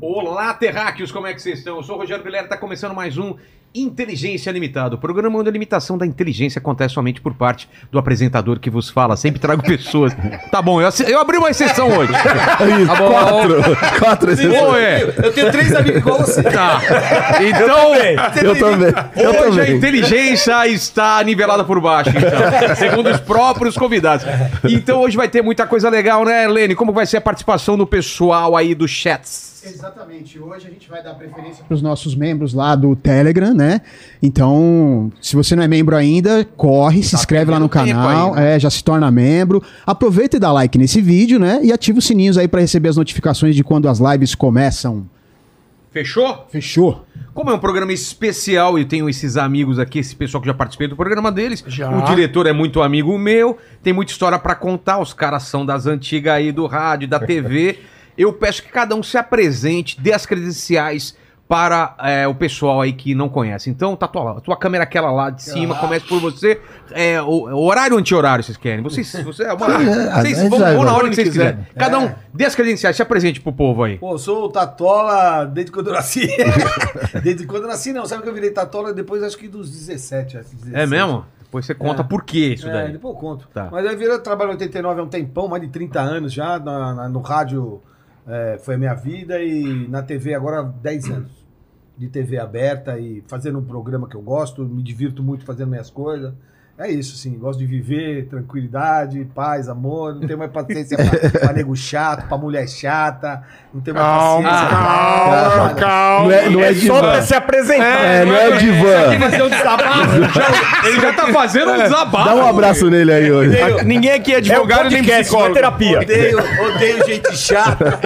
Olá, terráqueos, como é que vocês estão? Eu sou o Rogério Vilera, está começando mais um Inteligência Limitada, o programa onde a limitação da inteligência acontece somente por parte do apresentador que vos fala. Sempre trago pessoas. Tá bom, eu, ace- eu abri uma exceção hoje. Isso, quatro. Quatro Ou exceções. é? Eu tenho três amigos igual você. Tá. Então, Eu também. Eu hoje a também. inteligência está nivelada por baixo, então, segundo os próprios convidados. Então hoje vai ter muita coisa legal, né, Helene? Como vai ser a participação do pessoal aí do chats? Exatamente. Hoje a gente vai dar preferência para os nossos membros lá do Telegram, né? Então, se você não é membro ainda, corre, se inscreve lá no Tá perdendo tempo canal, ainda. é, já se torna membro. Aproveita e dá like nesse vídeo, né? E ativa os sininhos aí para receber as notificações de quando as lives começam. Fechou? Fechou? Como é um programa especial, eu tenho esses amigos aqui, esse pessoal que já participei do programa deles. O diretor é muito amigo meu, tem muita história pra contar, os caras são das antigas aí do rádio, da TV. eu peço que cada um se apresente, dê as credenciais para é, o pessoal aí que não conhece. Então, tá tua, tua câmera aquela lá de cima, começa por você. É, o, o horário ou anti-horário vocês querem? Vocês, você, é uma, Ah, vocês a gente vão, vai, vão na vai. hora que vocês Quiser. quiserem. Cada um dê as credenciais, se apresente pro povo aí. Pô, eu sou o Tatola desde quando eu nasci. desde quando eu nasci, não. Sabe que eu virei Tatola depois, acho que dos 17. acho que 16. É mesmo? Depois você conta É. por que isso É, daí. depois eu conto. Tá. Mas eu virei, trabalho em 89 há um tempão, mais de 30 anos já. na- na- no rádio é, foi a minha vida e na TV agora 10 anos. De TV aberta e fazendo um programa que eu gosto, me divirto muito fazendo minhas coisas. É isso, sim. Gosto de viver, tranquilidade, paz, amor. Não tenho mais paciência pra, pra nego chato, pra mulher chata. Não tenho mais Calma, paciência. calma, calma. Não é- não é divã. só pra se apresentar. É, não é o divã. um Ele já tá fazendo um desabafo. Dá um abraço nele aí hoje. Ninguém aqui é advogado nem psicólogo. É terapia. Odeio, odeio gente chata.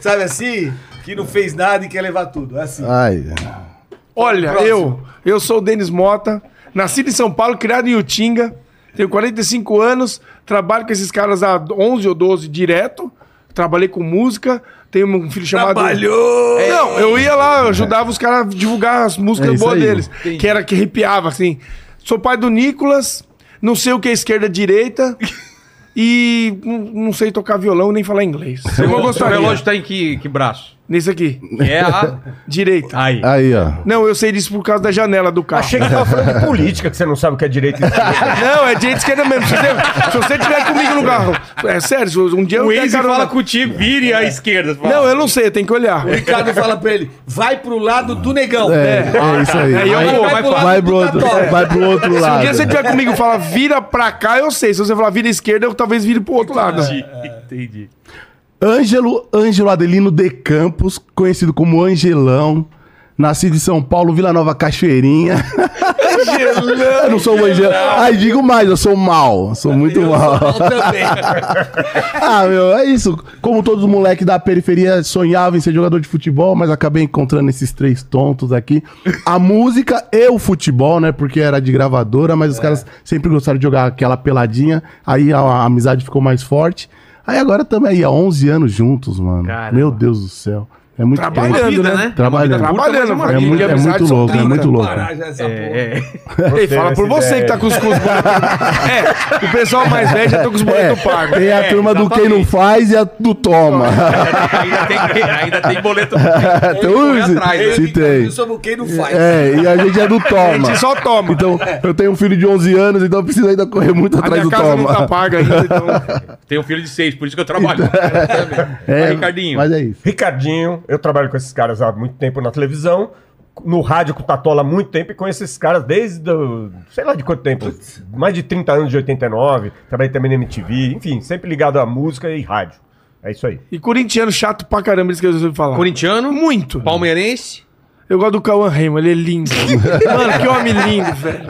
Sabe assim? Que não fez nada e quer levar tudo. É assim. Ai. Olha, Próximo. eu, eu sou o Denis Mota, nascido em São Paulo, criado em Utinga, tenho 45 anos, trabalho com esses caras há 11 ou 12 direto, trabalhei com música, tenho um filho chamado... Trabalhou! Não, eu ia lá, eu ajudava os caras a divulgar as músicas É isso boas aí. deles, que era que arrepiava, assim. Sou pai do Nicolas, não sei o que é esquerda e direita... E não não sei tocar violão nem falar inglês. Eu não O gostaria. relógio tá em que, que braço? Nesse aqui. É a... Direita. Aí. Aí, ó. Não, eu sei disso por causa da janela do carro. Achei que tava falando de política, que você não sabe o que é direito. e esquerda. Não, é direita e esquerda mesmo. Se você, se você tiver comigo no carro. É sério, se um dia eu der carona- contigo, vire à esquerda. Não, eu não sei, eu tenho que olhar. O Ricardo fala pra ele: vai pro lado do negão. É, é isso aí. Aí eu Vai- vou, vai, vai pro pro vai lado pro do outro, Tatola. vai pro outro Se um lado. dia você tiver comigo e falar vira pra cá, eu sei. Se você falar vira esquerda, eu talvez vire pro outro lado. Tá Entendi. Ângelo, Ângelo Adelino de Campos, conhecido como Angelão. Nascido em São Paulo, Vila Nova Cachoeirinha. Eu não sou o Angelão. Ai, digo mais, eu sou mal. Sou muito mal. também. Ah, meu, é isso. Como todos os moleques da periferia sonhavam em ser jogador de futebol, mas acabei encontrando esses três tontos aqui. A música e o futebol, né? Porque era de gravadora, mas os caras sempre gostaram de jogar aquela peladinha. Aí a, a amizade ficou mais forte. Aí agora estamos aí há 11 anos juntos, mano. Caramba. Meu Deus do céu. É muito Trabalhando, tempo. Vida, né? né? Trabalhando. Uma vida curta, mas Trabalhando, uma É vida. muito, é Amizade muito são louco, é trinta. muito louco. Parar já essa porra. É, é. Ei, fala por você que tá com os com os boletos. É, o pessoal mais velho já tá com os É, boletos pagos. tem a turma do quem não faz e a do toma. ainda, tem, ainda tem boleto. Então, corre se- atrás, Ele né? se fica tem. viu sobre o que não faz. É, e a gente é do A toma. gente só toma. Então, eu tenho um filho de 11 anos, então eu preciso ainda correr muito a atrás minha do casa não tá Toma. paga ainda, então... Tem um filho de seis, por isso que eu trabalho. É, Vai, Ricardinho. Mas é isso. Ricardinho, eu trabalho com esses caras há muito tempo na televisão, no rádio com o Tatola há muito tempo e conheço esses caras desde, do- sei lá de quanto tempo, mais de 30 anos de 89, trabalhei também na MTV, enfim, sempre ligado à música e rádio. É isso aí. E corintiano chato pra caramba, isso que eu resolvi falar. Corintiano, Muito. palmeirense, Eu gosto do Cauã Raymond, ele é lindo. Mano, que homem lindo, velho.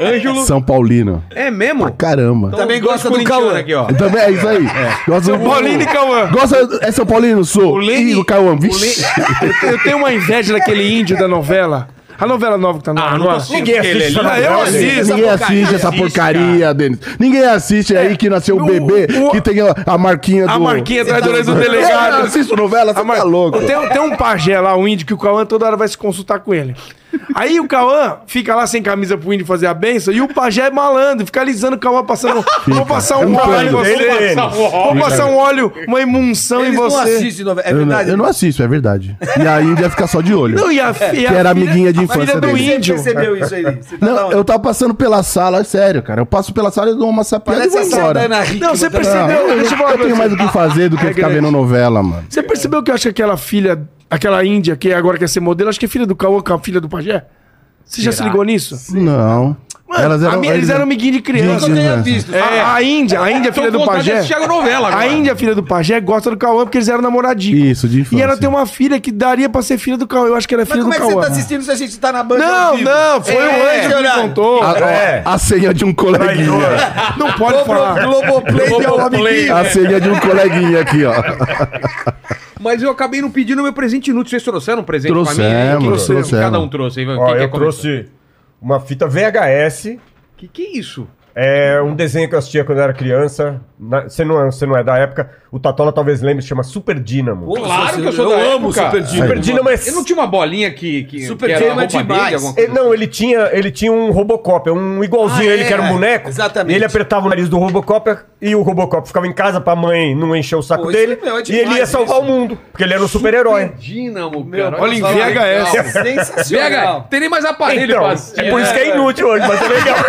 Ângelo. São Paulino. É mesmo? Caramba. Também Dois gosta do corintianos Cauã. aqui, ó. Também é isso aí. Gosto Então, São Paulino e Cauã. Gosta. É São Paulino? Sou. O Lene- Ih, o Cauã. O Vixe. Le- Eu tenho uma inveja daquele índio da novela. A novela nova que tá na Ah, não agora. consigo. Ninguém Ele assiste é essa lindo. novela, Eu né? assisto. Ninguém assiste essa porcaria, Denis. Ninguém assiste aí que nasceu o o- bebê, É. o- que tem a, a marquinha do. A marquinha atrás do, do Eu não delegado. assisto novela, você A mar- tá louco. um Tem, tem um pajé lá, um índio, que o Cauã toda hora vai se consultar com ele. Aí o Cauã fica lá sem camisa pro índio fazer a benção e o pajé é malandro, fica alisando o Cauã passando. Vou passar É um Fica. óleo em você. É, né? Ele- é Vou passar um óleo, uma imunção em Eles não você. assistem novela. É Eu, não- verdade. eu não assisto, é verdade. E a Índia fica só de olho. Não, e a, e a É, Que era amiguinha de a infância filha do dele. Você índio. percebeu isso aí? Você tá da Não, onde? eu tava passando pela sala, é sério, cara. Eu passo pela sala e dou uma sapiada e Parece vou a embora. Santana Rick. Não, você tá Não, percebeu? eu, Deixa eu falar eu pra tenho você. mais o que fazer do que ficar grande. vendo novela, mano. É. Você percebeu que eu acho que aquela filha, aquela índia que agora quer ser modelo, acho que é filha do Cauã com a filha do Pajé? Você já se ligou nisso? Não. Mano, a minha- eles eram amiguinhos de criança. Gente, tinha né? visto. É, a, Índia, a Índia, filha do Pajé. Chega novela A Índia, filha do Pajé, gosta do Cauã porque eles eram namoradinhos. Isso, de E infância. ela tem uma filha que daria pra ser filha do Cauã. Eu acho que ela é assim. Mas filha como é do que você Cauã. tá assistindo se a gente tá na banda? ao não, vivo? não, foi o É, anjo que me olha, contou. a, É. a senha de um coleguinha. Traidor. Não pode falar. Globoplay deu um amiguinho. A senha de um coleguinha aqui, ó. Mas eu acabei não pedindo meu presente inútil. Vocês trouxeram um presente pra mim? Trouxemos, Quem trouxe? trouxemos. Cada um trouxe. hein? Ó, Quem quer eu começar? trouxe uma fita VHS. Que que é isso? É um desenho que eu assistia quando eu era criança. Na- Você não, é- você não é da época. O Tatola talvez lembre, chama Super Dínamo. Claro que eu sou da amo época. Super Dino. Super Dínamo é. Eu não tinha uma bolinha que, que, Super que Jam é demais. alguma Ele- coisa? não, ele tinha, ele tinha um Robocop, um igualzinho Ah, a ele é, que era um boneco. exatamente. E ele apertava o nariz do Robocop e o Robocop ficava em casa pra mãe não encher o saco Pô, isso dele. é, meu, é e ele ia demais salvar isso. o mundo, porque ele era um super-herói. Dínamo, Meu, cara. olha em só. VHS. É. Pega, Sensacional. tem nem mais aparelho Então, pra é por isso que é inútil hoje, mas é legal.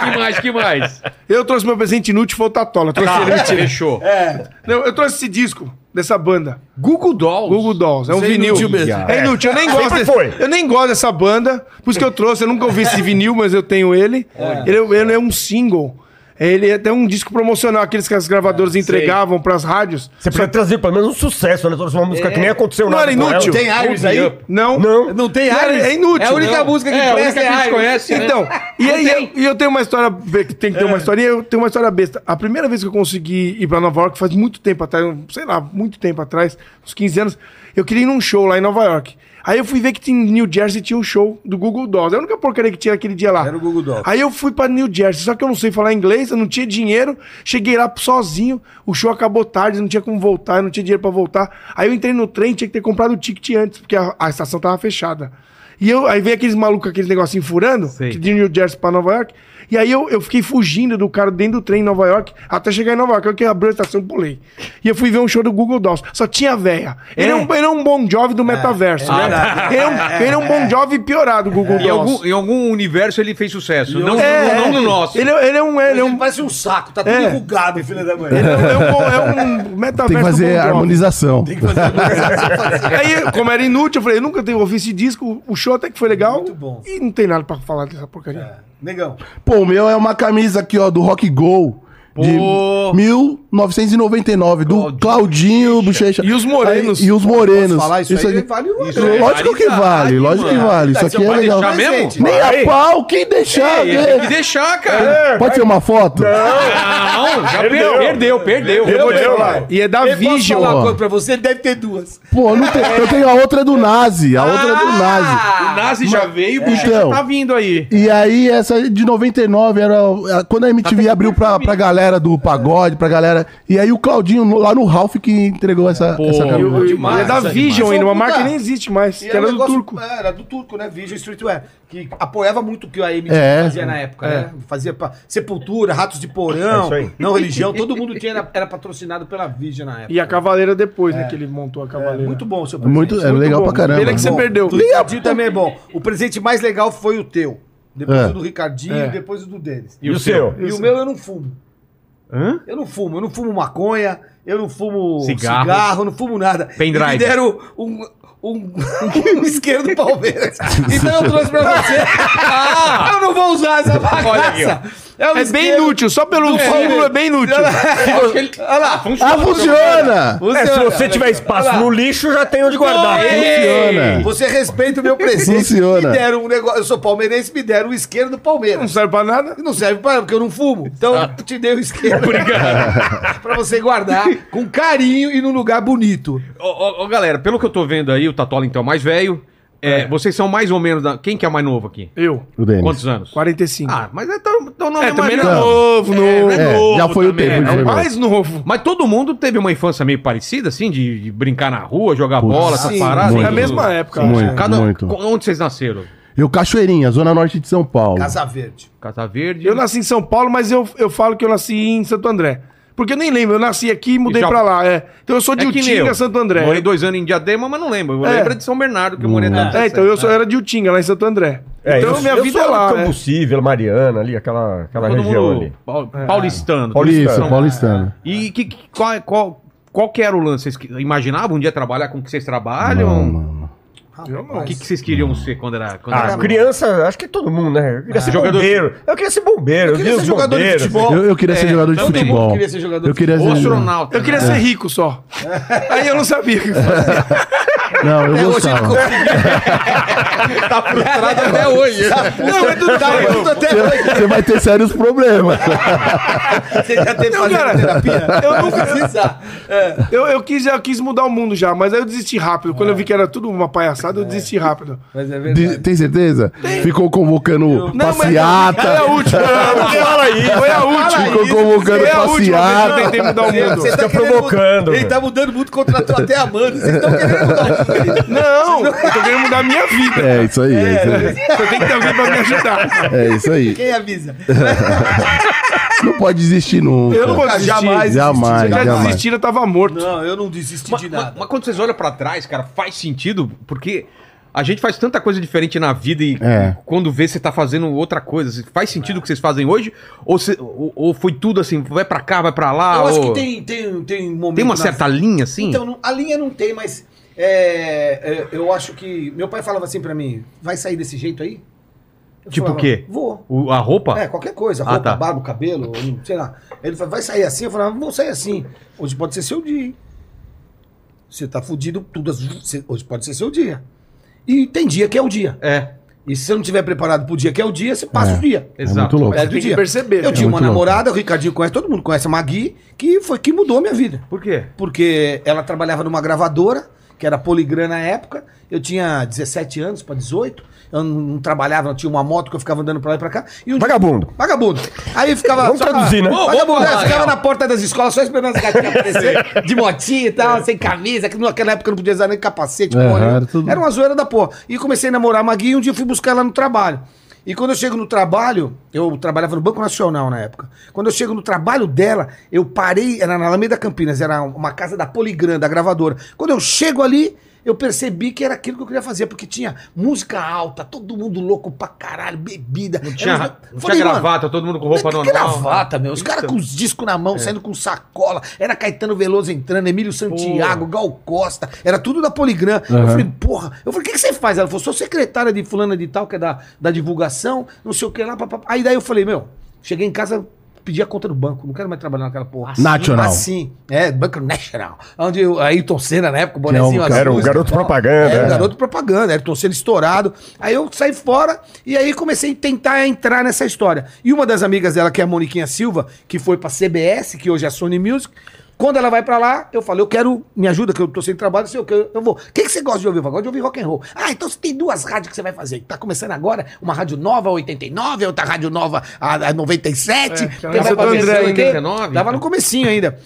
Que mais, que mais? Eu trouxe meu presente inútil, foi o Tatola. Eu Trouxe ele. Tá. Fechou. É. Não, eu trouxe esse disco dessa banda. Google Dolls. Google Dolls. É um Isso é vinil. inútil mesmo. É inútil. Eu nem gosto. Sempre desse- foi. Eu nem gosto dessa banda. Por isso que eu trouxe. Eu nunca ouvi esse vinil, mas eu tenho ele. Ele, é- ele é um single. Ele é até um disco promocional, aqueles que as gravadoras entregavam pras rádios. Você precisa trazer pelo menos um sucesso, né? Trouxe uma música que nem aconteceu Não nada era com ela. inútil? Tem Iris aí? é um Não. Não. Não tem Não, Iris? é inútil. É a única Não. música que É, a única presta que a gente Iris. conhece, né? Então, e Não aí tem. eu, e eu tenho uma história be- que tem que ter É. uma historinha, eu tenho uma história besta. A primeira vez que eu consegui ir pra Nova York faz muito tempo atrás, um- sei lá, muito tempo atrás, uns 15 anos, eu queria ir num show lá em Nova York. Aí eu fui ver que em New Jersey tinha um show do Google Dolls. É a única porcaria que tinha aquele dia lá. Era o Google Dolls. Aí eu fui pra New Jersey, só que eu não sei falar inglês, eu não tinha dinheiro, cheguei lá sozinho, o show acabou tarde, não tinha como voltar, eu não tinha dinheiro pra voltar. Aí eu entrei no trem, tinha que ter comprado o ticket antes, porque a, a estação tava fechada. E eu, aí veio aqueles malucos, aqueles negocinho furando, Sei. que de New Jersey pra Nova York. E aí eu, eu fiquei fugindo do cara dentro do trem em Nova York até chegar em Nova York. Eu que abriu a estação, pulei. E eu fui ver um show do Google Dolls. Só tinha véia. Ele é, um, ele é um Bon Jovi do metaverso, né? verdade. Ele é um, ele é um Bon Jovi piorado, o Google Em Dolls. algum, em algum universo ele fez sucesso. Não, É, não, é. não no nosso. Ele, é- ele é um. Ele é um, Ele parece um saco, tá tudo É. enrugado, filha da mãe. é um, é um Tem metaverso. que do fazer Bon Jovi. harmonização. Aí, como era inútil, eu falei, eu nunca tenho ouvido esse disco, o show até que foi legal. Muito bom. E não tem nada pra falar dessa porcaria. Negão. Pô, o meu é uma camisa aqui, ó, do Rock Go. De Pô. 1999, do Claudinho Bochecha. um- E os morenos. Aí, e os morenos. Posso falar isso, aí aqui- é vale o Isso ouro. aí. Lógico que vale, lógico que vale. Isso Você aqui é vai legal. deixar mesmo? presente. Nem Vai. a pau, quem deixar? Ele né? tem que deixar, É. cara. Pode ter uma foto? Não, já Perdeu. perdeu, perdeu. Eu vou te falar. E é da Eu posso Vision. falar uma ó. coisa pra você? Ele deve ter duas. Pô, não tem- eu tenho a outra do Nazi, a outra Ah! do Nazi. O Nazi já veio, o bicho Então. tá vindo aí. E aí, essa de 99 era. é, Quando a MTV Tá abriu pra, pra galera do pagode, pra galera. E aí o Claudinho, no- lá no Ralph, que entregou essa, essa E camisa. o- e demais, é da isso é Vision demais. ainda, uma Só marca que mudar. nem existe mais, que E era era um do negócio- turco. é, Era do turco, né? Vision Streetwear. Que apoiava muito o que a MTV É. fazia na época, né? Fazia pra Sepultura, Ratos de É Porão, isso aí. não religião. Todo mundo tinha, era, era patrocinado pela Vision na época. E a Cavaleira depois, né, que ele montou a É, Cavaleira. muito bom o seu presente. Muito, é legal bom. pra caramba. Pena que você Bom, perdeu. Do Ricardinho também é bom. O presente mais legal foi o teu. Depois É. o do Ricardinho, É. depois o do Denis. E o seu? E o meu eu não fumo. Eu não fumo, eu não fumo maconha, eu não fumo Cigarro. cigarro, eu não fumo nada. Pendrive. E me deram um, um, um isqueiro do Palmeiras. Então eu trouxe pra você. Ah! Eu não vou usar essa bagaça. um É bem isqueiro- inútil, só pelo símbolo é bem inútil. Olha lá. Ah, funciona! É, se você tiver Olha espaço lá. é. no lixo, já tem onde guardar. Funciona! Você respeita o meu presente. Funciona. Me deram um negócio. Eu sou palmeirense, me deram o isqueiro do Não Palmeiras. serve pra nada. Não serve para porque eu não fumo. Então eu te dei o isqueiro. Obrigado. pra você guardar com carinho e num lugar bonito. Ô, ô, ô, galera, pelo que eu tô vendo aí, o Tatola então é mais velho. É, Vocês são mais ou menos. da- Quem que é o mais novo aqui? Eu, O Denis. Quantos anos? 45. Ah, mas é tão, tão novo. é, também não é Mariano. novo, novo. É, já foi o tempo, É, já o foi mais novo. Mas todo mundo teve uma infância meio parecida, assim, de, de brincar na rua, jogar Putz, bola, essa sim, parada. muito. É Tudo. a mesma época. Muito. acho. Cada, muito. Onde vocês nasceram? Eu, Cachoeirinha, Zona Norte de São Paulo. Casa Verde. Casa Verde. Eu nasci em São Paulo, mas eu, eu falo que eu nasci em Santo André. Porque eu nem lembro, eu nasci aqui e mudei Já- pra lá. É. Então eu sou de É que nem Utinga, eu. Santo André. Morei dois anos em Diadema, mas não lembro. Eu É. lembro de São Bernardo, que eu morei na É, então eu só era de Utinga, lá em Santo André. então minha vida é lá. né? Possível, Mariana, ali, aquela, aquela Todo região mundo ali. pau- paulistano. Paulista, Paulistano. paulistano. E que, que- qual, qual, qual que era o lance? Vocês que- imaginavam um dia trabalhar com o que vocês Não, trabalham? mano. o que, que vocês queriam ser quando era... Quando Ah, era criança, acho que todo mundo, né? Eu queria ser jogador- bombeiro. Eu queria ser bombeiro. Eu queria ser jogador de futebol. Eu, eu queria ser jogador de futebol. É, queria ser jogador eu queria Ou ser... astronauta. né? Eu queria ser rico só. Aí eu não sabia o que fazer. Não, eu É, hoje ele gostava. Tá frustrado até hoje. Não, é tudo Tá bem. tudo até Você você vai ter sérios problemas. Você já teve Não, cara, fazendo terapia? eu nunca- Precisa. É. Eu, eu, quis, eu quis mudar o mundo já, mas aí eu desisti rápido. Quando eu vi que era tudo uma palhaçada, eu desisti rápido. Mas é De- verdade. tem certeza? Ficou convocando mas foi é passeata. a última. Fala aí. Foi a última. Ficou convocando Foi a última vez que eu tentei passeata. mudar o mundo. Você tá Fica querendo provocando, mudar- Ele velho. tá mudando muito, contratou até a Amanda. Vocês estão querendo mudar o mundo. Não, eu tô querendo mudar a minha vida. É isso aí, é isso aí. Só tem que ter alguém pra me ajudar. É isso aí. Quem avisa? Não pode desistir nunca. Eu não vou desistir. Jamais. Se eu Jamais, tivesse jamais. desistido, eu tava morto. Não, eu não desisti Mas, de mas- nada. mas quando vocês olham pra trás, cara, faz sentido, porque a gente faz tanta coisa diferente na vida e É. quando vê você tá fazendo outra coisa, se- faz sentido o que vocês fazem hoje? Ou, cê- ou- ou foi tudo assim, vai pra cá, vai pra lá? eu acho que ou- tem, tem, tem um momento. Tem uma na certa linha, assim? Então, não- a linha não tem, mas é, é, eu acho que. Meu pai falava assim pra mim: vai sair desse jeito aí? Eu Tipo falava, o quê? Vou. O- a roupa? É, qualquer coisa, Ah, roupa, tá. barba, cabelo, sei lá. Ele falou, vai sair assim? Eu falava, vou sair assim. Hoje pode ser seu dia, hein? Você tá fudido, tudo. as- você- Hoje pode ser seu dia. E tem dia que é o dia. É, E se você não estiver preparado pro dia que é o dia, você passa É. o dia. É muito louco. É Mas do tem que dia. perceber. Eu né? tinha uma muito louco. namorada, o Ricardinho conhece, todo mundo conhece a Magui, que foi que mudou a minha vida. Por quê? Porque ela trabalhava numa gravadora, que era Poligram na época. Eu tinha 17 anos para 18. Eu não, não trabalhava, eu tinha uma moto que eu ficava andando pra lá e pra cá. E um dia- Vagabundo. Vagabundo. Aí eu ficava. Vamos só- traduzir, né? Ô, Vamos Vagabundo, falar, eu Léo. ficava na porta das escolas só esperando as gatinhas aparecer, de motinha e É. tal, sem camisa, que naquela época eu não podia usar nem capacete, É, porra, era né? tudo- Era uma zoeira da porra. E comecei a namorar a Magui e um dia eu fui buscar ela no trabalho. E quando eu chego no trabalho, eu trabalhava no Banco Nacional na época. Quando eu chego no trabalho dela, eu parei, era na Alameda Campinas, era uma casa da Poligram, da gravadora. Quando eu chego ali, eu percebi que era aquilo que eu queria fazer, porque tinha música alta, todo mundo louco pra caralho, bebida. Não tinha, Era um- não tinha Falei, mano, gravata, todo mundo com roupa mas normal. que gravata, meu. Os caras com os discos na mão, saindo com sacola. Era Caetano Veloso entrando, Emílio Santiago, Gal Costa. Era tudo da Poligram. Eu falei, porra. Eu falei, o que, que você faz? Ela falou, sou secretária de fulana de tal, que é da, da divulgação, não sei o que lá. papapá. Aí daí eu falei, meu, cheguei em casa, pedi a conta do banco. Não quero mais trabalhar naquela porra. Nacional. Assim, é, Banco National. Onde o Ayrton Senna, na época, o bonezinho Que é um azul. Era um garoto É, propaganda. é, né? o garoto propaganda, Ayrton Senna estourado. Aí eu saí fora e aí comecei a tentar entrar nessa história. E uma das amigas dela, que é a Moniquinha Silva, que foi pra CBS, que hoje é a Sony Music, quando ela vai pra lá, eu falo, eu quero, me ajuda, que eu tô sem trabalho, sei o que, eu vou. O que, que você gosta de ouvir? Eu falo, gosto de ouvir rock and roll. Ah, então você tem duas rádios que você vai fazer. Tá começando agora, uma rádio nova, 89, outra rádio nova, a, a 97. É, Você aquela vai do fazer André sei o quê. ainda, 89, Tava no comecinho ainda.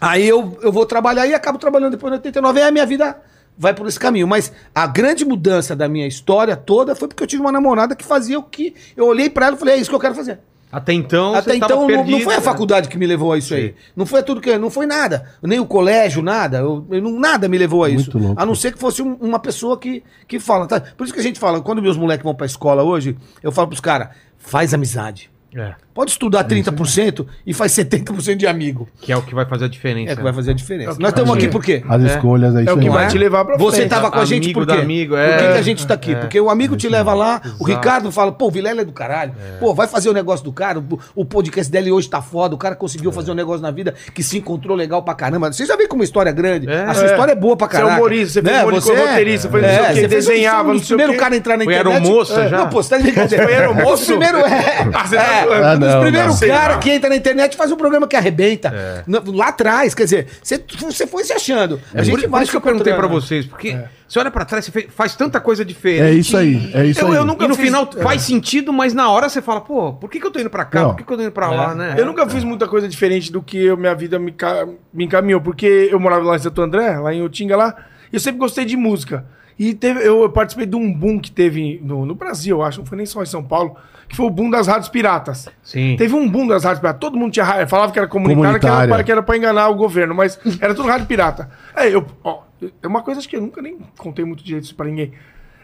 Aí eu, eu vou trabalhar e acabo trabalhando depois no 89. Aí a minha vida vai por esse caminho. Mas a grande mudança da minha história toda foi porque eu tive uma namorada que fazia o que. Eu olhei pra ela e falei: é isso que eu quero fazer. Até então, Até você tava então, não- não perdido, foi a né? faculdade que me levou a isso aí. Não foi tudo que. Não foi nada. Nem o colégio, nada. Eu, eu não- nada me levou a isso. Muito louco. A não ser que fosse um- uma pessoa que, que fala. tá? Por isso que a gente fala: quando meus moleques vão pra escola hoje, eu falo pros caras: faz amizade. É, Pode estudar 30% e faz 70% de amigo. que é o que vai fazer a diferença. É que vai fazer a diferença. É o que Nós vai estamos aqui fazer. por quê? As escolhas aí. É o que são- vai te levar pra Você frente. estava com a Amigo gente por do quê? amigo, por é. que, que a gente está aqui? Porque o amigo te leva lá, o Ricardo fala, pô, o Vilela é do caralho. Pô, vai fazer o negócio do cara, o, o podcast dele hoje tá foda, o cara É. conseguiu fazer um negócio na vida que se encontrou legal pra caramba. Você já veio com uma história grande, É. a sua É. história é boa pra Né, Você é caralho. humorista, você fez humorista, é. foi roteirista, foi não sei o quê, desenhava, não sei o um primeiro quê. cara a entrar na Foi internet. É. aeromoça já? Não, pô, você tá de brincadeira. Foi aeromoça? O primeiro é. Ah, você tá é, Ah, falando. Dos não, primeiros não. O sei cara lá. que entra na internet e faz um programa que arrebenta. Na- Lá atrás, quer dizer, você- você foi se achando. A É gente por, por vai isso que É. eu se perguntei pra encontrando. vocês, porque você olha pra trás, você fe- faz tanta coisa diferente. É isso aí, é isso Eu- aí. eu nunca- E no fiz- final é. faz sentido, mas na hora você fala, pô, por que, que eu tô indo pra cá? Não. Por que, que eu tô indo pra lá, né? Eu nunca fiz muita coisa diferente do que eu- minha vida me, ca- me encaminhou, porque eu morava lá em Santo André, lá em Utinga, lá, e eu sempre gostei de música. E teve- eu, eu participei de um boom que teve no, no Brasil, eu acho, não foi nem só em São Paulo, que foi o boom das rádios piratas. Sim. Teve um boom das rádios piratas, todo mundo tinha rádio, falava que era comunitária, que era, Comunitária. pra, que era pra enganar o governo, mas era tudo rádio pirata. É, eu, ó, é uma coisa acho que eu nunca nem contei muito direito isso pra ninguém.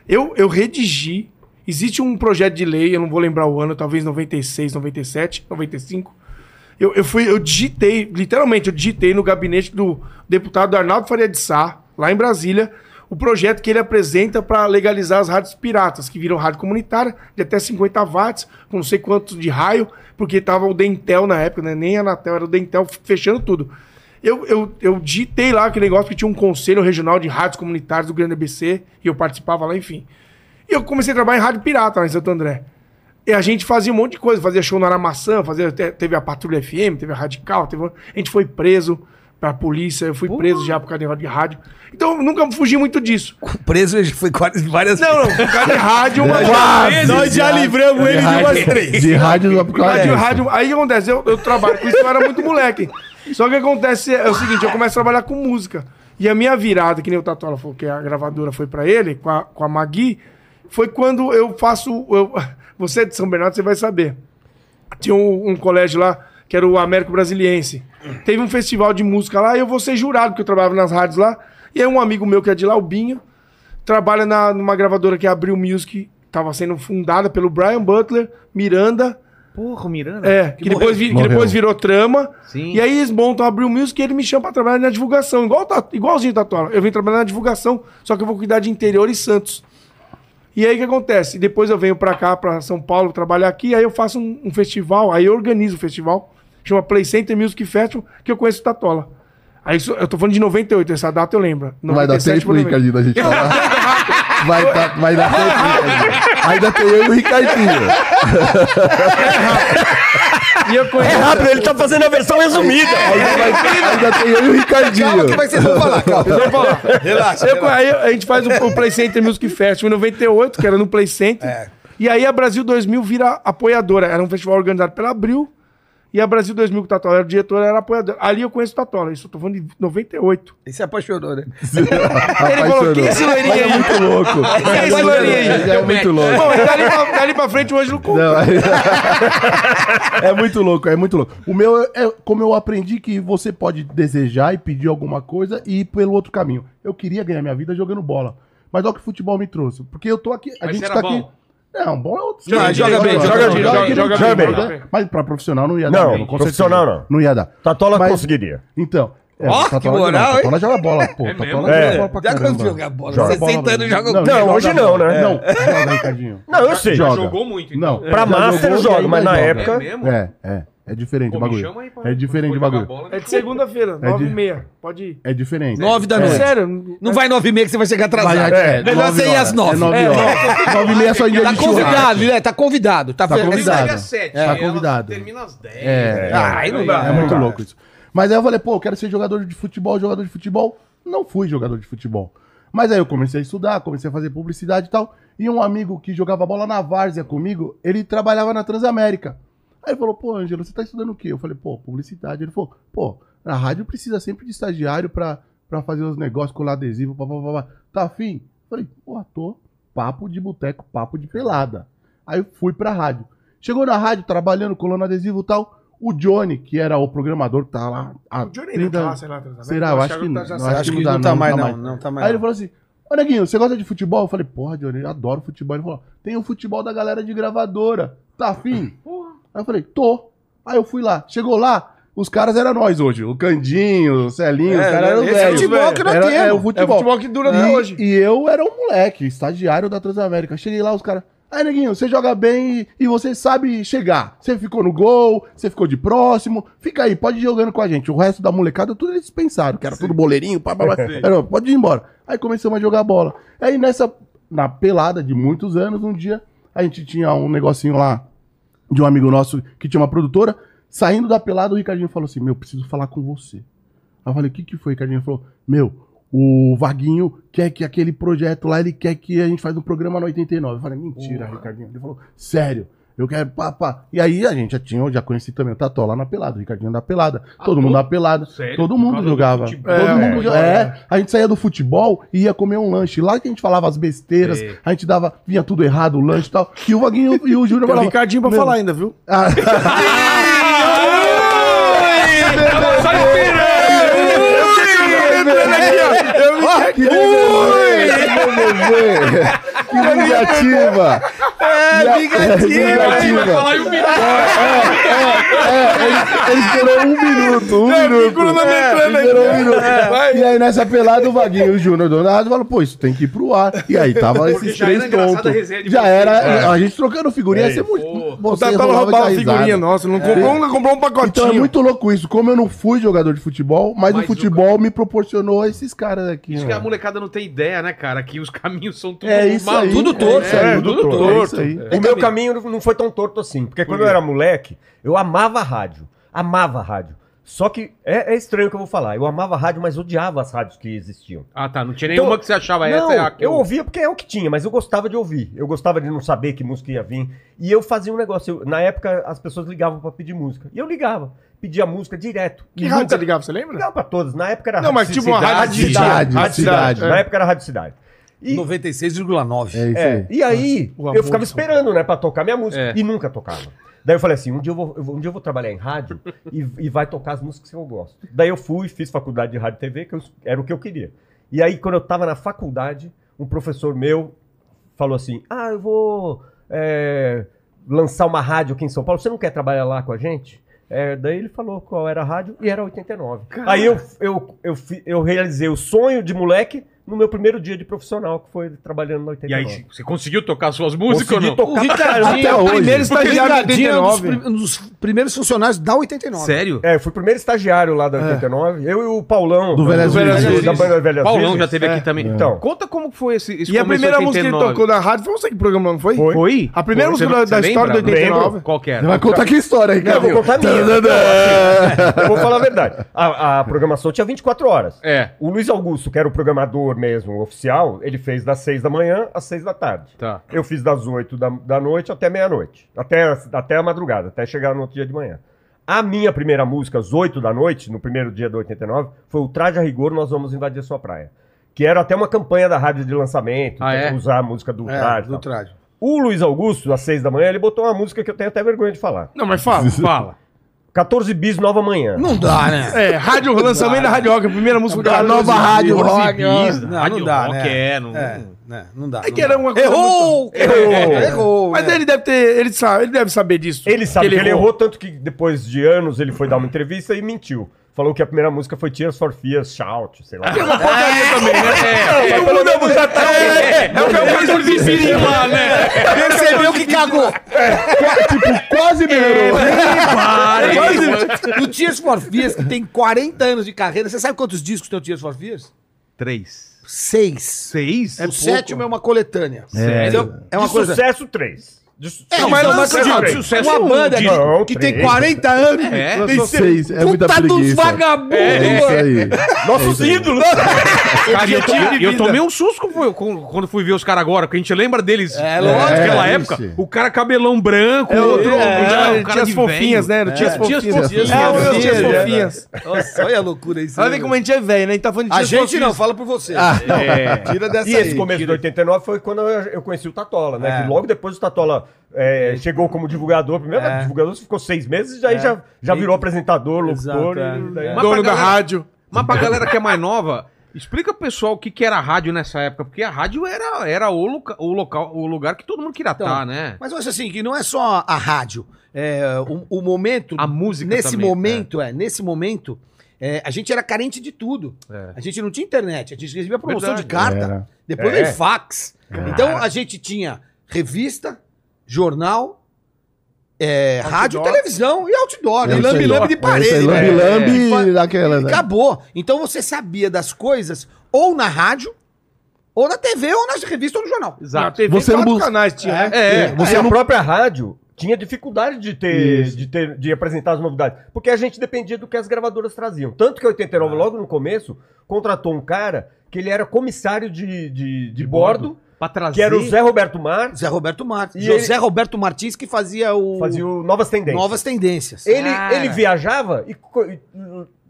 Eu, eu redigi. Existe um projeto de lei, eu não vou lembrar o ano, talvez 96, 97, 95. Eu, eu fui, eu digitei, literalmente, eu digitei no gabinete do deputado Arnaldo Faria de Sá, lá em Brasília, o projeto que ele apresenta para legalizar as rádios piratas, que viram rádio comunitária de até 50 watts, com não sei quanto de raio, porque tava o Dentel na época, né? Nem a Anatel, era o Dentel fechando tudo. Eu, eu, eu digitei lá aquele negócio que tinha um conselho regional de rádios comunitárias do Grande ABC, e eu participava lá, enfim. E eu comecei a trabalhar em rádio pirata lá em Santo André. E a gente fazia um monte de coisa, fazia show na Aramaçã, fazia, te- teve a Patrulha FM, teve a Radical, teve, a gente foi preso pra polícia, eu fui preso já por causa de negócio de rádio. Então eu nunca fugi muito disso. Preso ele foi quase várias Não, não, por causa de rádio, uma vezes. Nós já livramos ele de umas três. De rádio do Rádio, É. rádio. Aí o que acontece? Eu, eu trabalho com isso, eu era muito moleque. Só que o que acontece é o seguinte: eu começo a trabalhar com música. E a minha virada, que nem o Tatola falou, que a gravadora foi pra ele, com a, com a Magui, foi quando eu faço. eu- você é de São Bernardo, você vai saber. Tinha um, um colégio lá, que era o Américo Brasiliense. Teve um festival de música lá e eu vou ser jurado, porque eu trabalhava nas rádios lá. E aí um amigo meu que é de lá, o Binho, trabalha na, numa gravadora que abriu Music, tava sendo fundada pelo Brian Butler, Miranda, Porra, o Miranda. é, que, depois, vi- que Morreu. depois virou trama. Sim. E aí eles montam, abriu o Music e ele me chama pra trabalhar na divulgação. Igual, o Tatu- igualzinho o Tatuara. Eu vim trabalhar na divulgação, só que eu vou cuidar de interior e Santos. E aí o que acontece? Depois eu venho pra cá, pra São Paulo, trabalhar aqui, aí eu faço um, um festival, aí eu organizo um festival, chama Play Center Music Festival, que eu conheço o Tatola. Aí isso- eu tô falando de 98, essa data eu lembro. Vai dar tempo pro 97, Ricardinho da gente falar. Vai, tá- vai dar tempo, Ricardinho. Ainda tem eu e o Ricardinho. E eu conheço... É rápido, ele tá fazendo a versão é. resumida. Ainda, vai- ainda tem eu e o Calma que Ricardinho. vai ser vou falar, calma. Deixa eu falar. Relaxa, Eu- relaxa. aí a gente faz o, o Play Center Music Festival em 98, que era no Play Center. É. E aí a Brasil 2000 vira apoiadora. Era um festival organizado pela Abril. E a Brasil 2000, que o Tatola era o diretor, era apoiadora. Ali eu conheço o Tatola. Isso eu tô falando de 98. Ele se apaixonou, né? Ele falou, quem é esse Mas é loirinho aí? muito louco. Quem é esse loirinho aí? Ele é muito louco. Bom, e dali pra, dali pra frente o Ângelo compra. Não, é- é muito louco, é muito louco. O meu é como eu aprendi que você pode desejar e pedir alguma coisa e ir pelo outro caminho. Eu queria ganhar minha vida jogando bola. Mas olha o que o futebol me trouxe. Porque eu tô aqui. A Mas gente era tá bom. aqui. Não, bom é outro. Não, joga bem, joga bem, joga bem, joga bem, bem. joga bem. Mas pra profissional não ia Não, dar. bem, com profissional certeza. não. Tá Não ia dar. Tatola Mas- conseguiria. Então. É, Ó, o que Tatola joga- moral, hein? Tatola joga bola, pô. Tatola É. joga bola pra Já caramba. conseguiu jogar bola. Joga 60 bola anos joga mesmo. bola. Não, joga hoje bola. não, né? Não, joga, Ricardinho. Não, eu sei. É. Joga. Jogou muito, então. Não. Pra Já Master jogou e joga, ainda mas na joga. época- É mesmo? É, é. É diferente Pô, o me bagulho. chama aí pra- é diferente o pra jogar bagulho. bola. É de segunda-feira, É 9 de- e meia. Pode ir. É diferente. 9 da É. noite. Sério? Não vai 9 e meia que você vai chegar Mas atrasado. já- é, Melhor nove você ir horas. às 9. É 9 horas. 9 e meia é só em dia Tá de churrasco. convidado, né? Tá convidado. Tá, Tá fe- Ele sai convidado. às sete, É, ela convidado. Termina às 10. É. Ah, aí não dá. É muito louco isso. Mas aí eu falei, pô, eu quero ser jogador de futebol, jogador de futebol. Não fui jogador de futebol. Mas aí eu comecei a estudar, comecei a fazer publicidade e tal. E um amigo que jogava bola na várzea comigo, ele trabalhava na Transamérica. Aí ele falou, pô, Ângelo, você tá estudando o quê? Eu falei, pô, publicidade. Ele falou, pô, na rádio precisa sempre de estagiário pra, pra fazer os negócios, colar adesivo, papapá. Tá afim? Eu falei, pô, tô. Papo de boteco, papo de pelada. Aí eu fui pra rádio. Chegou na rádio, trabalhando, colando adesivo e tal. O Johnny, que era o programador que tá lá. há O Johnny não 30 tá lá, sei lá. atrasado. Será? Eu acho que que não não. tá- já Eu saiu. acho Acho que que dá, não tá não mais, dá não. mais. Não tá Aí né? mais. ele não. falou assim: Ô Neguinho, você gosta de futebol? Eu falei, porra, Johnny, eu adoro futebol. Ele falou: tem o futebol da galera de gravadora. Tá afim? Aí eu falei, tô. Aí eu fui lá. Chegou lá, os caras eram nós hoje. O Candinho, o Celinho, os caras eram esse é o velhos. futebol que nós Era- temos. É o futebol. É o futebol que dura até E- hoje. E eu era um moleque, estagiário da Transamérica. Cheguei lá, os caras. Aí, neguinho, você joga bem e- e você sabe chegar. Você ficou no gol, você ficou de próximo. Fica aí, pode ir jogando com a gente. O resto da molecada, tudo eles pensaram, que era tudo boleirinho, pá, pá, pá. Era, pode ir embora. Aí começamos a jogar bola. Aí nessa, na pelada de muitos anos, um dia, a gente tinha um negocinho lá de um amigo nosso que tinha uma produtora. Saindo da pelada, o Ricardinho falou assim: Meu, preciso falar com você. Aí eu falei: O que, que foi, Ricardinho? Ele falou: Meu, o Vaguinho quer que aquele projeto lá, ele quer que a gente faz um programa no 89. Eu falei: Mentira, Ricardinho. Ele falou: Sério. Eu quero papá. E aí a gente já tinha, eu já conheci também o Tató lá na pelada, o Ricardinho da pelada, todo mundo da pelada, Ah, Sério? todo Por mundo causa do jogava. futebol? Todo É, mundo é, jogava. É, a gente saía do futebol e ia comer um lanche. Lá que a gente falava as besteiras, Sei. a gente dava, vinha tudo errado, o lanche e tal. E o Vaguinho e o Júnior Tem o falavam. Ricardinho pra Meu. falar ainda, viu? "Ah, Só esperando! que legal, Que negativa! É, negativa! Falar um e o menino é, Ele esperou um minuto, um minuto. cronometrando Ele esperou um minuto. É. E aí, nessa pelada, o Vaguinho e o Júnior do Nado falaram, pô, isso tem que ir pro ar. E aí, tava esses já três era engraçada tontos. a resenha de Já vocês. É. tá era, a gente trocando figurinha, ia ser muito... O você Tatalo rolava de roubava a dar risada. figurinha nossa, não comprou, um, comprou um Então pacotinho. é muito louco isso. Como eu não fui jogador de futebol, mas Mas o futebol me proporcionou esses caras aqui. Isso um que né? a molecada não tem ideia, né, cara? Que os caminhos são tudo É isso aí. Tudo torto, torto, é, é, tudo tudo torto. É isso aí. O meu caminho não foi tão torto assim. Porque quando eu era moleque, eu amava a rádio. Amava a rádio. Só que é, é estranho o que eu vou falar. Eu amava a rádio, mas odiava as rádios que existiam. Ah, tá. Não tinha Então, nenhuma que você achava não, essa é a que eu ouvia porque é o que tinha, mas eu gostava de ouvir. Eu gostava de não saber que música ia vir. E eu fazia um negócio. eu- na época, as pessoas ligavam pra pedir música. E eu ligava. Pedia música direto. Que E rádio nunca- você ligava, você lembra? Ligava pra todos. Na época era Não, mas tipo uma rádio de Cidade, Rádio cidade. é. Na época era Rádio Cidade. E, 96,9. É isso é, aí. e aí, O amor eu ficava de São esperando, né, pra tocar minha música. É. E nunca tocava. Daí eu falei assim, um dia eu vou, eu vou- um dia eu vou trabalhar em rádio e, e vai tocar as músicas que eu gosto. Daí eu fui, fiz faculdade de rádio e TV, que eu- era o que eu queria. E aí, quando eu tava na faculdade, um professor meu falou assim, ah, eu vou é, lançar uma rádio aqui em São Paulo, você não quer trabalhar lá com a gente? É, daí ele falou qual era a rádio e era 89. Aí eu, eu, eu, fi- eu realizei o sonho de moleque no meu primeiro dia de profissional, que foi trabalhando na E 89. aí, você conseguiu tocar suas músicas ou Consegui não? O tocar pra caramba. Até Ricardinho é o hoje. primeiro Porque estagiário da Ricardinho é um dos 89. Um dos primeiros funcionários da 89. Sério? É, eu fui o primeiro estagiário lá da 89. Eu e o Paulão. Do Velhas Velhas Virgens, Da Virgens. banda Velhas Paulão já Virgens. É. teve aqui também. Então. Conta como foi esse, esse E a começo primeira de música então, que ele 89. tocou na rádio foi você que programou, não foi? Foi? A primeira Foi, música você- da- da você história lembra? do 89? Qual que Você era? vai contar que história aí, Não, eu vou contar a minha. Tadadã! Eu vou falar a verdade. A, a programação tinha 24 horas. É. O Luiz Augusto, que era o programador mesmo, oficial, ele fez das 6 da manhã às 6 da tarde. Tá. Eu fiz das 8 da, da noite até meia-noite. Até, até a madrugada, até chegar no outro dia de manhã. A minha primeira música, às 8 da noite, no primeiro dia do 89, foi o Traje a Rigor, Nós Vamos Invadir Sua Praia. Que era até uma campanha da rádio de lançamento, Ah, é? usar a música do Traje. e do tal. traje. O Luiz Augusto, às 6 da manhã, ele botou uma música que eu tenho até vergonha de falar. Não, mas fala. Fala. 14 bis, Nova Manhã. Não dá, né? É, rádio, lançamento da Rádio Rock, a primeira música A nova rádio rock. Bis, Não, rádio não dá, rock, né? é, não- É, né? Não dá. É não que era dá. uma coisa Errou! Errou. muito- Errou, Mas né? ele deve ter. Ele sabe, ele deve saber disso. Ele sabe que ele errou. tanto que depois de anos ele foi dar uma entrevista e mentiu. Falou que a primeira música foi Tears for Fears, Shout, sei lá. É, Mas pelo menos já tá- o que eu fiz no vizinho lá, né? Percebeu que cagou. Tipo, quase melhorou. O Tears for Fears, que tem 40 anos de carreira, você sabe quantos discos tem o Tears for Fears? Três. Seis. Seis? o sétimo é uma coletânea. Então, é uma de coisa... sucesso 3. É, mas então, lança- assim, ó, de sucesso uma um banda disco. Não, que três. tem 40 anos, É. tem Lançou ser- seis, é muita puta dos preguiça. vagabundos, É isso mano. aí. Nossos ídolos! Cara, eu, to- eu tomei um susto foi- com- quando fui ver os caras agora, porque a gente lembra deles É, lógico. naquela É, época. esse. O cara cabelão branco, o outro. o cara- o cara Tinha as de fofinhas, velho. né? Não Tinha as Tinha as fofinhas. fofinhas. É, eu tinha as Tinha as fofinhas. Nossa, olha a loucura isso. Olha né, ver como a gente é velho, né? A gente tá falando de A Tias gente Fofinhas. não, fala por você. Tira dessa E esse aí. começo de 89 foi quando eu, eu conheci o Tatola, né? Que logo depois o Tatola é, chegou como divulgador. Primeiro, divulgador ficou seis meses, aí já, já virou apresentador, locutor. Exato, é. e daí- É. Mas- Mas Dono pra da galera- rádio. Mas pra galera que é mais nova, explica pro pessoal o que, que era a rádio nessa época, porque a rádio era, era o, loca- o local, o lugar que todo mundo queria estar, né? Mas eu acho assim, que não é só a rádio. É, o, o momento. A música Nesse também, momento, é. nesse momento, é, a gente era carente de tudo. É. A gente não tinha internet, a gente recebia promoção Verdade. de carta, Era. depois É. veio fax. Então a gente tinha revista, jornal, é, rádio, televisão e outdoor. É e isso aí. lambi-lambi de É isso aí, parede. Lambi-lambi É. daquela. né? Acabou. Então você sabia das coisas ou na rádio, ou na TV, ou na revista, ou no jornal. é. Na Exato. TV, Você não quatro bus- canais tinha. né? É, Você a própria rádio tinha dificuldade de ter, Isso. de ter de apresentar as novidades, porque a gente dependia do que as gravadoras traziam. Tanto que a 89, logo no começo, contratou um cara que ele era comissário de, de, de bordo, Pra trazer. que era o Zé Roberto Mar, Zé Roberto Martins. E José Roberto Martins que fazia o fazia o Novas Tendências. Novas Tendências. Ele, Cara. ele viajava e, co- e-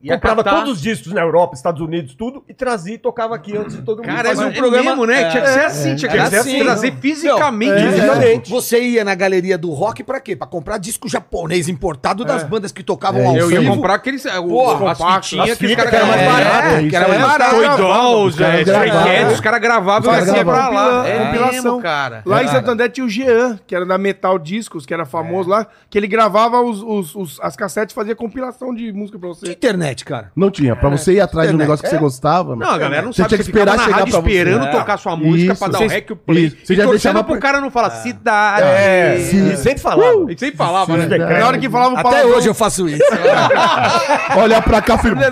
e Ia comprava catar. todos os discos na Europa, Estados Unidos, tudo, e trazia e tocava aqui antes de todo mundo. Cara, Mas é não- um programa, mesmo, né? é. tinha que ser assim, tinha que Era ser assim. trazer fisicamente. É, né? exatamente. Você ia na galeria do rock pra quê? Pra comprar disco japonês importado É. das bandas que tocavam ao Eu ia vivo. comprar aqueles. é, O, Porra, as fitinhas que os caras é. que era mais barato, gravavam. isso Que era aí. mais barato. Toy Dolls, é, Os caras gravavam. gravavam, Os caras gravavam e Os caras ia pra lá. gravavam. É Compilação. mesmo, cara. Lá em Cara. Santo André tinha o Jean, que era da Metal Discos, que era famoso lá, que ele gravava os, os- os- as cassetes e fazia compilação de música pra De você. internet, cara. Não tinha. Pra você ir atrás de um negócio que você gostava. Não, a galera não Você sabe tinha que você ficava esperar chegar pra você. esperando É. tocar sua música Isso. pra dar o Vocês- rec o play. Isso. Você e já torcendo deixava pro pra- cara não falar cidade. É, e sempre falava. Uh! A gente sempre falava, né? Decreto. Na hora que falava o Até hoje eu faço isso. Olhar pra cá, filho. É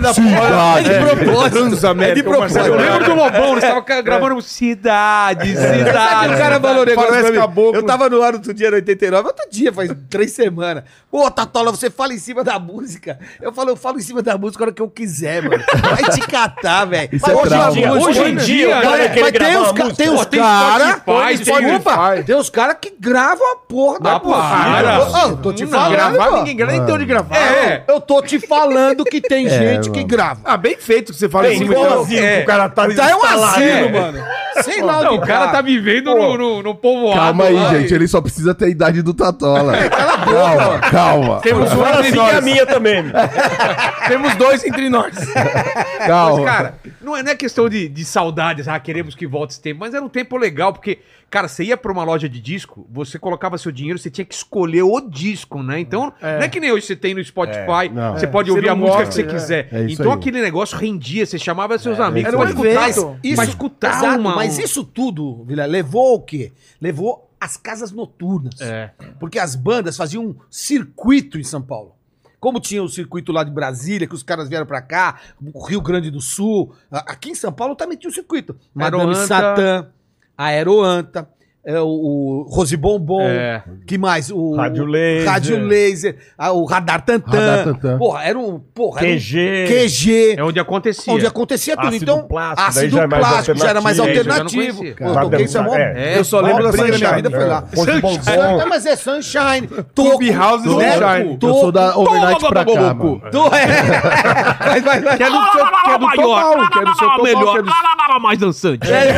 de propósito. É de Eu propósito. lembro do Lobão, É. eles estavam gravando um cidade, Sabe cidade. que o cara falou um negócio Parece pra mim? caboclo. Eu tava Ah, no ar outro dia, no 89, outro dia, faz três semanas. Pô, Tatola, você fala em cima da música. Eu falo, eu falo em cima da música a hora que eu quiser, mano. Vai te catar, velho. Isso Mas é hoje em trauma. dia- Hoje em dia, Mas- cara, que ele mas tem gravou os uma ca- música. tem Pô, os tem caras. Spotify, tem Desculpa, tem os caras que gravam a porra da Ah, música. para. Ô, tô te falando. gravar, pô. ninguém grava, nem tem onde gravar. É. Eu tô te falando que tem gente que grava. Ah, bem feito que você fala em Tem cima igual então. asilo que o cara tá Tá, é um instalado. né? asilo, é. mano. Sei lá Não, onde o cara tá vivendo no, no, no povoado. Calma aí, lá. gente. Ele só precisa ter a idade do Tatola. calma, calma. Temos um Fala assim entre que é a nós. minha também. Temos dois entre nós. Mas, calma. cara, não é, não é questão de, de saudades, ah, queremos que volte esse tempo, mas era um tempo legal, porque, cara, você ia pra uma loja de disco, você colocava seu dinheiro, você tinha que escolher o disco, né? Então, não é que nem hoje você tem no Spotify, não. você pode Você ouvir a não música gosta, que você é. quiser. É isso então, aí. aquele negócio rendia, você chamava seus amigos Era pra um escutar, evento. isso, pra escutar exato, uma... mas um- isso tudo, Vila, levou o quê? Levou as casas noturnas. É. Porque as bandas faziam um circuito em São Paulo. Como tinha o circuito lá de Brasília, que os caras vieram pra cá, o Rio Grande do Sul. a- Aqui em São Paulo também tinha o circuito. Madame Aeroanta. Satã, Aeroanta, é, o, o Rose Bombom, É. que mais? O, Rádio Laser. Rádio Laser, a- o Radar Tantan. Radar Tantan. Porra, era um... Porra, era um QG. QG. É onde acontecia. Onde acontecia tudo. Ácido então, plástico, daí ácido já é mais plástico já era mais alternativo. alternativo. Esse eu já não Pô, eu conhecia. toquei isso é mó- É. É. Eu só lembro Maior da briga da minha Sunshine. vida foi lá. Ponte Ah, Bombom. mas é Sunshine, Toco, Clube House e Sunshine. Toco, Eu sou da overnight Toma, pra cá, Bobocu. mano. Toco, é. Vai, vai, vai. Que é do seu, que é do total, que é do seu total, que é do mais dançante. É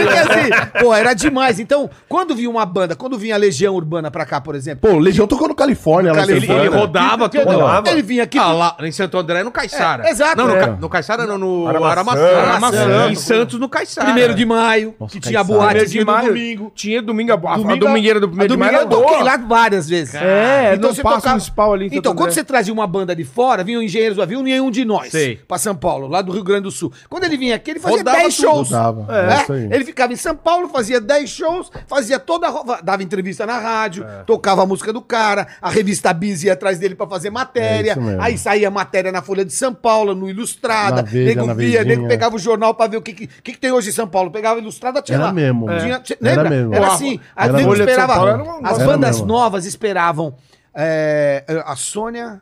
exatamente assim. Pô, era demais. Então, quando vinha uma banda, quando vinha a Legião Urbana pra cá, por exemplo, Pô, o Legião tocou no Califórnia lá Ele, ele rodou. rodava tudo. rodava. ele vinha aqui. Ah, lá em Santo André no Caiçara. É, exato. Não, no, É. Ca- no Caiçara não, no Aramaçã. Aramaçã. Aramaçã. Aramaçã. Em Santos no Caiçara. Primeiro de maio, que tinha a boate Primeiro de tinha no maio. domingo. Tinha domingo, é- a, a- a Domingo- é- domingueira do A primeiro de domingo maio é era eu toquei boa. lá várias vezes. Então É, não você passa um municipal ali em Santo tá Então, quando André. você trazia uma banda de fora, vinha o engenheiro do avião, nenhum de nós. Sei. Pra São Paulo, lá do Rio Grande do Sul. Quando ele vinha aqui, ele fazia Rodava 10 tudo. shows. Rodava, né? é isso aí. Ele ficava em São Paulo, fazia 10 shows, fazia toda a ro- dava entrevista na rádio, É. tocava a música do cara, a revista Biz ia atrás dele pra fazer É matéria. isso mesmo. aí saía matéria na Folha de São Paulo, no Ilustrada, Na Veja, nego na via, nego Vejinha. pegava o jornal pra ver o que, que, que que tem hoje em São Paulo. Pegava o Ilustrada, tinha Era lá. mesmo. Tinha- É. tinha- Era lembra? mesmo. Era Era- assim. A era gente mesmo. Folha de São esperava. Paulo era um- As Era bandas mesmo. novas esperavam. é, a Sônia,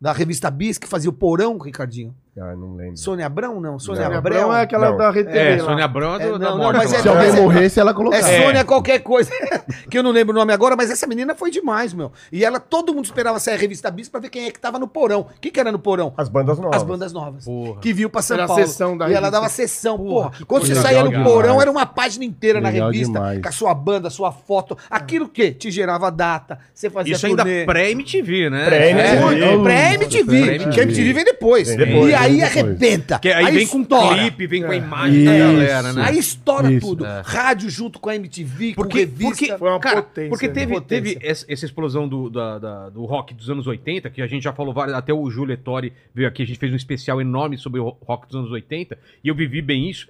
da revista Bis, que fazia o Porão, Ricardinho. Ah, não lembro. Sônia Abrão, não. Sônia Sônia Abrão. Abrão é aquela Não. da Rede TV É, lá. Sônia Abrão é É, do, não, da não, morte. mas é- Se lá. alguém Mas é- morresse, ela colocava. É Sônia qualquer coisa, que eu não lembro o nome agora, mas essa menina foi demais, meu. E ela, todo mundo esperava sair a revista Bis pra ver quem é que tava no porão. O que que era no porão? As bandas novas. As bandas novas. Porra. Que vinham pra São Era a Paulo. sessão da e ela revista. dava sessão, porra. Quando você coisa saía no legal porão, demais. era uma página inteira na Legal revista. demais. Com a sua banda, a sua foto. Aquilo que te gerava data. Você fazia Isso ainda turnê. pré-MTV, né? Pré-MTV. É. Muito. É. Pré-MTV. Pré-MTV. Que a MTV vem depois. Vem depois, E aí vem depois. arrebenta. Que aí, vem com estoura. É clipe, vem com a imagem da Isso. galera, né? Aí estoura Isso. tudo. Rádio junto com a MTV, com Porque, revista. porque, Foi uma cara, potência, porque né? teve, Potência. teve essa essa explosão do, da- da- do rock dos anos 80, que a gente já falou várias, até o Júlio Ettore veio aqui, a gente fez um especial enorme sobre o rock dos anos 80, e eu vivi bem isso.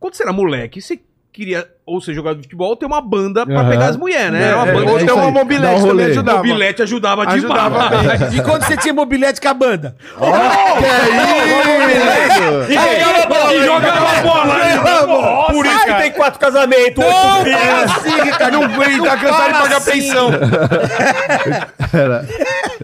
Quando você era moleque, você queria ou ser jogador de futebol ou ter uma banda pra pegar as mulheres, né? Era uma banda de Ou tem É, isso uma aí. Dá um mobilete rolê. também ajudava. O bilhete ajudava, Ajudava demais. E quando você tinha mobilete com a banda? E ganhava bola, e jogava bola. Por isso que tem quatro casamentos, oito filhos. Não vem, tá cansado de fala pagar assim. pensão.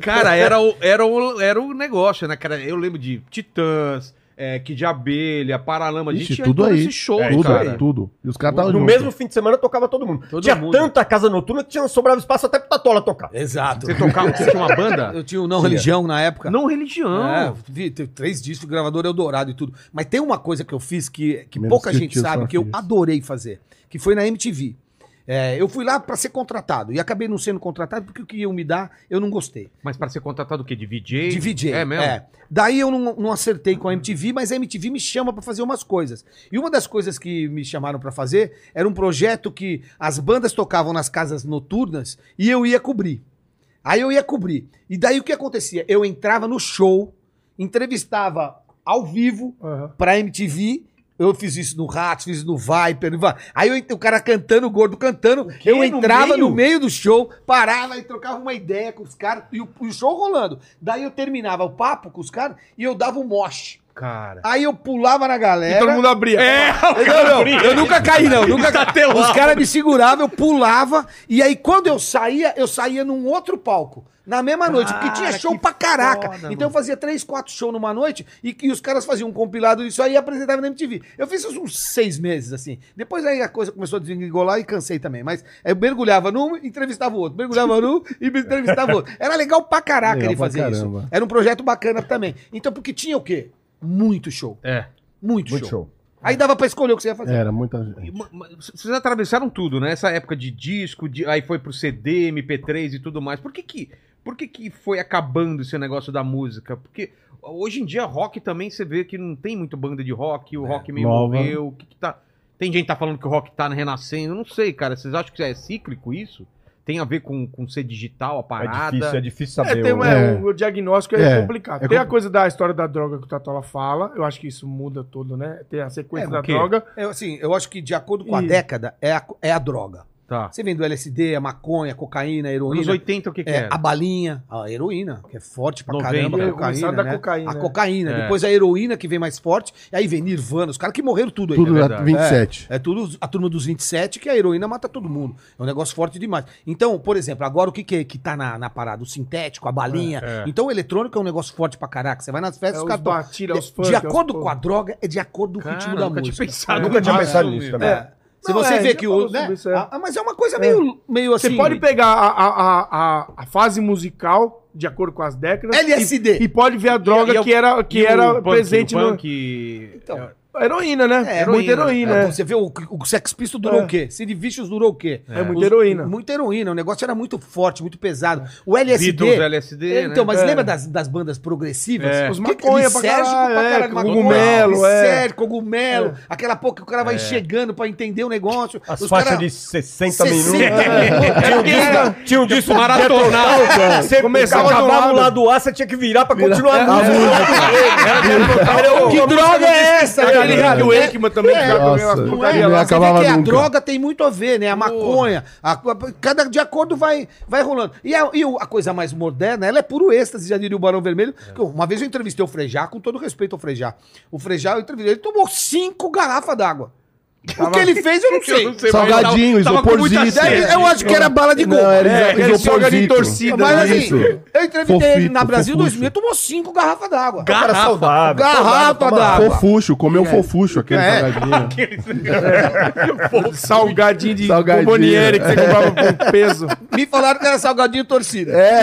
Cara, era o, era, o, era o negócio, né, cara? Eu lembro de Titãs, é, Kid de Abelha, Paralama, a gente Ixi, tinha tudo todo aí. esse show, tudo, cara. tudo. E os caras estavam No juntos. mesmo fim de semana tocava todo mundo. Todo tinha mundo. tanta casa noturna que tinha, sobrava espaço até pro Tatola tocar. Exato. Você tocava, você tinha uma banda? Eu tinha o Não Religião na época. Não religião. É, vi, teve três discos, gravador Eldorado e tudo. Mas tem uma coisa que eu fiz que, que Menos pouca que o gente tio sabe, só que eu fez. adorei fazer, que foi na MTV. É, eu fui lá pra ser contratado e acabei não sendo contratado porque o que iam me dar eu não gostei. Mas pra ser contratado o quê? De VJ? De VJ. É mesmo? Daí eu não, não acertei com a MTV, mas a MTV me chama pra fazer umas coisas. E uma das coisas que me chamaram pra fazer era um projeto que as bandas tocavam nas casas noturnas e eu ia cobrir. Aí eu ia cobrir. E daí o que acontecia? Eu entrava no show, entrevistava ao vivo pra MTV. Eu fiz isso no Ratos, fiz isso no Viper. no Va- Aí eu ent- o cara cantando, o gordo cantando. Eu No entrava meio? no meio do show, parava e trocava uma ideia com os caras e o, e o show rolando. Daí eu terminava o papo com os caras e eu dava um moche. Cara. Aí eu pulava na galera. Todo mundo abria. É. Não, não, eu nunca caí, não. Nunca caí. Os caras me seguravam, eu pulava. E aí, quando eu saía, eu saía num outro palco. Na mesma noite, porque tinha show pra caraca. foda, então mano. eu fazia três, quatro shows numa noite e, e os caras faziam um compilado disso aí e apresentavam na MTV. Eu fiz isso uns seis meses, assim. Depois aí a coisa começou a desengringolar e cansei também. Mas eu mergulhava num, entrevistava o outro. Mergulhava num e me entrevistava o outro. Era legal pra caraca Legal ele pra fazer isso. caramba. Era um projeto bacana também. Então, porque tinha o quê? Muito show. É. Muito, Muito show. show. Aí dava pra escolher o que você ia fazer. Era muita gente. E, ma- ma- c- Vocês atravessaram tudo, né? Essa época de disco, de- aí foi pro CD, MP3 e tudo mais. Por que que, por que que foi acabando esse negócio da música? Porque hoje em dia rock também você vê que não tem muito banda de rock, o rock meio nova. morreu, o que que tá... Tem gente que tá falando que o rock tá renascendo, eu não sei, cara. Vocês acham que é cíclico isso? Tem a ver com, com ser digital, a É parada? difícil, é difícil É, saber. tem, o- uma- é, o, o diagnóstico é, É, complicado. é tem a compli- coisa da história da droga que o Tatola fala, eu acho que isso muda tudo, né? Tem a sequência É, da o quê? droga. Eu, assim, eu acho que de acordo com a E- década, é a, é a droga. Tá. Você vem do LSD, a maconha, a cocaína, a Anos heroína. 80 o que que é, era? a balinha, a heroína, que é forte pra 90. caramba. É, A começaram cocaína, da né? cocaína, A né? cocaína. É. Depois a heroína, que vem mais forte. E aí vem Nirvana, os caras que morreram tudo aí. Tudo né? na verdade. 27. É tudo os- a turma dos 27 que a heroína mata todo mundo. É um negócio forte demais. Então, por exemplo, agora o que, que, é que tá na, na parada? O sintético, a balinha. Então o eletrônico é um negócio forte pra caraca. Você vai nas É, festas, os os caras. batida, os de, funk, é de os acordo porra. com a droga, é de acordo com o ritmo da nunca tinha música. pensado. nunca tinha nisso. pensado nisso também. É. Se Não, você é, vê já que falou o. Né? sobre isso, é. Ah, ah, mas é uma coisa meio, meio assim. Você pode pegar a, a, a, a, a fase musical, de acordo com as décadas. LSD. E, e pode ver a droga E- e o- que era, que E era o punk, presente o no. punk, Então, Heroína, né? É, Muita é, heroína. pô, É, Você vê o, o Sex Pistols durou É. o quê? Sid Vicious durou o quê? É, muita heroína. Muita heroína. O negócio era muito forte, muito pesado. O LSD. Beatles, LSD, né? Então, mas É. lembra das, das bandas progressivas? É. Os maconha pra caralho, é, cogumelo, cogumelo, É. é. cogumelo. Aquela pouco que o cara vai chegando pra entender o negócio. É. As os faixas cara- de 60 minutos. 60 Tinha um disco- Tinha um disco maratonal. Você Começava começava de um acabava lado. o lado A, você tinha que virar pra continuar a música. Que droga é essa? Aquele cara? Rádio Wakeman também, que já comeu Nossa. umas Não é? porcaria Não lá. é Você vê acabava que a nunca. droga tem muito a ver, né? A maconha. a- a- cada, de acordo vai, vai rolando. E, a, e o- a coisa mais moderna, ela é puro êxtase, já diria o Barão Vermelho. É. que eu- uma vez eu entrevistei o Frejá, com todo respeito ao Frejá. O Frejá, eu entrevistei, ele tomou cinco garrafas d'água. O que ele fez, eu não sei. não sei, mas Salgadinho, tava- tava com muita isoporzito. sede. Eu acho que era bala de gol. Não, era É, iso- aquele soga de isoporzito. torcida. Mas assim, isso. eu entrevistei ele na Fofito, Brasil fofucho. 2000, tomou cinco garrafas d'água. Cara saudável. Garrafa d'água. Fofucho, comeu um fofucho, aquele salgadinho. Salgadinho de Salgadinho. bomboniere que você comprava por peso. Me falaram que era salgadinho torcida. É.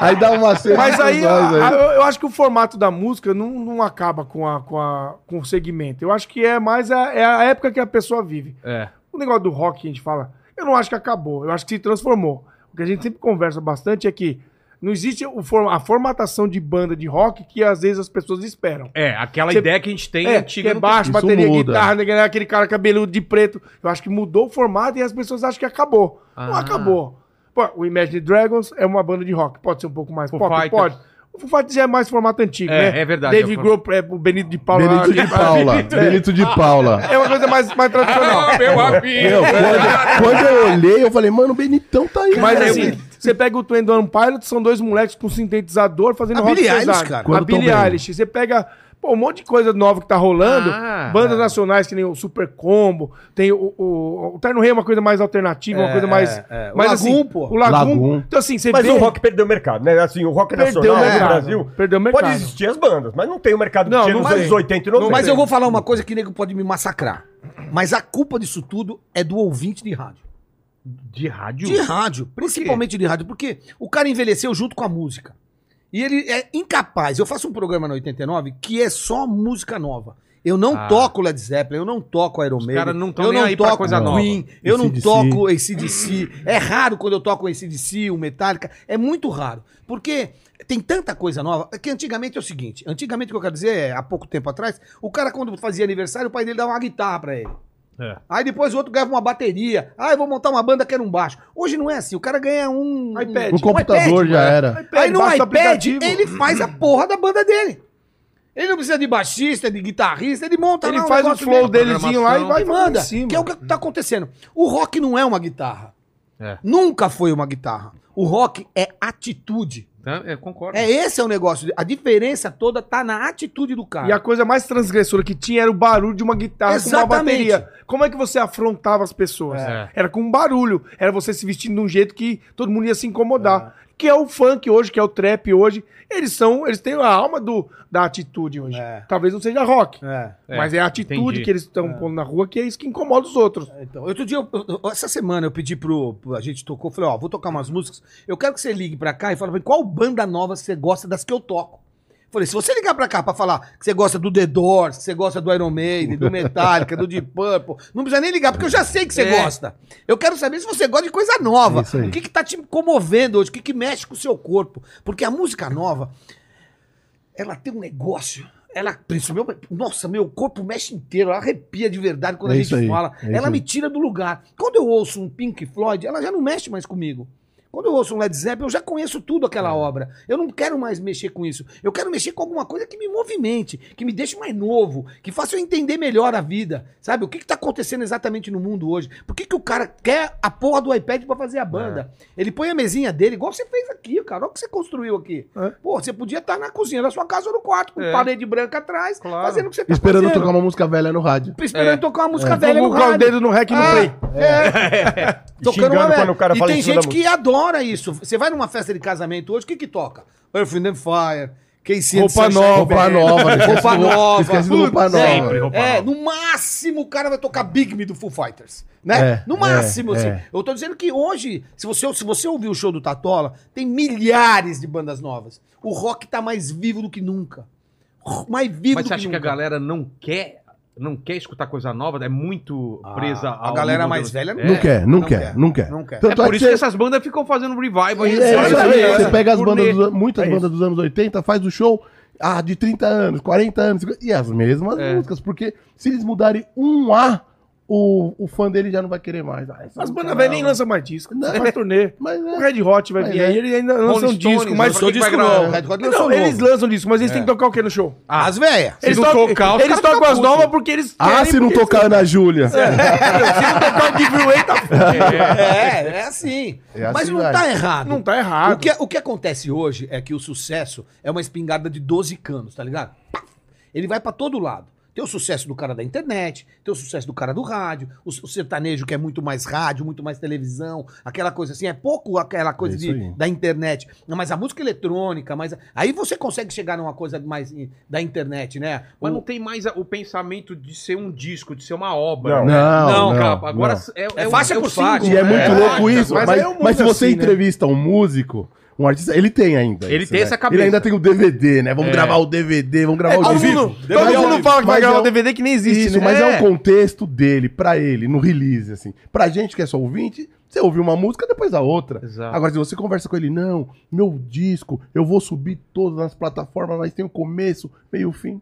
Aí dá uma cena. Mas aí, nós a- a- eu- eu acho que o formato da música não, não acaba com, a, com, a, com o segmento. Eu acho que é mais a, é a época que a pessoa vive. É. O negócio do rock que a gente fala, eu não acho que acabou. Eu acho que se transformou. O que a gente sempre conversa bastante é que não existe o for- a formatação de banda de rock que às vezes as pessoas esperam. É, aquela Você- ideia que a gente tem É, antiga. que é não baixo, isso bateria, muda. guitarra, né, aquele cara cabeludo de preto. Eu acho que mudou o formato e as pessoas acham que acabou. Não Ah. acabou. Pô, o Imagine Dragons é uma banda de rock. Pode ser um pouco mais Foo pop, Fighters. pode. O Fufati já é mais formato antigo, É, né? é verdade, David é o Grohl, é, o Benito de Paula. Benito de aquele- Paula. é. Benito de Paula. É uma coisa mais, mais tradicional. Ah, meu amigo! Meu, quando, quando eu olhei, eu falei, mano, o Benitão tá aí. Mas cara. assim, você pega o Twin Dome Pilot, são dois moleques com sintetizador fazendo A Billie pesado. Eilish, cara. A Quando tão Billie bem. Eilish. Você pega pô, um monte de coisa nova que tá rolando. Ah, bandas nacionais que nem o Super Combo. Tem o, o, o Terno Rei é uma coisa mais alternativa, uma coisa mais... é. O mas, Lagum, assim, pô. O Lagum. Lagum. Então assim, você Mas vê... o rock perdeu o mercado, né? Assim, o rock Perdeu nacional o aqui mercado. no Brasil. Perdeu o mercado. Pode existir as bandas, mas não tem o mercado Não, que tinha não nos tem. anos 80 e 90. Mas eu vou falar uma coisa que nego pode me massacrar. Mas a culpa disso tudo é do ouvinte de rádio. De rádio? De rádio, principalmente de rádio, porque o cara envelheceu junto com a música. E ele é incapaz. Eu faço um programa na 89 que é só música nova. Eu não Ah. toco Led Zeppelin, eu não toco Iron Maiden, caras não tão eu nem não aí pra toco coisa nova. Queen, eu não AC/DC. toco ACDC. É raro quando eu toco ACDC, o Metallica, é muito raro. Porque tem tanta coisa nova, que antigamente é o seguinte, antigamente o que eu quero dizer é, há pouco tempo atrás, o cara quando fazia aniversário, o pai dele dava uma guitarra pra ele. Aí depois o outro ganhava uma bateria. Ah, eu vou montar uma banda que era um baixo. Hoje não é assim. O cara ganha um iPad. O computador já é. era. iPad, Aí no baixa o iPad aplicativo. ele faz a porra da banda dele. Ele não precisa de baixista, de guitarrista, ele monta Ele tá lá um faz o negócio flow dele. delezinho lá e vai Aí manda. em cima. Que é o que tá acontecendo. O rock não é uma guitarra. É. Nunca foi uma guitarra. O rock é atitude. Tá, é, concordo. É esse é o negócio. A diferença toda tá na atitude do cara. E a coisa mais transgressora que tinha era o barulho de uma guitarra com uma Exatamente. bateria. Como é que você afrontava as pessoas? É. Era com um barulho. Era você se vestindo de um jeito que todo mundo ia se incomodar. Que é o funk hoje, que é o trap hoje. Eles são, eles têm a alma do, da atitude hoje. É. Talvez não seja rock, É. É, mas é a atitude entendi. que eles estão pondo na rua que é isso que incomoda os outros. Então, outro dia, eu- eu- essa semana eu pedi pro, pro- A gente tocou, falei, ó, vou tocar umas músicas. Eu quero que você ligue pra cá e fale pra mim qual banda nova você gosta das que eu toco. Falei, se você ligar pra cá pra falar que você gosta do The Doors, que você gosta do Iron Maiden, do Metallica, do Deep Purple, não precisa nem ligar, porque eu já sei que você É. gosta. Eu quero saber se você gosta de coisa nova. É isso aí. o que que tá te comovendo hoje? O que que mexe com o seu corpo? Porque a música nova, ela tem um negócio. Ela, isso, meu, nossa, meu corpo mexe inteiro, ela arrepia de verdade quando É a isso gente aí, fala. é isso ela me aí. tira do lugar. Quando eu ouço um Pink Floyd, ela já não mexe mais comigo. Quando eu ouço um Led Zeppelin, eu já conheço tudo aquela É. obra. Eu não quero mais mexer com isso. Eu quero mexer com alguma coisa que me movimente, que me deixe mais novo, que faça eu entender melhor a vida. Sabe? O que está acontecendo exatamente no mundo hoje? Por que, que o cara quer a porra do iPad para fazer a banda? É. Ele põe a mesinha dele, igual você fez aqui, cara. Olha o que você construiu aqui. Pô, você podia estar na cozinha da sua casa ou no quarto, com É. parede branca atrás, Claro. um- fazendo o que você tá Esperando fazendo. tocar uma música velha no rádio. Esperando É. tocar uma música velha no Colocar o rádio. dedo no rec e no Ah, play. E É. Tocando xingando uma quando o cara e fala tem isso na gente que adora isso. Você vai numa festa de casamento hoje, o que que toca? Earth, Wind and Fire, Casey and Roupa Sunshine nova. Roupa Band. nova. esquece Roupa do- nova. Esquece do roupa Putz, sempre. nova. roupa é, nova. no máximo o cara vai tocar Big Me do Foo Fighters, né? É, no máximo, é, assim. é. Eu tô dizendo que hoje, se você, se você ouvir o show do Tatola, tem milhares de bandas novas. O rock tá mais vivo do que nunca. Mais vivo Mas do você acha que a nunca. galera não quer, não quer escutar coisa nova? É muito presa Ah, a galera mais velha não não Não quer. quer, não Não quer, quer, não quer. não quer. É Tanto por isso você- que essas bandas ficam fazendo revival. aí. É, isso aí, Olha, Você pega as turnê. bandas, dos an- muitas É bandas dos anos 80, faz o show ah, de 30 anos, 40 anos, 50, e as mesmas É. músicas, porque se eles mudarem um A, o, o fã dele já não vai querer mais. Ah, essa As música bandas velhas não. nem lançam mais disco, não Não. faz turnê. Mas O é, Red Hot vai Mas vir é. aí, eles ainda lançam Rolling disco, Stones, mas né? Pra quem vai não. gravar? Red Hot lançou Não, eles novo. lançam disco, mas eles têm que tocar o que no show? As velhas. Eles, não tocam- tocar, os eles caras ficam tocam as putos. novas porque eles ah, se não porque- tocar Ana Júlia. É, se não tocar o giveaway, tá É, é assim. É assim, Mas não vai. tá errado. Não tá errado. O que, é, o que acontece hoje é que o sucesso é uma espingarda de 12 canos, tá ligado? Pá! Ele vai pra todo lado. Tem o sucesso do cara da internet, tem o sucesso do cara do rádio, o, o sertanejo que é muito mais rádio, muito mais televisão, aquela coisa assim, é pouco aquela É coisa isso de- aí. da internet. Não, mas a música eletrônica, mas aí você consegue chegar numa coisa mais eh, da internet, né? Mas O- não tem mais a- o pensamento de ser um disco, de ser uma obra. né? Não. Não, Não, não, cara, agora não. é, É faixa por faixa. E é muito É, louco mas- isso, mas mas, aí tipo, é um mundo mas se você assim, né? entrevista um músico, um artista, ele tem ainda. né? Ele tem essa cabeça. Ele ainda tem o DVD, né? Vamos É. gravar o DVD, vamos gravar o todo DVD. mundo, todo mundo fala que vai um gravar o DVD que nem existe, é um Isso, né? mas é. É. um contexto dele, pra ele, no release, assim. Pra gente que é só ouvinte, você ouve uma música, depois a outra. Exato. Agora, se você conversa com ele, não, meu disco, eu vou subir todas as plataformas, mas tem o começo, meio e fim.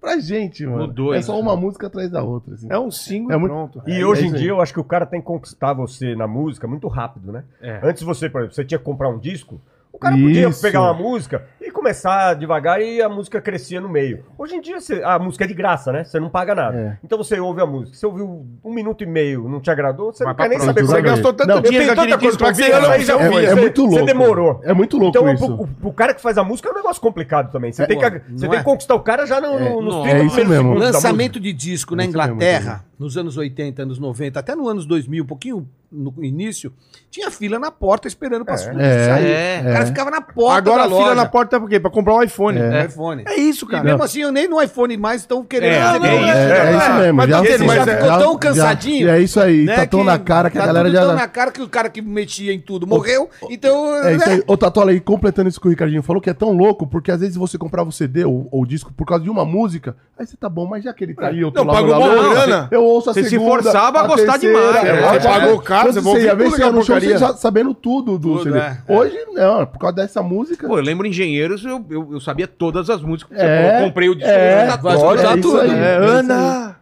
Pra gente, mano. Mudou é isso, né? só uma música atrás da outra, assim. É um single É e muito- pronto. E É, hoje é em isso dia aí. eu acho que o cara tem que conquistar você na música muito rápido, né? É. Antes você, por exemplo, você tinha que comprar um disco, o cara podia Isso. pegar uma música e começar devagar e a música crescia no meio. Hoje em dia você- a música é de graça, né? Você não paga nada. É. Então você ouve a música. Se ouviu um minuto e meio, não te agradou, você Vai não pra quer nem pronto, saber. é Você Exatamente. gastou tanto Não, eu dinheiro daquele disco pra você, eu não mas já eu ouvi. vi. é, é muito louco. Você demorou. É muito louco Então, isso. pro, pro cara que faz a música é um negócio complicado também. Você tem que, você não tem é? que conquistar o cara já no, no, nos Não, 30 é isso primeiros mesmo. segundos da música. Lançamento de disco na É Isso mesmo, Inglaterra, nos anos 80, anos 90, até no anos 2000, um pouquinho no início, tinha fila na porta esperando pra É, é. O cara ficava na porta Agora da a fila loja. na porta é por quê? Pra comprar um iPhone. do É, iPhone. É isso, E cara. mesmo assim, eu nem no iPhone mais estão querendo É, receber é o isso. É, é isso mesmo. Mas tá já- entendendo, mas já- é- ficou tão já- cansadinho, é isso aí. né, tá tão na cara que a tá galera tudo já. tão na cara que o cara que metia em tudo morreu, então... É isso né? aí. Ô, Tatola, aí, completando isso que o Ricardinho falou, que é tão louco, porque às vezes você comprava o CD ou, ou o disco por causa de uma música, aí você tá bom, mas já que ele tá aí, eu tô Não, pagou lavando a boa louça, grana. Eu ouço a Você se segunda, forçava a gostar demais. É, a você pagou caro, você você vai você ia ouvir ver tudo se ia no aquela show, você porcaria. já sabendo tudo do Tudo, CD. é, Hoje, não, por causa dessa música... Pô, eu lembro Engenheiros, eu, eu, eu sabia todas as músicas. que É, você falou. comprei o disco, é, tá lógico, tudo, tá é isso tudo. aí. É, Ana.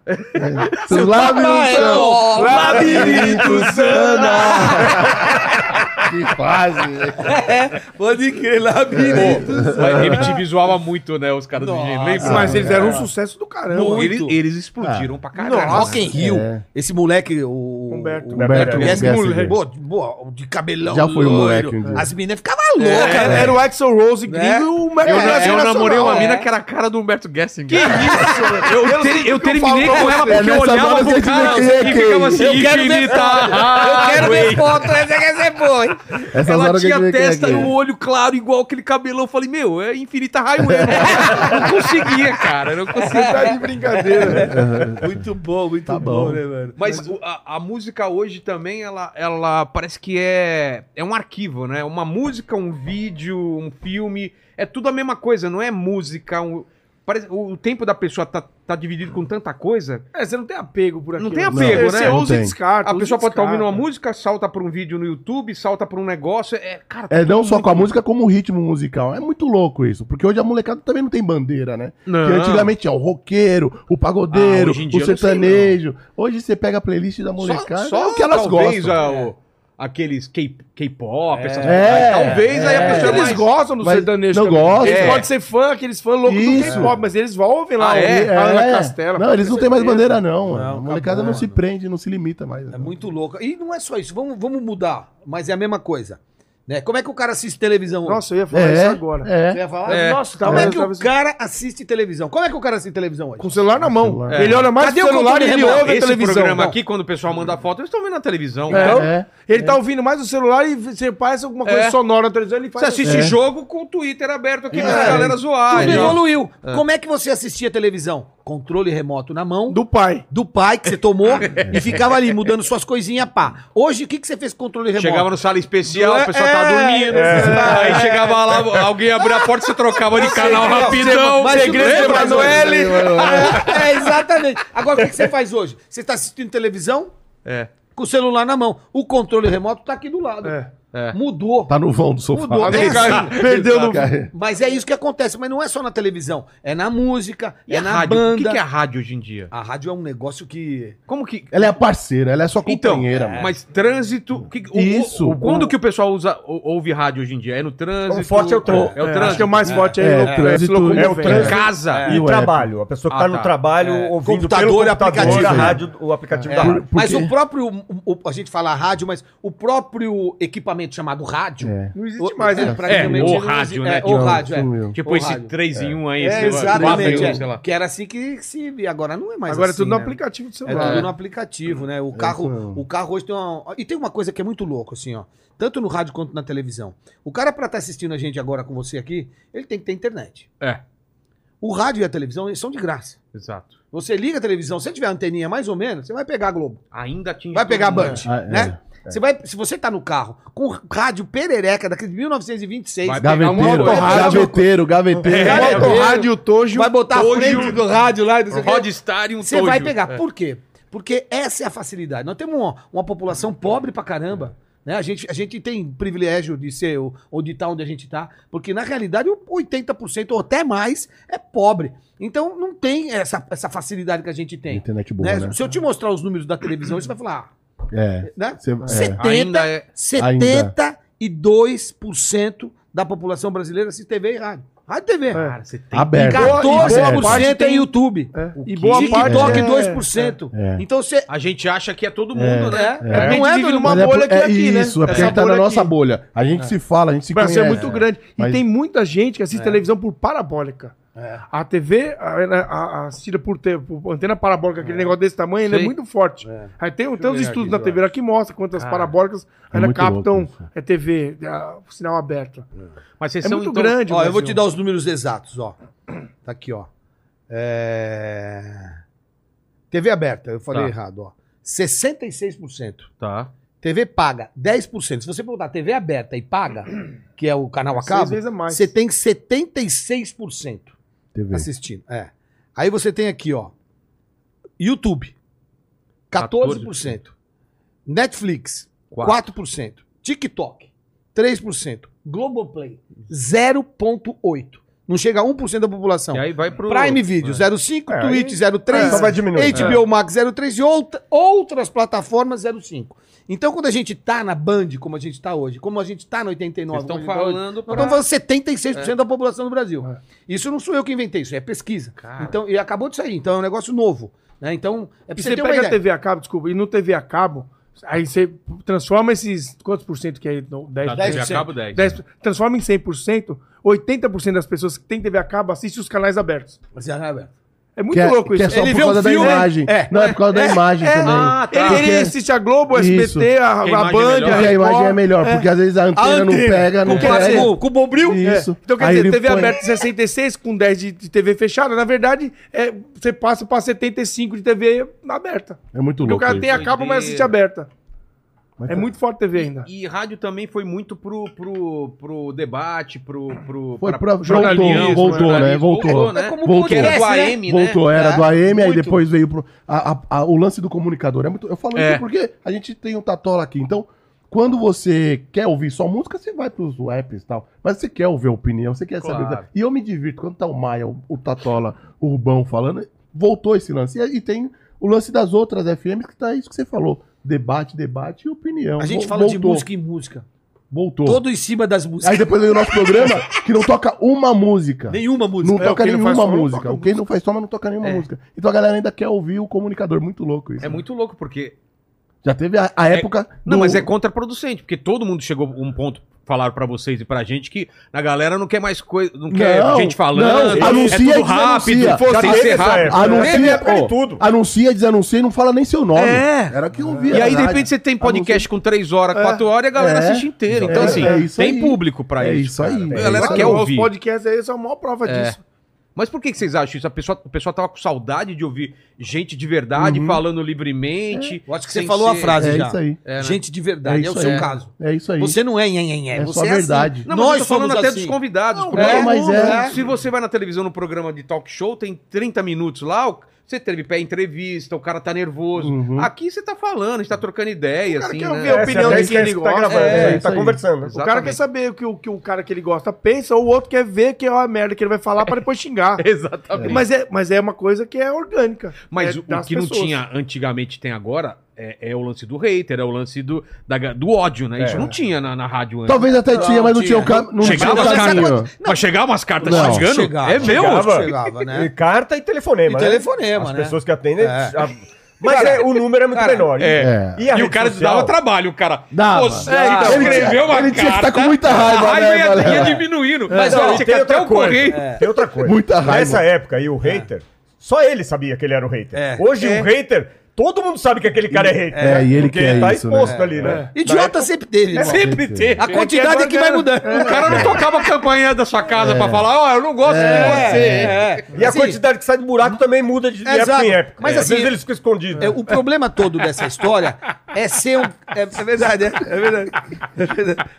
Seus lábios não são- Labirinto Sana. Que fase, velho. Pode crer, labirinto. É. Mas MTV zoava muito, né, os caras do Engenheiros, lembra? Mas eles eram um sucesso do caramba. Pô, eles, muito. eles explodiram Ah. pra caralho. Rock in Rio. É. Esse moleque, o... Humberto. o Humberto Humberto Guess, Guess, moleque, é. boa, boa, de cabelão Já foi um loiro. moleque um dia. É. As meninas ficavam loucas, Era, né? era o Axel Rose gringo Né? e o Eu, Michael Jackson eu nacional. namorei uma é. mina que era a cara do Humberto Gessinger. Que isso? Eu, ter- eu terminei falo pra com ela porque você. É, eu nessa hora olhava você pro cara diz que e é ficava assim, Eu quero ver infinita. ah, foto. Eu quero ver foto, essa que você põe. Essas Ela horas que a tinha gente vê quem é testa quem e é. o olho claro, igual aquele cabelão. Eu falei, meu, é infinita highway. não conseguia, cara. Não conseguia. Tá de brincadeira. Muito bom, muito Tá bom, bom. né, mano? Mas o- a, a música hoje também, ela, ela parece que é, é um arquivo, né? Uma música, um vídeo, um filme, é tudo a mesma coisa, não é música. um- parece, o, o tempo da pessoa tá, tá dividido com tanta coisa. É, você não tem apego por aqui. Não tem apego, né? Você Não usa e tem. descarta. A usa e pessoa pode estar descarta. ouvindo uma música, salta pra um vídeo no YouTube, salta pra um negócio. É, cara, É, tudo não só muito- com a música, como o ritmo musical. É muito louco isso, porque hoje a molecada também não tem bandeira, né? Não. Porque antigamente é o roqueiro, o pagodeiro, Ah, hoje em dia o eu não sei, sertanejo. hoje você pega a playlist da Só, molecada, só é o que elas talvez gostam. a- o- aqueles K- K-pop, essas coisas. É, Talvez aí a é. pessoa Eles mais- gostam do Mas sertanejo não também. gostam. Eles É. podem ser fã, aqueles fãs loucos do Isso. K-pop, mas eles vão ouvem lá Ah, o- é? a Ana É. Castela. não, eles não têm mais bandeira, não. Não, a molecada acabou, não se mano. prende, não se limita mais. né? É muito louco. E não é só isso, vamos, vamos mudar, mas é a mesma coisa. Né? Como é que o cara assiste televisão hoje? Nossa, eu ia falar É, isso agora. Você é. ia falar? É. Nossa, tá Como tava, é que tava- o cara assiste televisão? Como é que o cara assiste televisão hoje? com o celular na mão. Celular. Ele olha mais Cadê o o celular e controle ele remoto? ouve a Esse televisão. programa Não. aqui, quando o pessoal manda foto, eles estão vendo na televisão. É. Então, É. Ele tá ouvindo mais o celular e você faz alguma coisa É. sonora na televisão, ele faz assim. Você assiste É. jogo com o Twitter aberto aqui pra galera zoar. né? Tudo e tal. evoluiu. Como é que você assistia televisão? Controle remoto na mão. do pai. do pai que você tomou e ficava ali mudando suas coisinhas, pá. Hoje, o que, que você fez com o controle remoto? Chegava no sala especial, É, o pessoal tava dormindo. Aí chegava lá, alguém abria a porta e você trocava de canal rapidão. é Mas Segredo um segredo, de mas Manoel. não é, é, exatamente. Agora, o que, que você faz hoje? Você está assistindo televisão É. com o celular na mão. O controle remoto tá aqui do lado. É. É. Mudou. Tá no vão do sofá. Mudou. Tá É. Perdeu no. ligado? Mas é isso que acontece. Mas não é só na televisão. É na música, E é a na rádio? O que banda. que é a rádio hoje em dia? A rádio é um negócio que... Como que. Ela é a parceira, ela é a sua Então, companheira, mano. mas trânsito. o que- o- Isso. o- quando que o pessoal usa, ou- ouve rádio hoje em dia? É no trânsito. O forte é o trânsito. É o É, acho que trânsito. é o mais forte aí. É, louco, o trânsito- louco, é o velho. Em trânsito. É. casa. E E o o trabalho. A pessoa que Ah, tá no tá. trabalho ouvindo Computador, pelo computador, a aplicativo. É. rádio, o É. aplicativo da rádio. Tá. Mas Porque- o próprio, o- o- a gente fala rádio, mas o próprio equipamento chamado rádio, É. Não existe mais. É, ele- praticamente É, o não rádio, existe. né? É, o Não, rádio, é. sumiu. Tipo O esse rádio. 3 em 1 aí. É, esse Exatamente, quatro em um, é. sei lá. que era assim que se via, agora não é mais Agora é assim, tudo no né? aplicativo É do É celular. tudo no aplicativo, né? O carro, mesmo. o carro hoje tem uma. E tem uma coisa que é muito louco, assim, ó. Tanto no rádio quanto na televisão. O cara, pra estar assistindo a gente agora com você aqui, ele tem que ter internet. É, O rádio e a televisão eles são de graça. exato. Você liga a televisão, se você tiver anteninha mais ou menos, você vai pegar a Globo. Ainda tinha. um Vai pegar a Band, Ah, é. né? Você vai, se você tá no carro com rádio perereca daquele de 1926, Vai pegar um Gaveteiro, autorrádio. gaveteiro, gaveteiro. É, É, o rádio, o Tojo. vai botar a Tojo. Tá frente do rádio lá, e não sei o quê. Rodstar e um Você vai Tojo. pegar. É. Por quê? Porque essa é a facilidade. Nós temos uma, uma população pobre pra caramba. Né? A, gente, a gente tem privilégio de ser o- ou de estar onde a gente está, porque na realidade o 80% ou até mais é pobre. Então não tem essa, essa facilidade que a gente tem. Internet boa, Né? né? Se eu te mostrar os números da televisão, você vai falar. É. ah, Né? Cê- é. 70, Ainda é- 72% da população brasileira assiste TV e rádio. Rádio e TV. É. Cara, você tem. E Aberto. boa parte 14% é tem- YouTube. É. O E boa parte TikTok é- 2%. É. Então você. A gente acha que é todo mundo, né? É, porque Não a é, gente vive Bruno? numa Mas é bolha por- que é é aqui, né? isso, é porque a Essa gente tá na bolha nossa aqui. bolha. A gente se fala, a gente se O Brasil é conhece. muito grande. E Mas- tem muita gente que assiste televisão por parabólica. A TV a, a- a- assistida por, te- por antena parabólica, aquele negócio desse tamanho, ele é Sei. muito forte. Aí tem, tem uns estudos na TV que mostram quantas parabólicas ainda muito captam louco isso. é TV, a- o sinal aberto. Mas vocês É são muito então- grande. Ó, eu vou Brasil. te dar os números exatos, ó. Tá aqui, ó. É... TV aberta, eu falei Tá. errado, ó. 66%. Tá. TV paga, 10%. Se você botar TV aberta e paga, que é o canal a Seis cabo, vezes a mais. você tem 76% TV. assistindo. É. Aí você tem aqui, ó. YouTube, 14%. Netflix, 4%. TikTok, 3%. Globoplay, 0,8%. Não chega a 1% da população. E aí vai pro. Prime Video, 0,5%. É, Twitch, É, só 0,3%. vai diminuir. HBO Max 03 e outra- outras plataformas 05. Então, quando a gente tá na Band, como a gente tá hoje, como a gente tá no 89, Vocês estão como a gente tá hoje, falando nós pra. estamos falando É. 76% da população do Brasil. Isso não sou eu que inventei, isso é pesquisa. Então, e acabou de sair, então é um negócio novo. né? Então, é E pra você você ter uma pega a ideia. TV a cabo, desculpa, e no TV a cabo, aí você transforma esses. Quantos por cento que é? No- 10, Tá, 10, TV a cabo 10. 10, transforma em 100%, 80% das pessoas que têm TV a cabo assistem os canais abertos. Mas, ah, velho, É muito Que é, louco que é isso. só Ele por vê causa um da filme- imagem. É. Não, é por causa da imagem é. também. Ah, tá. Ele, ele Porque- assiste a Globo, a Isso. SBT, a, Que a a imagem é Band, melhor. Porque a imagem é melhor, porque às vezes a antena, não antena, pega, não com pega. plástico. com, com o Bombril? Isso. Então, quer Aí dizer, ele TV põe- aberta 66 com 10 de, de TV fechada, na verdade, é, você passa para 75 de TV aberta. É muito Porque o louco. cara isso. tem a cabo, mas assiste aberta. Mas É tá- muito forte a TV ainda. é. E rádio também foi muito pro, pro, pro debate, pro. pro Foi pra- pra- jornalismo, voltou, voltou, né? jornalismo. Voltou. É né? como Voltou. Que era do né? AM, né? Voltou, era É, do AM, aí muito. depois veio pro. a- a- a- o lance do comunicador. É muito, eu falo É. isso porque a gente tem o Tatola aqui. Então, quando você quer ouvir só música, você vai pros apps e tal. Mas você quer ouvir a opinião, você quer Claro. saber. E eu me divirto. Quando tá o Maia, o, o Tatola, o Rubão falando, voltou esse lance. E, e tem o lance das outras FMs, que tá isso que você falou. Debate, debate e opinião. A gente Vo- fala de voltou, música em música. Voltou. Todo em cima das músicas. Aí depois veio o nosso programa, que não toca uma música. Nenhuma música. Não É, o toca quem não nenhuma faz som, não música. toca O Quem não faz toma não toca nenhuma música. Então a galera ainda quer ouvir o comunicador. Muito louco isso. É muito louco, porque Já teve a, a época. Não, do- mas é contraproducente, porque todo mundo chegou a um ponto, falaram pra vocês e pra gente, que a galera não quer mais coisa, não quer Não, gente falando, não, anuncia é tudo e rápido, desanuncia. já tem Já que teve ser essa rápido. É. época. Teve Anuncia, época de ó, tudo. anuncia, desanuncia e não fala nem seu nome. É. Era que eu ouvia. E aí, de verdade. repente, você tem podcast com 3 horas, É. 4 horas e a galera É. assiste inteira. Então, É, assim, é isso tem aí. público pra É isso. isso cara. aí, A é galera isso quer aí. ouvir. Os podcasts aí são a maior prova É. disso. Mas por que, que vocês acham isso? A pessoa, o pessoal tava com saudade de ouvir gente de Uhum. verdade falando livremente. Eu acho que você sem falou a ser- frase É já. isso aí. É, né? Gente de verdade, É é, o isso seu aí. caso. É isso aí. Você não é nhenhenhé, É você só é verdade. Assim. Não, mas Nós eu tô falando somos até assim. dos convidados. porque é, todo mas mundo, é. né? Se você vai na televisão no programa de talk show, tem 30 minutos lá, o- você teve pé entrevista, o cara tá nervoso. Uhum. Aqui você tá falando, a gente tá trocando ideia, assim, quer né? é. ouvir a opinião de quem ele tá gosta. gravando, É, né? isso tá aí. conversando. Exato. O cara quer Exatamente. saber o que, o que o cara que ele gosta pensa, ou o outro quer ver que é uma merda que ele vai falar para depois xingar. Exatamente. Mas é, mas é uma coisa que é orgânica. Mas é o, o que não tinha antigamente tem agora é, é o lance do hater, é o lance do, da ga- do ódio, né? Isso É. não tinha na, na rádio antes. Talvez até tinha, mas não tinha o cam- não tinha Chegava o as caminho. cartas. Mas chegava umas cartas Não, chegando? chegava, é meu? chegava. E carta e telefonema. E né? telefonema, As né? pessoas que atendem. É. já- Mas é, o número é muito cara, menor. É. E, a E o rede cara social? dava trabalho, o cara. Dava. tá, Você Dava. Ele escreveu tinha- uma ele tinha que carta, tá com muita raiva, A né, raiva ia, ia galera? É. diminuindo. Mas Mas não, tá- ó, e tinha que tem até outra o coisa. É. correio. Tem outra coisa. Muita raiva. Nessa época aí, o hater, só ele sabia que ele era o hater. É. Hoje É. o hater, todo mundo sabe que aquele cara é hater. É, né? e ele Porque quer tá isso, né? exposto É, ali, né? Idiota sempre teve. irmão. Sempre teve. A quantidade é que vai mudando. O cara não tocava a campainha da sua casa É. pra falar, ó, eu não gosto É, de você. E a Assim, quantidade que sai do buraco também muda de época exato. em época. Mas Mas Às assim, vezes eles ficam escondidos. é, o problema todo dessa história é ser um. É, é verdade, é, é verdade. É verdade.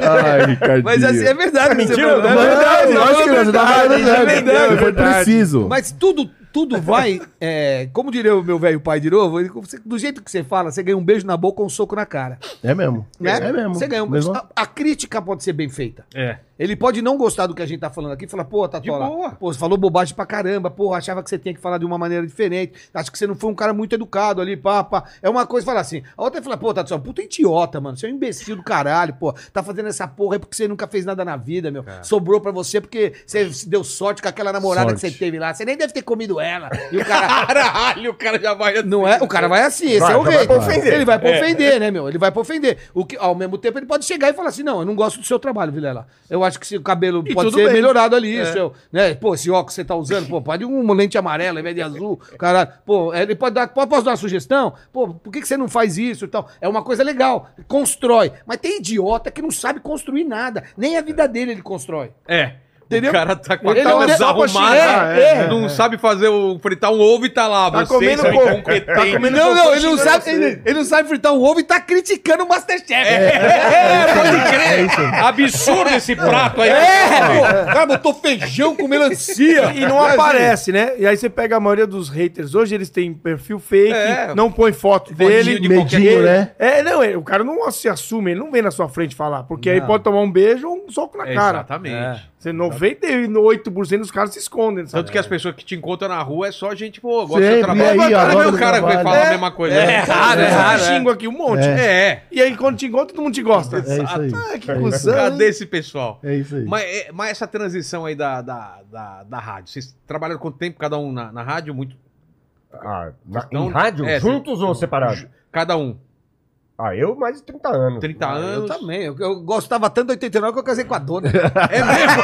Ai, Ricardinho. Mas assim, é verdade. mentira? seu Tá problema. Não, É verdade, lógico que é não, você tá falando verdade, é sério. verdade. Foi preciso. Mas tudo, tudo vai. é, como diria o meu velho pai de novo, ele- você- do jeito que você fala, você ganha um beijo na boca ou um soco na cara. É mesmo. Né? É mesmo. Você ganha um Mesmo. a, a crítica pode ser bem feita. É. Ele pode não gostar do que a gente tá falando aqui e falar, pô, De boa. Tatola, pô, você falou bobagem pra caramba, pô, achava que você tinha que falar de uma maneira diferente, acho que você não foi um cara muito educado ali, pá, pá. É uma coisa falar assim. A outra é falar, pô, Tatola, puta idiota, mano, você é um imbecil do caralho, pô, tá fazendo essa porra é porque você nunca fez nada na vida, meu. É. Sobrou pra você porque você se deu sorte com aquela namorada que você teve lá, você nem deve ter comido ela. E o cara... Caralho, o cara já vai. Não é? O cara vai assim, esse Vai, é o já rei. vai pra ofender. Ele vai pra ofender, né, meu? Ele vai pra ofender. O que, ao mesmo tempo, ele pode chegar e falar assim: não, eu não gosto do seu trabalho, Vilela. Eu acho que se o cabelo pode tudo ser bem. melhorado ali, isso. eu- né? Pô, esse óculos que você tá usando, pô, pode um lente amarela em vez de azul, caralho. Pô, é, ele pode dar. pode- Posso dar uma sugestão? Pô, por que, que você não faz isso e tal? É uma coisa legal. Constrói. Mas tem idiota que não sabe construir nada. Nem a vida dele ele constrói. É. Entendeu? O cara tá com a Ele cara olha só pra desarrumada, xingar, é, não sabe fazer o fritar um ovo e tá lá. Tá Você comendo seu cocô. incompetente. Tá comendo Não, não, cocô, ele não xingando sabe, você. ele, ele não sabe fritar um ovo e tá criticando o Masterchef. É, pode crer. Absurdo esse prato aí. É, pô, cara, botou feijão com melancia. E não aparece, né? E aí você pega a maioria dos haters. Hoje eles têm perfil fake, É. não põe foto Fotinho dele. de qualquer Medinho, coisa. né? É, não, é, o cara não se assume, ele não vem na sua frente falar. Porque aí pode tomar um beijo ou um soco na cara. É, Exatamente. Você 98% dos caras se escondem, sabe? Tanto que as pessoas que te encontram na rua é só gente, pô, gosta do Sempre, seu trabalho. e aí, ó, cara, gosta meu do cara que vai trabalho. falar a É. mesma coisa. né? É, raro, é raro, xingo aqui um monte. Ah, é. É. E aí quando te encontra, todo mundo te gosta. É isso aí. Ah, que É isso. cuzão. Cadê esse pessoal? É isso aí. Mas, é, mas essa transição aí da, da, da, da rádio, vocês trabalharam quanto tempo cada um na, na rádio? Muito, Ah, na- Então, em rádio? é, juntos ou separados? cada um. Ah, eu mais de 30 anos. 30 Ah, Eu tá anos. também, eu, eu gostava tanto do 89 que eu casei com a dona. É mesmo?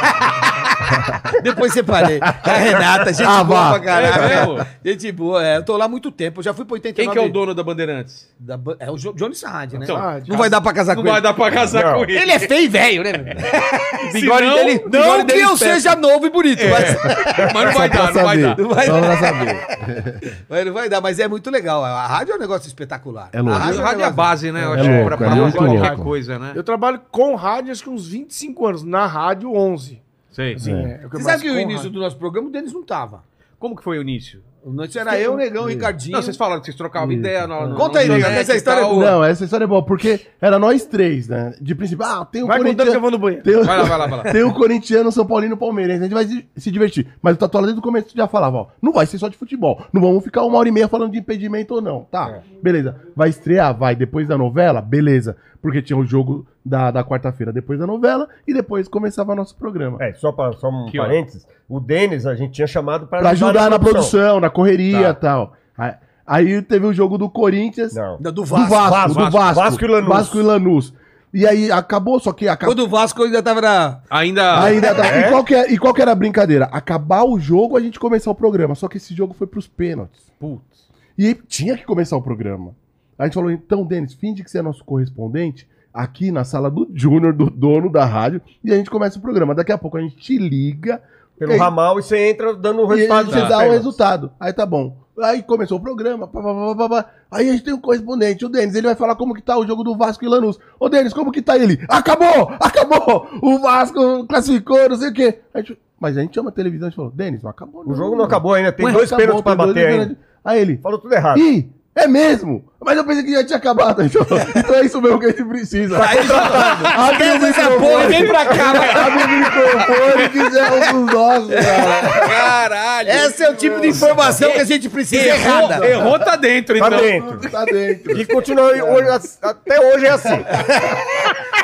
Depois separei. A Renata, gente Ah, boa vá. pra caralho. É cara. gente boa, é, eu tô lá há muito tempo, eu já fui pro 89. Quem que é o dono da Bandeirantes? da ban- é o Jo- Johnny Sardi, né? Então, não Sardi. vai dar pra casar Não com vai ele. dar pra casar Não. com ele. Ele é feio e velho, né? meu? Bigode Não, dele- não bigode que dele eu espeta. seja novo e bonito, mas... Mas não vai dar, não vai saber. dar. É. Não vai Só pra dar. saber. mas não vai dar, mas é muito legal. A rádio é um negócio espetacular. É louco. A um rádio, a rádio é a base, né? Eu É acho que louco, pra, é pra muito qualquer louco. coisa, né? Eu trabalho com rádio acho que uns 25 anos. Na rádio, 11. Sei. Assim, É. é o eu Você mais sabe que o com início rádio. do nosso programa o Denis não tava. Como que foi o início? Antes era eu, Negão, Ricardinho. Não, vocês falaram que vocês trocavam ideia. No, no, Conta aí, no Negão, Mac que essa e história é tal. boa. Não, essa história é boa, porque era nós três, né? De princípio, ah, tem o Vai contando que corintiano, eu vou no Tá banheiro. tem o- Vai lá, vai lá, vai lá. tem o corintiano, São Paulino, Palmeirense, a gente vai se- se divertir. Mas o Tatuola desde o começo já falava, ó, não vai ser só de futebol, não vamos ficar uma hora e meia falando de impedimento ou não, tá? É. Beleza, vai estrear, vai, depois da novela, beleza, porque tinha o jogo da, da quarta-feira depois da novela e depois começava nosso programa. É, só, pra, só um Que hora? parênteses. O Denis a gente tinha chamado pra, Pra ajudar na produção, na correria e Tá. tal. Aí- Aí teve o jogo do Corinthians... Não. Da- Do Do Vasco. Vasco, do Vasco, Vasco. Vasco e Lanús. Vasco e Lanús. E aí acabou, só que acabou. Quando o Vasco ainda tava na... Ah, Ainda. Ainda tá- e, qual que é- e qual que era a brincadeira? Acabar o jogo, a gente começar o programa. Só que esse jogo foi pros pênaltis. Putz. E aí tinha que começar o programa. A gente falou, então, Denis, finge que você é nosso correspondente aqui na sala do Júnior, do dono da rádio, e a gente começa o programa. Daqui a pouco a gente te liga Pelo Ei. ramal e você entra dando o e aí resultado. Ah, você dos dá o pênaltis. resultado. Aí tá bom. Aí começou o programa, pá, pá, pá, pá, pá. aí a gente tem um correspondente, o Denis, ele vai falar como que tá o jogo do Vasco e Lanús. Ô Denis, como que tá ele? Acabou! Acabou! O Vasco classificou, não sei o quê. A gente- mas a gente chama a televisão e falou, Denis, não acabou O jogo não acabou ainda, tem Ué, dois acabou, né, pênaltis pra tem dois bater ainda. pênaltis. Aí ele, Falou tudo errado. ih, é mesmo? Mas eu pensei que já tinha acabado. Então, então é isso mesmo que a gente precisa. Abre o é microfone, vem pra cá, vai. abre o microfone, que já é um dos nossos, cara. Caralho. Esse é o tipo de informação que a gente precisa errada. Errou, errou, tá dentro, Tá então. dentro. Tá dentro. E continua hoje, até hoje é assim.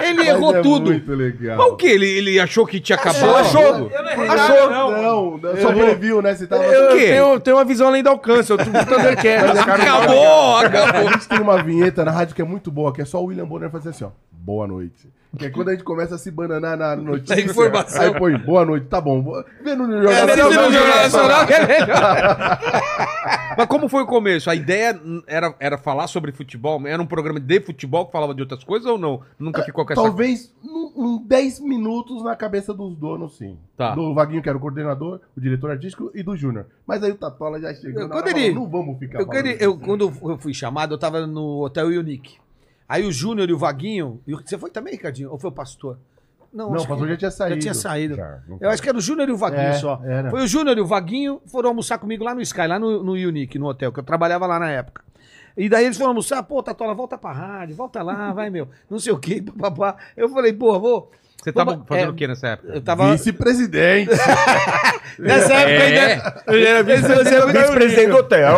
Ele Mas errou é tudo. Muito legal. Mas o que? Ele, ele achou que tinha acabado? Achou, achou. é? Achou? Não, não, só previu, né? Você tava. Eu O quê? tenho, tenho uma visão além do alcance. Eu tô botando que é. Os caras- Acabou, A acabou. gente tem uma vinheta na rádio que é muito boa, que é só o William Bonner fazer assim, ó. Boa noite. Que é quando a gente começa a se bananar na notícia. Na É informação. Aí põe, boa noite, tá bom. boa- Vê no Jornal É, Nacional. vê no Jornal Nacional que é melhor. Mas como foi o começo? A ideia hum, era, era falar sobre futebol? Era um programa de futebol que falava de outras coisas ou não? Nunca ficou com essa. Talvez num- em 10 minutos na cabeça dos donos, sim. Tá. Do Vaguinho, que era o coordenador, o diretor artístico, e do Júnior. Mas aí o Tatola já chegou. Eu- na quando hora, ele- falou, Não vamos ficar. Eu, falando quando, disso." eu- quando eu fui chamado, eu tava no Hotel Unique. Aí o Júnior e o Vaguinho. e o- Você foi também, Ricardinho? Ou foi o pastor? Não, Não, acho o Patrulha que- tinha saído. Já tinha saído. Já, não Eu acho que era o Júnior e o Vaguinho É, só. era. Foi o Júnior e o Vaguinho foram almoçar comigo lá no Sky, lá no, no Unique, no hotel, que eu trabalhava lá na época. E daí eles foram almoçar, pô, Tatola, volta pra rádio, volta lá, vai, meu. Não sei o quê, papapá. Eu falei, pô, vou. Você tava Vamos- fazendo é, o que nessa época? Eu tava. Vice-presidente. Nessa época ainda. Vice-presidente do hotel.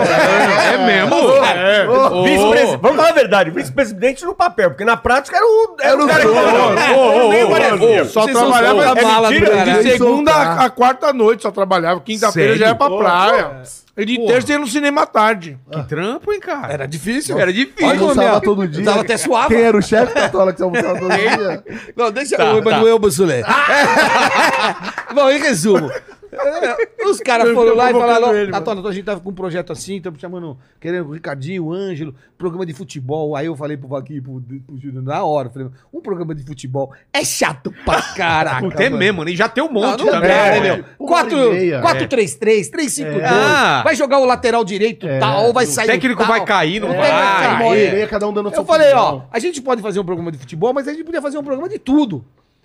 É mesmo? Ô, É. Vice-presi- Vamos falar a verdade, vice-presidente no papel, porque na prática era o, era o cara que É, falou. Nem parecia. Só vocês são trabalhava bons. é Mala do mentira, caralho. de segunda Soltar. a, a quarta noite, só trabalhava. Quinta-feira Sério? já ia pra praia. E de terça ia no cinema à tarde. Que trampo, hein, cara? Era difícil. Era difícil. Almoçava todo Eu dia. tava até suava. Quem era o chefe da tola que você almoçava todo dia? Não, deixa Tá, o Emanuel Bussolé. Ah! Bom, em resumo. eh, Os caras foram lá e falaram: ele, Tatola, a gente tava com um projeto assim, estamos chamando, querendo o Ricardinho, o Ângelo, programa de futebol. Aí eu falei pro Vaquinho, e pro, pro Júnior, na hora, eu falei: um programa de futebol é chato pra caraca. Até mano." mesmo, nem já tem um monte não, não também. dá, né, né, meu? Uma 4, hora e meia. 4 3 3 3 5 2 É. Ah. É, Vai jogar o lateral direito tal, vai sair O técnico tal. vai cair, não É, vai. vai Uma hora e cair. meia, cada um dando a Eu sua falei, ó, opinião. a gente pode fazer um programa de futebol, mas a gente podia fazer um programa de tudo.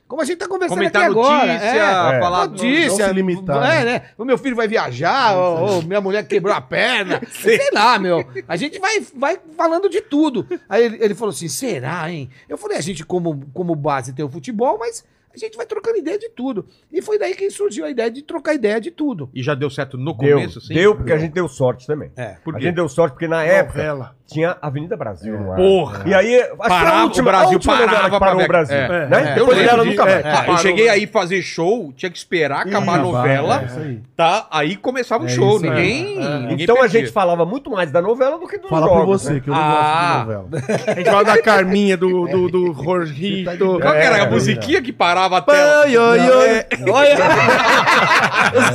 Como a gente tá conversando Comentar aqui agora. notícia, é. falar... notícia. não se limitar, É, né? O meu filho vai viajar, ou, ou minha mulher quebrou a perna. sei lá, meu. A gente vai, vai falando de tudo. Aí ele, ele falou assim, será, hein? Eu falei, a gente como, como base tem o futebol, mas a gente vai trocando ideia de tudo. E foi daí que surgiu a ideia de trocar ideia de tudo. E já deu certo no Deu, começo, assim? É. sim? deu, porque a gente deu sorte também. É. Por a quê? gente deu sorte porque na época tinha Avenida Brasil no ar. Porra. é. E aí, acho que foi a Parava o última- a Brasil, última novela que parava parou pra o Brasil. ver. É, né? é, eu Depois lembro dela disso. nunca mais. É, eu cheguei aí fazer show, tinha que esperar acabar a novela, É. tá? É Aí começava o show, ninguém, ninguém Então a perdia. gente falava muito mais da novela do que dos Fala jogos. pra você, né? que eu não Ah. gosto de novela. A gente fala da Carminha, do, do, do Jorgito. Qual que era a É, musiquinha que parava a tela? Os é. caras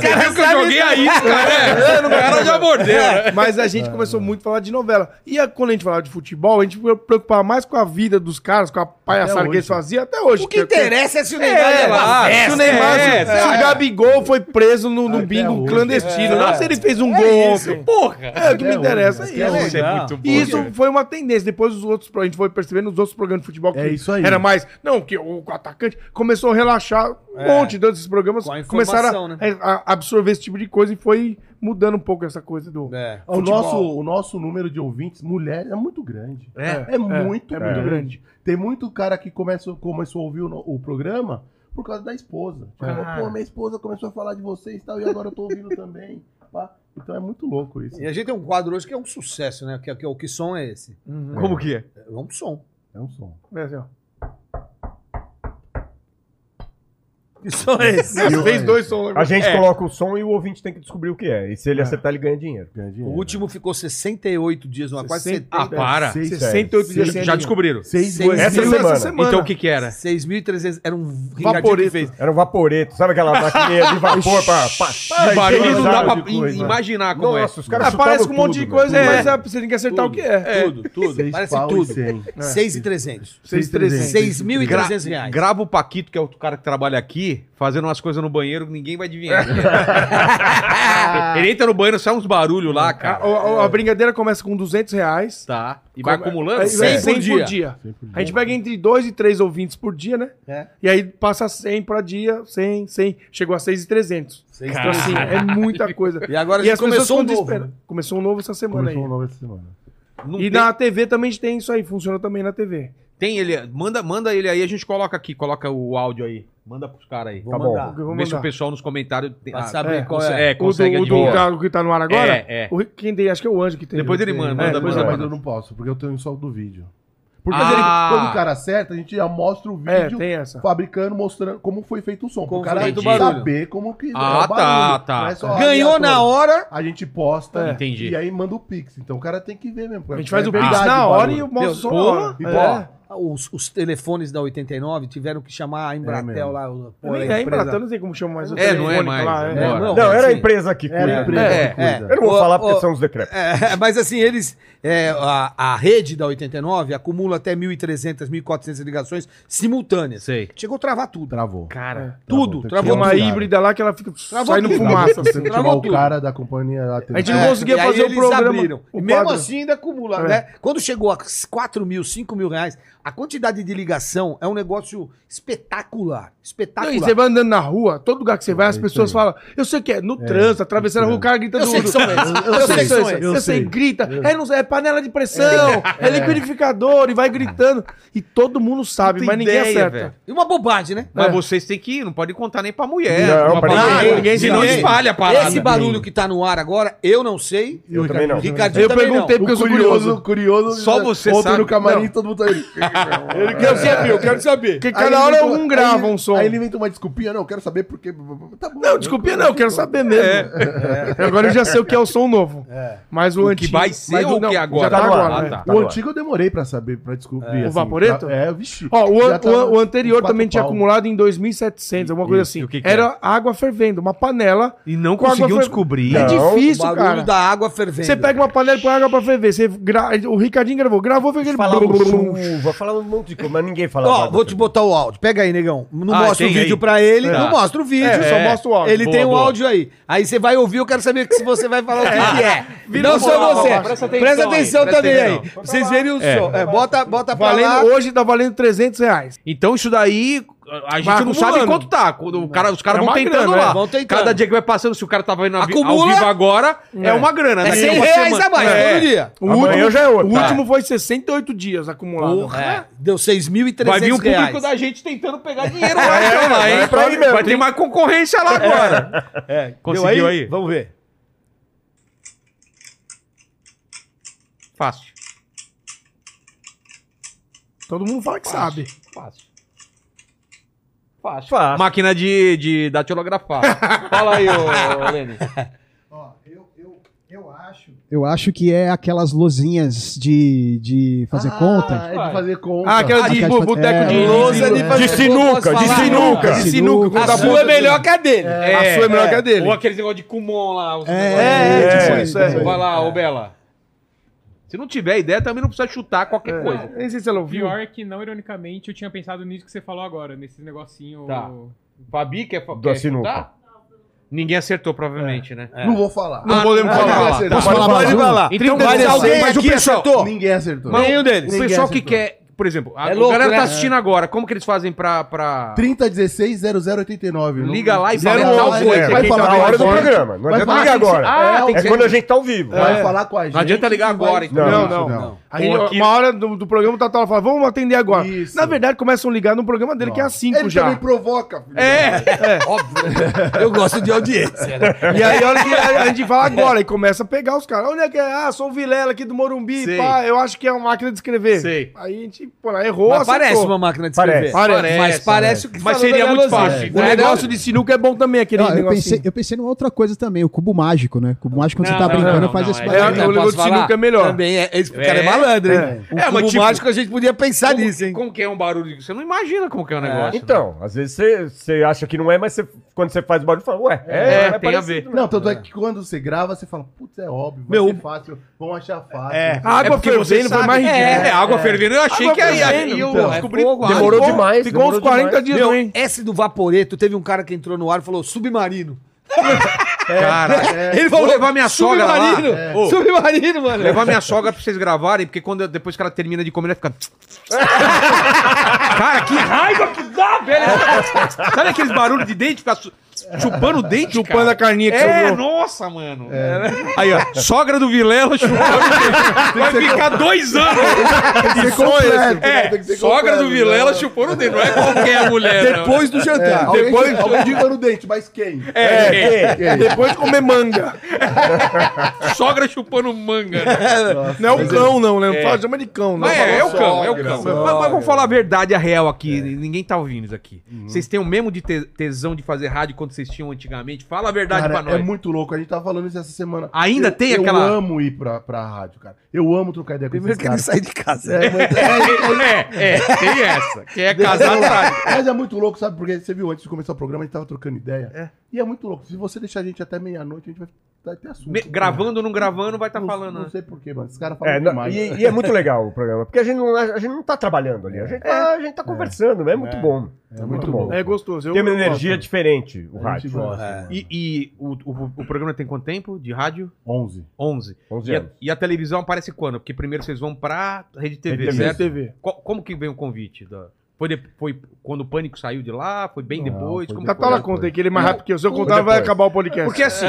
viu que é né? eu joguei aí, cara. O cara já mordeu. né? É, Mas a gente começou muito a falar de novela. E a- quando a gente falava de futebol, a gente preocupava mais com a vida dos caras, com a palhaçada que eles faziam até hoje. O que interessa é se o Neymar É, é, lá. lá, Se o Neymar, é. se- se o Gabigol foi preso no, no bingo hoje. clandestino. Não se ele fez um gol ontem. Porra. É, o que me interessa é isso. Isso é muito bom. E isso cara. foi uma tendência. Depois os outros, pro- a gente foi percebendo nos outros programas de futebol que É isso aí. era mais. Não, que o atacante começou a relaxar um monte desses programas. Com a informação, começaram a, a- a absorver esse tipo de coisa e foi mudando um pouco essa coisa do. É. O nosso, o nosso número de ouvintes, mulheres, é muito grande. É, muito, é muito grande. grande. Tem muito cara que começa, começou a ouvir o, no- o programa por causa da esposa. Tipo, pô, minha esposa começou a falar de vocês e tal, e agora eu tô ouvindo também. Pá. Então é muito louco isso. E a gente tem um quadro hoje que é um sucesso, né? Que, que, que som é esse? Como que é? É um som. É um som. É assim, ó. Que som é esse? Fez dois sons A gente É. coloca o som e o ouvinte tem que descobrir o que é. E se ele acertar, ele ganha dinheiro. Grande O último ficou 68 dias, uma quase 60. 70. Ah, para. É. 68 dias sem Já descobriram. Seis, Seis dois, mil. essa Essa Essa semana. semana. Então o que que era? 6.300. Era um Ricardinho que Vaporeto. fez. Era um vaporeto, sabe aquela maquininha de vapor pra. pra, pra O barulho não dá higienizar pra de coisa. né? imaginar como é. Nossa, os caras Ah, parece com chutavam um monte de tudo, coisa, velho. mas é, você tem que acertar o que é. Tudo, tudo. Seis Parece pau e tudo. cem. 6.300. É. Seis, trezentos. 6.300 Gra- reais. Grava o Paquito, que é o cara que trabalha aqui, fazendo umas coisas no banheiro que ninguém vai adivinhar. Ele entra no banheiro, sai uns barulhos lá, A, cara. a- a- a brincadeira começa com 200 reais. Tá. E vai acumulando? Aí, Cem. 100 É, por dia. A gente pega entre 2 e 3 ouvintes por dia, né? É. E aí passa 100 para dia, 100, 100. Chegou a 6,300. Então, assim, é muita coisa. E agora E já as pessoas começou ficam um novo. desesperadas. Começou um novo essa semana Começou um aí. novo essa semana. Não tem- E na TV também a gente tem isso aí, funciona também na TV. Tem ele, manda, manda ele aí, a gente coloca aqui, coloca o áudio aí. Manda pros caras aí. Vou Tá bom. mandar. Eu vou Vê se o mandar. pessoal nos comentários tem, Pra ah, saber é, qual cons- é. é, consegue o do, o do adivinhar. cara que tá no ar agora? É, é. O, quem tem, acho que é o Anjo que tem. Depois ele manda, É, manda, depois manda. ele Mas manda. eu não posso, porque eu tenho só o do vídeo. Porque Ah! ele- quando o cara acerta, a gente já mostra o É, vídeo tem essa. fabricando, mostrando como foi feito o som. Como o cara foi feito o barulho. saber como que é Ah, tá, tá. Ganhou na hora. hora. A gente posta É. Entendi. e aí manda o Pix. Então o cara tem que ver mesmo. É A gente faz o pix Pix na hora e mostra o Deus, som na porra. hora. E É. bola. Os, os telefones da 89 tiveram que chamar a Embratel mesmo. lá. o- pô, Nem a é, empresa. Embratel, não sei como chama mais. o É, não é telefone mais, lá, é. é. Bora. não, Não, era a assim, empresa que Era a cuida. empresa É, que cuida. Eu não vou Ô, falar porque ô. são os decretos. É, mas assim, eles. é, a, a rede da 89 acumula até 1.300, 1.400 ligações simultâneas. Sei. Chegou a travar tudo. É. Travou. Cara. tem que Tudo. Tem Travou uma tudo. híbrida lá que ela fica saindo tudo. fumaça. Travou, assim. tem que Travou chamar o tudo. cara da companhia lá. A gente É, não conseguia e aí fazer o eles programa. abriram. o E mesmo quadro. assim ainda acumula, É. né? Quando chegou a 4 mil, 5 mil reais, A quantidade de ligação é um negócio espetacular. Não, Espetacular. e você vai andando na rua, todo lugar que você vai, as pessoas falam, eu sei que é, no trânsito, atravessando a rua, o cara grita Eu sei que são eles. Eu, sei que são eles. Eu, sei, grita, é, não sei, é panela de pressão, é, liquidificador, e vai gritando. E todo mundo sabe, tem mas ninguém ideia, acerta. velho. E uma bobagem, né? Mas É. vocês têm que ir, não pode contar nem pra mulher. Não, uma pra parada- ninguém. Se não Ninguém. espalha a parada. né? Esse barulho que tá no ar agora, eu não sei. Eu também não. Ricardinho Eu também não. perguntei porque eu sou curioso. curioso. Só você Outro sabe. no camarim, Não. todo mundo tá aí. Eu quero saber, eu quero saber. Porque cada hora um grava um som. Aí ele inventa uma desculpinha, não, quero saber porque. Tá bom. Não, desculpinha não, eu quero saber mesmo. Agora eu já sei o que é o som novo. Mas o, O que antigo... vai ser mas ou o não, que é agora? Já tá Tá no ar, agora, ah, né? tá. o antigo eu demorei pra saber, pra descobrir. O Vaporeto? pra- É, vixi. Ó, o, Já an- tá o an- o uns anterior quatro também tinha pau. acumulado em 2.700, alguma coisa Isso, assim. e o que que era água fervendo, uma panela. E não com água conseguiam fer- descobrir. É Não, O difícil, barulho cara. da água fervendo. Você pega uma panela e põe água pra ferver. Você gra... O Ricardinho gravou, gravou, fez aquele. Falava brum, chuva, falava um monte de coisa, mas ninguém falava. Ó, nada. vou te botar o áudio. Pega aí, negão. Não Ah, mostra o tem vídeo aí. pra ele. Tá. Não mostra o vídeo. É, só mostra o áudio. Ele Boa, tem o boa. áudio aí. Aí você vai ouvir, eu quero saber que se você vai falar o que, que é. Não só boa, você. boa, Presta presta atenção atenção, aí, presta também aí. atenção. Pra vocês verem o som. É, bota, bota pra valendo, lá. Hoje tá valendo 300 reais. Então isso daí a gente Vai não acumulando. sabe quanto tá. Quando o cara, os caras É vão uma tentando grana, lá. é, vão tentando. Cada dia que vai passando, se o cara tá vendo a vi- ao Acumula. vivo agora, é, É. uma grana. É Daqui 100 uma reais semana- a mais É. todo dia. O Amanhã último, já é outro. o último foi 68 dias acumulado. É, deu 6.300 Vai vir um público reais. da gente tentando pegar dinheiro lá, então, lá, hein? Vai, ter mais concorrência lá agora. Conseguiu aí? Vamos ver. Fácil. Todo mundo fala que sabe. Fácil. Fácil. Máquina de, de datilografar. Fala aí, ô Lênin. Eu acho que é aquelas luzinhas de, de fazer conta. É de fazer conta. Ah, aquela de Ah, bu- de- boteco é, de lousa de fazer- De sinuca, de Posso falar? sinuca. De De sinuca. sinuca. com Tá A da sua boca é melhor que a dele. A sua é melhor que a dele. Ou aqueles negócios de Kumon lá. os é, é, assim, tipo é. isso, é. Vai lá, ô Bela. Se não tiver ideia, também não precisa chutar qualquer coisa. Nem sei se ela ouviu. Pior é que, não ironicamente, eu tinha pensado nisso que você falou agora, nesse negocinho. Tá. Fabi quer, fa- Da quer sinuca. chutar? Ninguém acertou, provavelmente, né? Não vou falar. Não podemos Ah, falar. tá. Posso Pode falar falar. mais um? falar. Então, Vai mas descer alguém alguém aqui acertou. Ninguém acertou. Mas Nenhum deles. O Ninguém pessoal que acertou. quer, por exemplo, a, É o louco, galera né? tá assistindo agora, como que eles fazem pra... pra... 3016 0089. Liga lá e um Zero fala tal onze, coisa. é, Quem Vai tá falar na com a hora do gente. programa. Não Vai adianta falar ligar com a gente. agora. Ah, tem É que quando ser- a gente tá ao vivo. Vai É. falar com a gente. Não adianta ligar agora, então. Não, Não, não, não. não. Aí, Pô, ó, aqui- uma hora do, do programa, o Tatola fala, vamos atender agora. Isso. Na verdade, começam a ligar no programa dele, que é às 5 Ele já. É, também provoca. filho. Eu gosto de audiência. né? E aí, a hora que a a gente fala agora, e começa a pegar os caras. Onde é que é? Ah, sou o Vilela aqui do Morumbi, Sei. pá, eu acho que é uma máquina de escrever. Sei. Aí a gente, pô, lá, errou, Mas acertou. parece uma máquina de escrever. Parece. é, Mas parece o que Mas falou seria da muito Luzinha. fácil. né? O negócio de sinuca é bom também, aquele assim. Ó, eu, negocinho. pensei, eu pensei numa outra coisa também, o cubo mágico, né? O cubo mágico, quando Não, você tá não, brincando, não, faz não, esse é- É, barulho. o negócio de sinuca é melhor. Então, Também é, esse cara é, É? malandro, hein? O É, cubo mas tipo- mágico a gente podia pensar nisso, hein? Como que é um barulho? Você não imagina como que é um negócio. né? Então, às vezes você, você acha que não é, mas você- quando você faz o barulho, fala, ué, É, tem parecido, a ver. né? Não, tanto é que quando você grava, você fala, putz, é óbvio, vai Meu, ser fácil, vão achar fácil. é, A água porque você fervendo foi sabe. mais né? ridículo. É, água fervendo, eu achei Água que aí fervendo, aí eu então. descobri. Demorou Ficou- demais, Ficou uns demorou 40 dias, Meu, hein? esse do Vaporeto, teve um cara que entrou no ar e falou submarino. Cara, é, Ele vou levar minha sogra lá. submarino, É. Ô. Submarino, mano. levar minha sogra pra vocês gravarem, porque quando, depois que ela termina de comer, ela fica. Cara, que raiva que dá, velho! Sabe aqueles barulhos de dente? Ficar su- chupando o dente, Chupando a carninha É. que É, sobrou. nossa, mano. É. Aí, ó, sogra do Vilela chupando. Vai ficar dois anos. tem que ser completo, né? Tem É, que ser sogra completo, do Vilela né? chupando o dedo. Não é qualquer mulher, não. Depois do jantar. Alguém, Depois- depois... alguém diga no dente, mas quem? É, é, Depois de comer manga. sogra chupando manga. né? Não é o cão, não, né? Fala, chama de cão, né? Mas é, é o cão, é o cão. Mas, mas vamos falar a verdade, a real aqui. Ninguém tá ouvindo isso aqui. Vocês têm o mesmo de te- tesão de fazer rádio quando vocês tinham antigamente? Fala a verdade Cara, pra nós. É muito louco, a gente tava falando isso essa semana. Ainda eu, tem eu aquela- Eu amo ir pra, pra rádio, cara. Eu amo trocar ideia com esses Primeiro que ele caras. sai de casa. É, mas, é, É, é, tem essa. Quem é Deixa eu casado falar. sabe. Mas é muito louco, é sabe? Porque você viu, antes de começar o programa, a gente tava trocando ideia. E é muito louco. Se você deixar a gente até meia-noite, a gente vai vai ter assunto. Me- gravando ou não gravando, vai estar Não- falando. Não né? sei porquê, mano. Esse cara fala É, muito não, mais. e, e é muito legal o programa, porque a gente não, a gente não tá trabalhando ali, a gente tá, a gente tá conversando, né? é muito bom. É muito bom. É gostoso. eu- Tem uma eu gosto. energia diferente, o A gente rádio. né? É. gosta. É. E, e o, o, o programa tem quanto tempo de rádio? 11. 11. 11 E é- anos. a, e a televisão aparece quando? Porque primeiro vocês vão pra Rede TV, Rede certo? TV. Co- como que veio o convite? da- Foi, de- foi quando o Pânico saiu de lá? Foi bem Não, depois? foi Como que Catola foi? conta aí, que ele é mais rápido que eu. Se eu Depois. contar, vai acabar o podcast. Porque assim,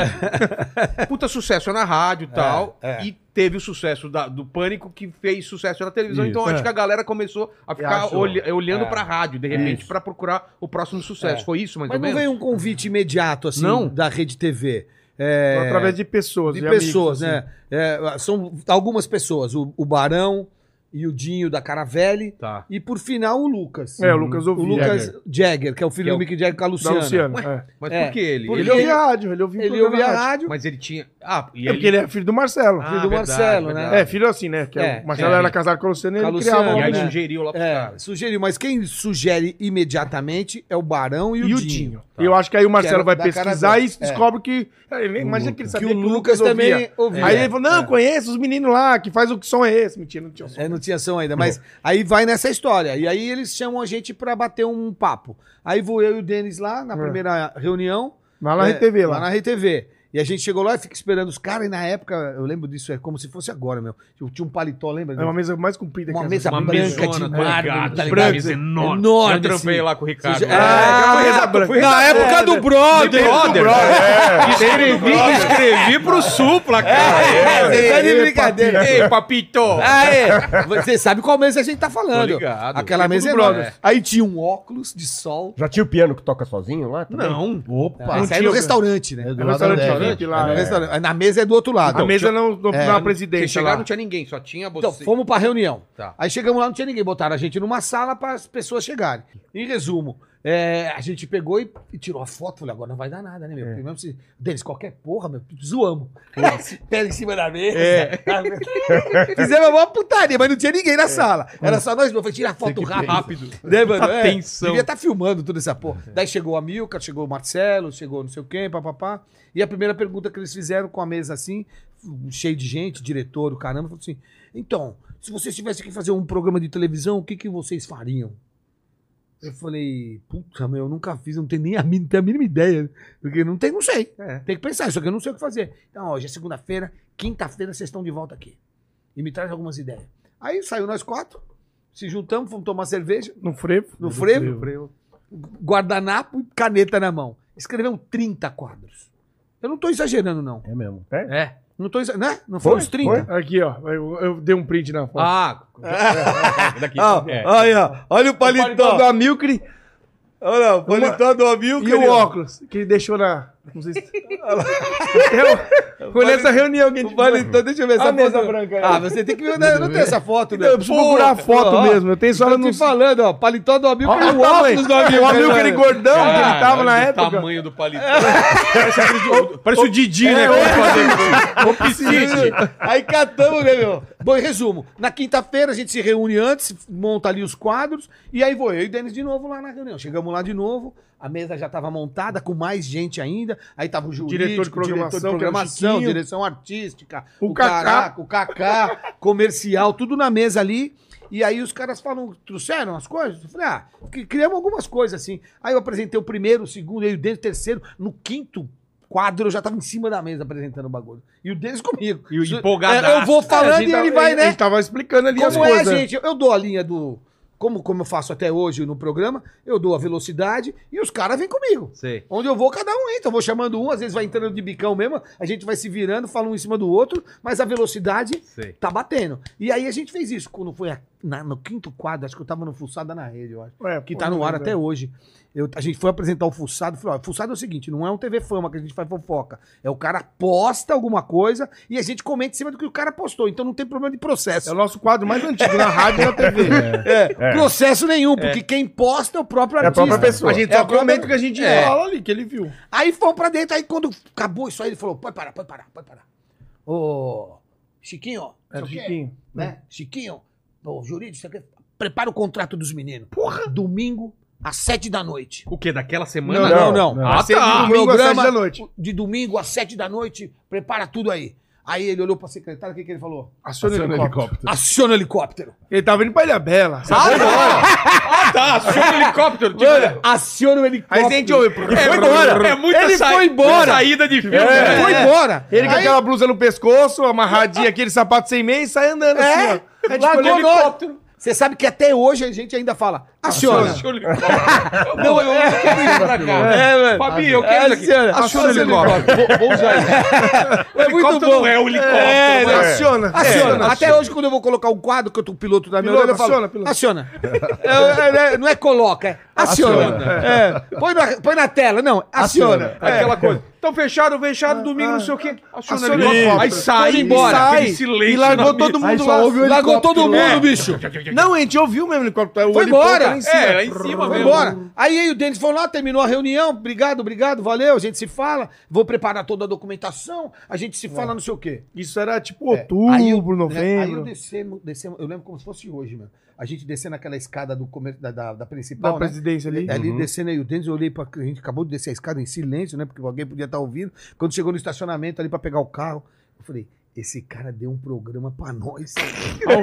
puta sucesso na rádio e tal, e teve o sucesso da- do Pânico que fez sucesso na televisão, então É. acho que a galera começou a ficar achou. olha- olhando pra rádio, de repente, pra procurar o próximo sucesso. Foi isso, mais Mas ou não menos? veio um convite imediato, assim, Não. da Rede TV. É, Através de pessoas. de e amigos, pessoas, assim. né? É, são algumas pessoas. O, o Barão e o Dinho da Caravelli. Tá. E por final, o Lucas. É, o Lucas O ouviu. Lucas Jagger, que é o filho Que é o- do Mick Jagger com a Da Luciana. Luciana. Ué, é. Mas É, por que ele? por Ele, ele? ouvia rádio, ele ouvia Ele ouvia a rádio. Mas ele tinha. Ah, e É porque ele é filho do Marcelo. Ah, filho do verdade, Marcelo, né? verdade. É, filho assim, né? Que É, o Marcelo é. era casado com a Luciana e Com a ele Luciana, criava E aí né? né? sugeriu lá pros É, caras. sugeriu, mas quem sugere imediatamente é o Barão e, E o Dinho. Tá. Eu acho que aí o Marcelo era vai da cara pesquisar e dele. É. descobre que. Ah, Ele nem imagina que ele sabia Que o Lucas também ouvia. Aí ele falou: não, conheço os meninos lá, que faz o que som é esse. Mentira, não tinha som. É, não tinha ação ainda, mas aí vai nessa história. E aí eles chamam a gente pra bater um papo. Aí vou eu e o Denis lá na primeira reunião. Vai lá É, É. Tá na RTV Lá lá. na RTV. E a gente chegou lá e fica esperando os caras. E na época, eu lembro disso, é como se fosse agora, meu. Tipo, tinha um paletó, lembra? É uma mesa mais comprida Uma que mesa Uma branca mesona, de tá ligado? mármore, um tá Branca, ligado? mesa enorme. Enorme, Eu trampei assim. lá com o Ricardo. É, Ah, aquela mesa branca. Na época do brother. brother. Escrevi, escrevi pro Supla, cara. É, tá de brincadeira. Ei, papito. Ah, é. Você sabe qual mesa a gente tá falando. Tô ligado. Aquela Tempo mesa é do enorme. Brothers. Aí tinha um óculos de sol. Já tinha o piano que toca sozinho lá? também? Não. Opa! Esse aí é no restaurante, né? É do É um lado da restaurante Ambev. chique lá. No né? restaurante. Aí Na mesa é do outro lado. A mesa não não- É, na Porque presidência chegaram não lá. tinha ninguém, só tinha você. Então, fomos pra reunião. Tá. Aí chegamos lá, não tinha ninguém. Botaram a gente numa sala para as pessoas chegarem. Em resumo, é, a gente pegou e, e tirou a foto. Falei, agora não vai dar nada, né, meu? Porque Mesmo se, Denis, qualquer porra, meu, zoamos. Pé em cima da mesa. Fizemos uma putaria, mas não tinha ninguém na sala. Era só nós, meu. Falei, tira a foto rápido. rápido. Né, mano? Tá É, tensão. Devia estar filmando tudo essa porra. Daí chegou a Milka, chegou o Marcelo, chegou não sei o quem, papapá. E a primeira pergunta que eles fizeram com a mesa assim, cheio de gente, diretor, o caramba, falou assim: então, se vocês tivessem que fazer um programa de televisão, o que, que vocês fariam? Eu falei, puta, meu, eu nunca fiz, eu não tenho nem a, mi- não tenho a mínima ideia. Porque não tem, não sei. É. Tem que pensar, isso aqui eu não sei o que fazer. Então, hoje é segunda-feira, quinta-feira vocês estão de volta aqui. E me traz algumas ideias. Aí saiu nós quatro, se juntamos, fomos tomar cerveja No frevo. no frevo, guardanapo e caneta na mão. Escrevemos 30 quadros. Eu não tô exagerando, não. É mesmo. É. Não tô exagerando, né? Não Foi? foram os 30. Aqui, ó. Eu, eu dei um print na foto. Ah. Daqui. Ah, É. Olha, olha o Paletó do Amilcre Olha o paletó do amigo. e o óculos que ele deixou na. Não sei se. Eu- Foi nessa reunião que a gente. deixa eu ver essa A mesa foto. branca, é. Ah, você tem que ver, né? Eu não tenho essa foto, né? Eu preciso procurar a foto mesmo. Eu tenho só ela Eu no. tô te falando, ó, paletó do amigo e o óculos do O Amilcre amigo. gordão que ele tava Caralho, na do época. É. tamanho do paletó. Parece aquele- Parece o Didi, né? O Piscite. Aí catamos, né, meu? Bom, em resumo, na quinta-feira a gente se reúne antes, monta ali os quadros, e aí vou eu e Denis de novo lá na reunião. Chegamos lá de novo, a mesa já estava montada, com mais gente ainda, aí tava o jurídico, Diretor de diretor programação, de que era o programação, Chiquinho. direção artística, O o, Cacá. Caraca, o Cacá, comercial, tudo na mesa ali. E aí os caras falam, trouxeram as coisas? Eu falei, ah, cri- criamos algumas coisas assim. Aí eu apresentei o primeiro, o segundo, aí o Denis, o terceiro. No quinto quadro eu já tava em cima da mesa apresentando o bagulho. E o Denis comigo. E o Isso- empolgadaço. É, Eu vou A falando gente tá e tava- ele vai, A né? gente tava explicando ali as Como é, coisas. gente? Eu dou a linha do... Como, como eu faço até hoje no programa, eu dou a velocidade e os caras vêm comigo. Sei. Onde eu vou, cada um entra. Eu vou chamando um, às vezes vai entrando de bicão mesmo, a gente vai se virando, fala um em cima do outro, mas a velocidade Sei. tá batendo. E aí a gente fez isso. Quando foi a- na- no quinto quadro, acho que eu tava no Fuçada na Rede, eu acho. É, Que pô, tá no ar né? até hoje. Eu- a gente foi apresentar o Fuçado, falou, ó, Fuçado é o seguinte, não é um TV Fama que a gente faz fofoca. É o cara posta alguma coisa e a gente comenta em cima do que o cara postou. Então não tem problema de processo. É o nosso quadro mais antigo na rádio e na TV. É, Processo nenhum, porque quem posta é o próprio É a artista. própria pessoa. A gente É só a própria- comenta o que a gente É. fala ali, que ele viu. Aí fomos pra dentro, aí quando acabou isso aí, ele falou: pode parar, pode parar, pode parar. Ô, Chiquinho, É não sei o do quê, Chiquinho. né? Chiquinho, ô, jurídico, isso aqui, prepara o contrato dos meninos. Porra! Domingo, às sete da noite. O quê? Daquela Não, semana? não, não. Ah, Vai ser tá. de domingo às Programa- sete da noite. De domingo às sete da noite, prepara tudo aí. Aí ele olhou pra secretária, o que, que ele falou? Aciona o helicóptero. Aciona o helicóptero. Ele tava indo pra Ilha Bela. Tá, achou o helicóptero. Tipo, Mano, aciona o helicóptero. Aí você entende, ouve, é, foi embora. É muita Ele foi embora. saída de filme. É. né? Foi embora. Ele com aquela blusa no pescoço, amarradinha, aquele sapato sem meia e sai andando assim, ó. É tipo Largou ele no- helicóptero. Você sabe que até hoje a gente ainda fala, aciona. Achou o helicóptero. Não, eu eu quero ir pra cá. É, Fabi, eu quero ir é Aciona. aqui. Achou o helicóptero. Vou- Vou usar ele. É muito Helicóptero bom. não é o helicóptero. É, mas- aciona. Aciona. Até hoje, quando eu vou colocar um quadro que eu tô piloto da minha orelha, Piloto, eu falo, aciona, piloto. aciona. É, é, é, não é coloca, é aciona. É, põe, na, põe na tela, não, aciona. Aquela coisa. Então fecharam, fecharam, domingo, não sei o quê. Achou o É. Ah, Aciona o helicóptero. helicóptero. Aí sai Ele embora. sai aquele silêncio e largou na todo mesa. mundo lá. Largou todo mundo, É. bicho. Não, a gente ouviu mesmo o helicóptero. O Foi helicóptero embora. lá em cima. É, lá em cima Foi mesmo. embora. Aí, aí o Denis falou lá, terminou a reunião, obrigado, obrigado, valeu, a gente se fala, vou preparar toda a documentação, a gente se É. fala, não sei o quê. Isso era tipo Aí eu- outubro, né, Aí eu novembro. descemos, descemos, eu lembro como se fosse hoje, mano. A gente descendo aquela escada do comer- da, da, da principal, Da né? presidência ali. Uhum. Ali descendo aí o Denis, eu olhei pra. A gente acabou de descer a escada em silêncio, né? Porque alguém podia estar ouvindo. Quando chegou no estacionamento ali pra pegar o carro, eu falei. Esse cara deu um programa pra nós. O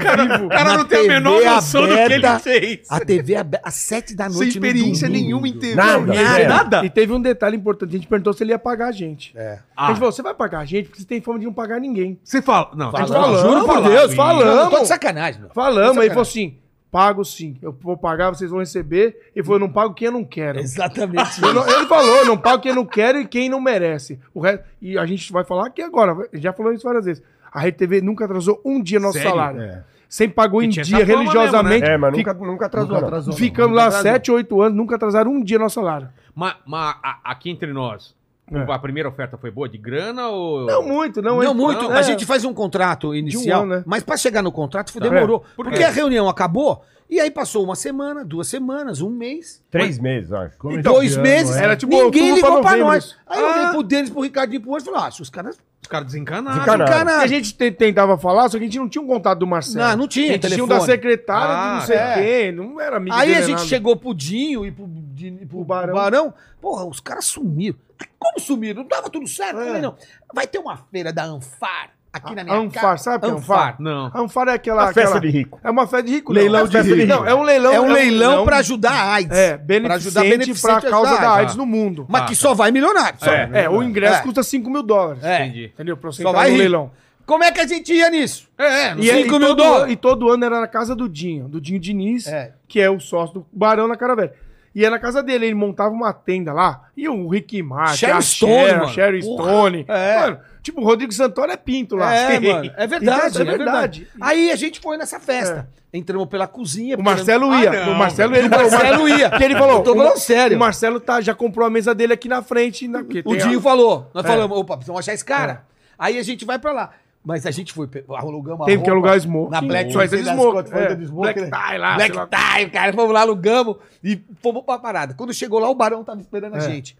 cara não tem a menor noção do que ele fez. A TV aberta, às sete da noite. Sem experiência no domingo. nenhuma em TV. Nada, zero. nada. E teve um detalhe importante. A gente perguntou se ele ia pagar a gente. É. A gente falou, você vai pagar a gente porque você tem fome de não pagar ninguém. Você fala. Não, A gente fala, falou, juro por Deus, fala. Não, eu tô de falamos. sacanagem, meu. Falamos. Aí sacanagem. ele falou assim, pago sim. Eu vou pagar, vocês vão receber. Ele falou, eu não pago quem eu não quero. Exatamente. Eu não- ele falou, eu não pago quem eu não quero e quem não merece. O resto, e a gente vai falar aqui agora. vai- Já falou isso várias vezes. A Rede TV nunca atrasou um dia nosso Sério? salário. É. Sempre pagou E em tinha dia, essa fama né? religiosamente. É, mas Fi- nunca, nunca atrasou. não. Ficamos lá 7, 8 anos, nunca atrasaram um dia nosso salário. Mas, mas a- aqui entre nós, tipo, É. a primeira oferta foi boa de grana ou. Não muito, não. Não hein? muito. não, a é. gente faz um contrato inicial, ano, né? Tá mas pra chegar no contrato foi- demorou. Por porque quê? a reunião acabou e aí passou uma semana, duas semanas, um mês, Três meses, acho. dois meses. Era tipo ninguém outubro ligou pra pra novembro. nós. Aí eu Ah. olhei pro Denis, pro Ricardinho, pro outro e falei: ah, se os caras. Os caras desencanaram. Desencanaram. E a gente te- tentava falar, só que a gente não tinha um contato do Marcelo. É. Não, não tinha A gente tinha um telefone. da secretária de Ah, não sei é. quem, não era amigo Aí dele, a nem gente nada. chegou pro Dinho e pro, Di- e pro O Barão. Barão. Porra, os caras sumiram. Como sumiram? Não dava tudo certo? Eu falei, não. Vai ter uma feira da Anfar aqui na minha É. Anfar, casa. sabe o que é Anfar. Anfar? Não. A Anfar é aquela... A festa aquela- de rico. É uma festa de rico. Leilão não. de É uma festa rico. Não, é um leilão. É um leilão pra de- ajudar a AIDS. É, Pra ajudar beneficente beneficente pra, ajudar causa da a AIDS AIDS. no mundo. Mas Ah, que tá. só vai milionário. só. É, o ingresso É. custa 5 mil dólares. É. Entendi. Entendeu? Pra você Só entrar vai no rico. leilão. Como é que a gente ia nisso? É, E, aí, 5 mil todo ano- dólares. e todo ano era na casa do Dinho, do Dinho Diniz, É. que é o sócio do Barão na Cara Velha. E era na casa dele, ele montava uma tenda lá. E o Rick Martin, Sharon a Stone, Sharon, mano. Sharon Porra. Stone. É. Mano, tipo, o Rodrigo Santoro é pinto lá. É, mano, é verdade, Então, é verdade. Aí a gente foi nessa festa. Entramos pela cozinha. O Marcelo Ah, ia. não, o Marcelo, ele O Marcelo ia. Que ele falou. Eu tô falando sério. O Marcelo tá, já comprou a mesa dele aqui na frente. Na, porque O tem a- Dinho falou. Nós falamos, opa, precisamos achar esse cara. Aí a gente vai pra lá. Mas a gente foi, pe- alugamos a Teve que roupa alugar é smoke. Na Black, Só não essa sei de das smoke. quantas, foi é. da de smoke, Black né? tie lá. Black sei lá. Tie, cara. Fomos lá, alugamos e fomos pra parada. Quando chegou lá, o Barão tava esperando a gente.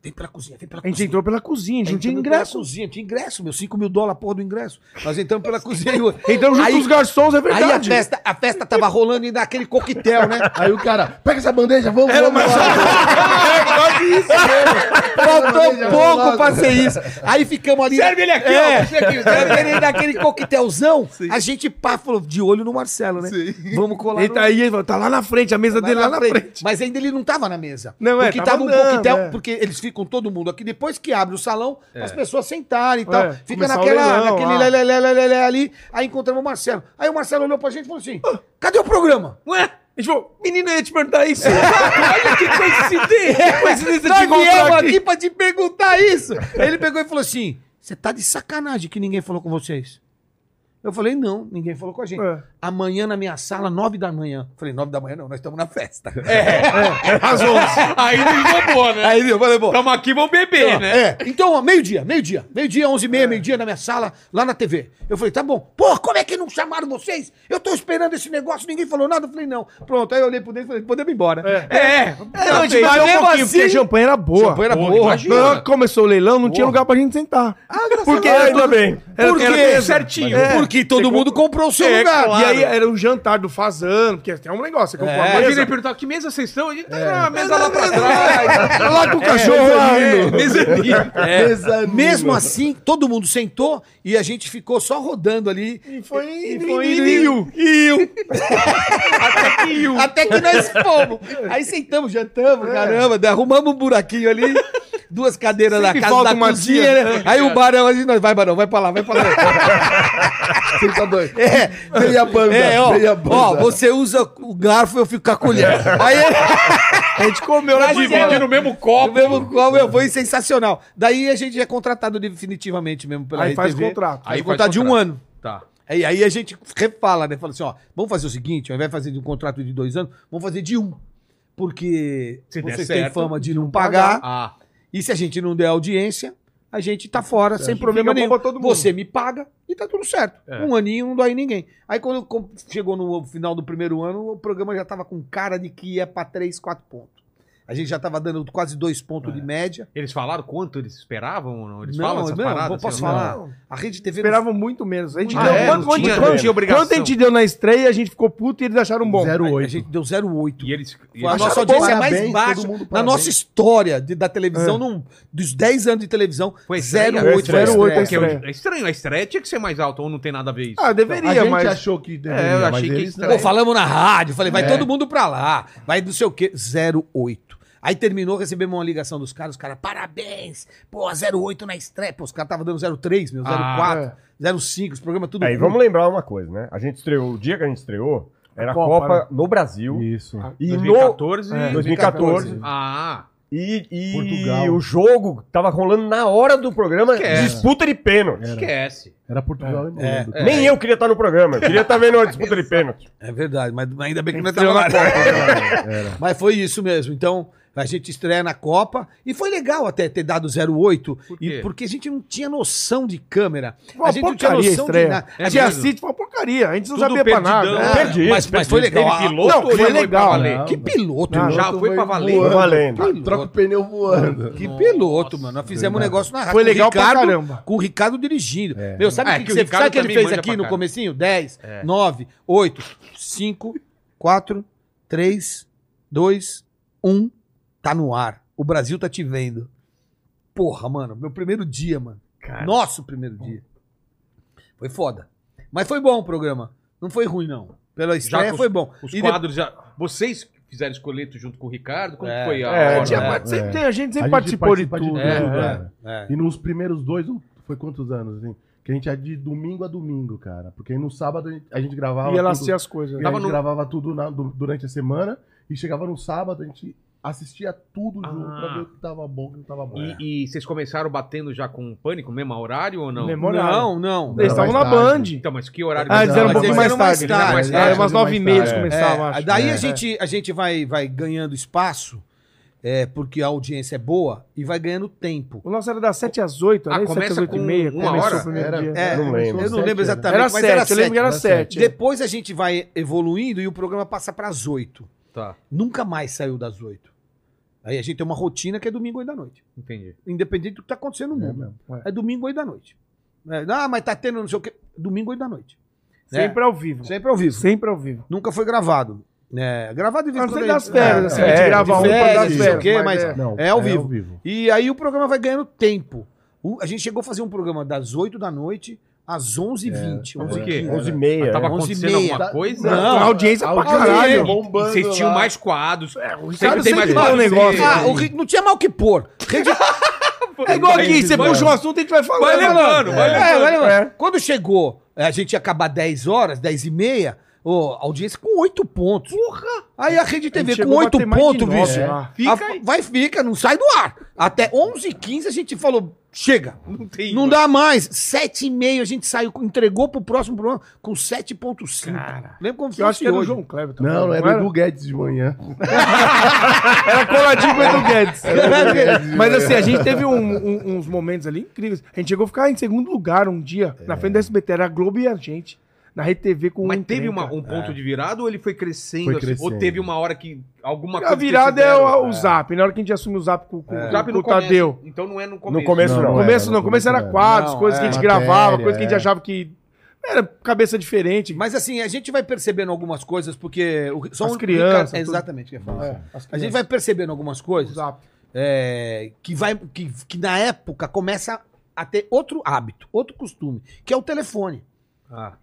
Vem pela cozinha, vem pela A cozinha. gente entrou pela cozinha, a gente não tinha entramos pela ingresso. Cozinha, tinha ingresso, meu. 5 mil dólares, porra do ingresso. Nós entramos pela cozinha e... Entramos junto Aí- com os garçons, é verdade. Aí a festa, a festa tava rolando e naquele coquetel, né? Aí o cara, pega essa bandeja, vamos, vamos lá. Tá Faltou pouco pra ser isso. Aí ficamos ali. né? É. Serve ele aqui, ó. Você aqui, Serve ele naquele coquetelzão. A gente pá, falou de olho no Marcelo, né? Vamos colar Ele tá aí, ele falou, tá lá na frente, a mesa Lá dele na lá na frente. Mas ainda ele não tava na mesa. Não, é, porque tava tava, um andando, coquetel, é. porque eles ficam todo mundo aqui. Depois que abre o salão, as pessoas sentarem e tal. É, fica começar o naquela, leilão, naquele ah. lé, lé, lé, lé, lé, lé ali. Aí encontramos o Marcelo. Aí o Marcelo olhou pra gente e falou assim: cadê o programa? Ué? A gente falou, menina, eu ia te perguntar isso. Olha que coincidência. É. Coincidência de Nós viemos encontrar aqui. aqui. pra te perguntar isso. Aí ele pegou e falou assim: você tá de sacanagem que ninguém falou com vocês. Eu falei, não, ninguém falou com a gente. É. Amanhã na minha sala, nove da manhã. Eu Falei, nove da manhã não, nós estamos na festa. É, Às 11. Aí não esnobou, né? Aí eu falei, bom, Tamo aqui, vamos beber, Então, né? É. Então, ó, meio-dia, meio-dia. Meio-dia, onze e meia, meio-dia na minha sala, lá na TV. Eu falei, tá bom. Pô, como é que não chamaram vocês? Eu tô esperando esse negócio, ninguém falou nada. Eu falei, não. Pronto, aí eu olhei pro dentro e falei, podemos ir embora. É. Não, a gente bebeu um pouquinho, porque a champanhe era boa. Champanhe era Pô, boa. imagina. Na hora que começou o leilão, não tinha lugar pra gente sentar. Ah, Porque ainda bem. Por Porque quê? certinho. É. Porque todo mundo comprou o seu É, lugar. claro. E aí era um jantar do Fazano, porque é um negócio. Você comprou É, a Imagina ele mesa. perguntar que mesa vocês estão? A gente tá na mesa lá pra trás. É, Lá com o cachorro lá. É, mezanino. É. Mezanino. Mesmo assim, todo mundo sentou e a gente ficou só rodando ali. E foi E e foi e- indo, e- e- e- Até que iu. Até que nós fomos. Aí sentamos, jantamos, caramba, arrumamos um buraquinho ali. Duas cadeiras na Sempre casa falta da uma cozinha. tia, né? né? Aí o barão, a gente, nós, vai, barão, vai pra lá, vai pra lá. Você tá doido. É, Vem a banda, é, ó, vem a ó, banda. você usa o garfo, eu fico com a colher. Aí A gente comeu lá de Dividindo no mesmo copo. o mesmo qual eu foi sensacional. Daí a gente é contratado definitivamente mesmo pela Aí faz RTV. contrato. Aí, Aí faz contrato de um contrato. ano. Tá. Aí, aí a gente refala, né? Fala assim, ó, vamos fazer o seguinte, ao invés de fazer de um contrato de dois anos, vamos fazer de um. Porque Se der vocês têm certo, fama de não pagar, Ah, e se a gente não der audiência, a gente tá fora, sem problema fica bom nenhum. pra todo mundo. Você me paga e tá tudo certo. É. Um aninho não dói ninguém. Aí quando com- chegou no final do primeiro ano, o programa já tava com cara de que ia pra três, quatro pontos. A gente já tava dando quase dois pontos de média. eles falaram quanto eles esperavam ou não? É. Eles Não, falam essas não, paradas? vou- posso assim, falar? não? A rede TV não Esperavam muito menos. A gente Ah, deu é? quanto, Não quanto, tinha- quanto- não tinha obrigação. quanto a gente deu na estreia, a gente ficou puto e eles acharam bom. um 08. A gente deu 0,8. E eles. e A eles- nossa Acharam audiência bom. é mais Parabéns, baixa. todo mundo, Na parabéns. nossa história de- da televisão, num- dos 10 anos de televisão, Foi estranho, 0,8 foi estranho. Porque eu- estreia. é estranho, a estreia tinha que ser mais alta, ou não tem nada a ver isso. Ah, A deveria, gente mas. achou que deveria, É, eu mas achei que eles- estranho. Pô, falamos na rádio, falei, vai todo mundo pra lá, vai não sei o quê, 08. Aí terminou, recebemos uma ligação dos caras, os caras, parabéns, pô, 08 na estreia, pô, os caras estavam dando 03, meu, 04, 05, os programas tudo... Aí ruim. vamos lembrar uma coisa, né? A gente estreou, o dia que a gente estreou, era a Copa, Copa, no Brasil. Isso. E no 2014. É, 2014. Ah, E, e Portugal. o jogo tava rolando na hora do programa, Esquece. disputa de pênalti. esquece. Era Portugal e Holanda. É. Nem eu queria estar no programa, eu queria estar vendo a disputa de pênalti. É verdade, mas mas ainda bem que não estava na Copa. né? né? Mas foi isso mesmo. Então, a gente estreia na Copa e foi legal até ter dado 08, Por quê? e porque a gente não tinha noção de câmera. Uma a gente porcaria a estreia. nada. É a gente mesmo? assiste foi uma porcaria. A gente não Tudo sabia pra perdidão. nada. É. Perdi. mas, mas foi legal. Teve Ah, piloto não, ou Então, foi já pra legal, valer? né? Que piloto, Não, irmão. Já foi pra valer. Tô valendo. Piloto. Troca o pneu voando. Que piloto, mano. Nós fizemos um negócio na rádio. Foi com o legal pra Ricardo- caramba. Com o Ricardo dirigindo. Meu, sabe É, o que, que que o você- Ricardo sabe o que ele também fez manja aqui pra no caralho. comecinho? 10, É. 9, 8, 5, 4, 3, 2, 1. Tá no ar. O Brasil tá te vendo. Porra, mano. Meu primeiro dia, mano. É. Nosso primeiro dia. Foi foda. Mas foi bom o programa. Não foi ruim, não. Pela estreia com os- foi bom. Os E quadros já. Vocês fizeram escolheto junto com o Ricardo? Como É. que foi a É, hora? tinha né? part- sempre é. tem- a gente sempre A gente participou de participa de tudo. tudo, né? é. cara. E nos primeiros dois, um- foi quantos anos, assim? Que a gente ia de domingo a domingo, cara. Porque aí no sábado a gente- a gente gravava. E ela tudo, assistia as coisas. e a Tava gente no- gravava tudo na- du- durante a semana. E chegava no sábado, a gente assistia tudo Ah. junto pra ver o que tava bom e o que não tava bom. É. E, e vocês começaram batendo já com pânico, mesmo horário ou não? Memória. Não, não. Eles Não, estavam na mais Band. tarde. Então, mas que horário? Ah, eles eram um Mas pouquinho eles um mais eram mais tarde. tarde, Mais né? tarde. Eles É, umas eram nove e mais meia eles tarde. começavam, É, acho. Daí É. a gente, a gente vai, vai ganhando espaço, é, porque a audiência é boa, e vai ganhando tempo. O nosso era das 7 às 8, Ah, né? 7 começa às 8 e com meia. uma Começou hora? o primeiro Era- dia. É, não lembro. Eu não lembro Sete, exatamente, Era mas era 7, eu lembro que era era 7. Depois a gente vai evoluindo e o programa passa para as 8. Tá, Nunca mais saiu das 8. Aí a gente tem uma rotina que é domingo 8 da noite. entendi. Independente do que tá acontecendo no É mundo. mesmo. É, domingo 8 da noite. É, ah, mas tá tendo não sei o quê. Domingo 8 da noite. né? Sempre ao vivo. Sempre ao vivo. Sempre ao vivo. Nunca foi gravado. né? gravado de vez A em não quando. ser é- das férias, assim, a é, gente de grava um pra férias, dar não as sei o férias. quê, mas- é. Não, É ao vivo. E aí o programa vai ganhando tempo. O- a gente chegou a fazer um programa das 8 da noite às É, 11h20. Por 11h15. quê? 11 e meia. Mas tava é. acontecendo 11h30. tá alguma Tá coisa? Não, a audiência pra audiência caralho. bombando Vocês tinham lá. mais quadros. O Sempre Ricardo tem mais sempre dá um quadros. negócio. Ah, o Rick não tinha mal que pôr. Rede- É igual aqui, você Vai- puxa um assunto e a gente vai falando. Vai lembrando, vai É, lembrando. vai lembrar. É. Quando chegou, é, a gente ia acabar 10 horas, 10 e meia, ô, a audiência com 8 pontos. Porra! Aí a Rede A TV gente com chegou a 8 bater mais de pontos, nove né? bicho. lá. A- vai, fica, não sai do ar. Até 11h15 a gente falou, chega. Não tem. Não dá mais. 7,5 a gente saiu, entregou pro próximo programa com 7,5. Lembra como Eu acho que fosse era um o hoje. João Kleber também. Não, era o Edu Guedes de manhã. Era coladinho com É o Edu Guedes. É Guedes, Mas assim, a gente teve um- um- uns momentos ali incríveis. A gente chegou a ficar em segundo lugar um dia, É. na frente da SBT. Era a Globo e a gente. Na Rede TV com Mas um teve encrenca. uma- um ponto de virada ou ele foi crescendo, Foi assim? Ou crescendo. teve uma hora que alguma A coisa. virada que é vocês o, fizeram? o Zap. Na hora que a gente assumiu o É. Zap com, com- O Zap com no o Tadeu. começo. Então não é no começo. No começo Não, não. No era, começo não, no no começo começo era era. quadros, Não, coisas que é. a gente Matéria, gravava, coisas que a gente é. achava que. Era cabeça diferente. Mas assim, a gente vai percebendo algumas coisas, porque. O, As o crianças, Ricardo- é tudo. exatamente o que eu ia falar. a gente vai percebendo algumas coisas Exato. é, que, vai, que, que na época começa a ter outro hábito, outro costume, que é o telefone.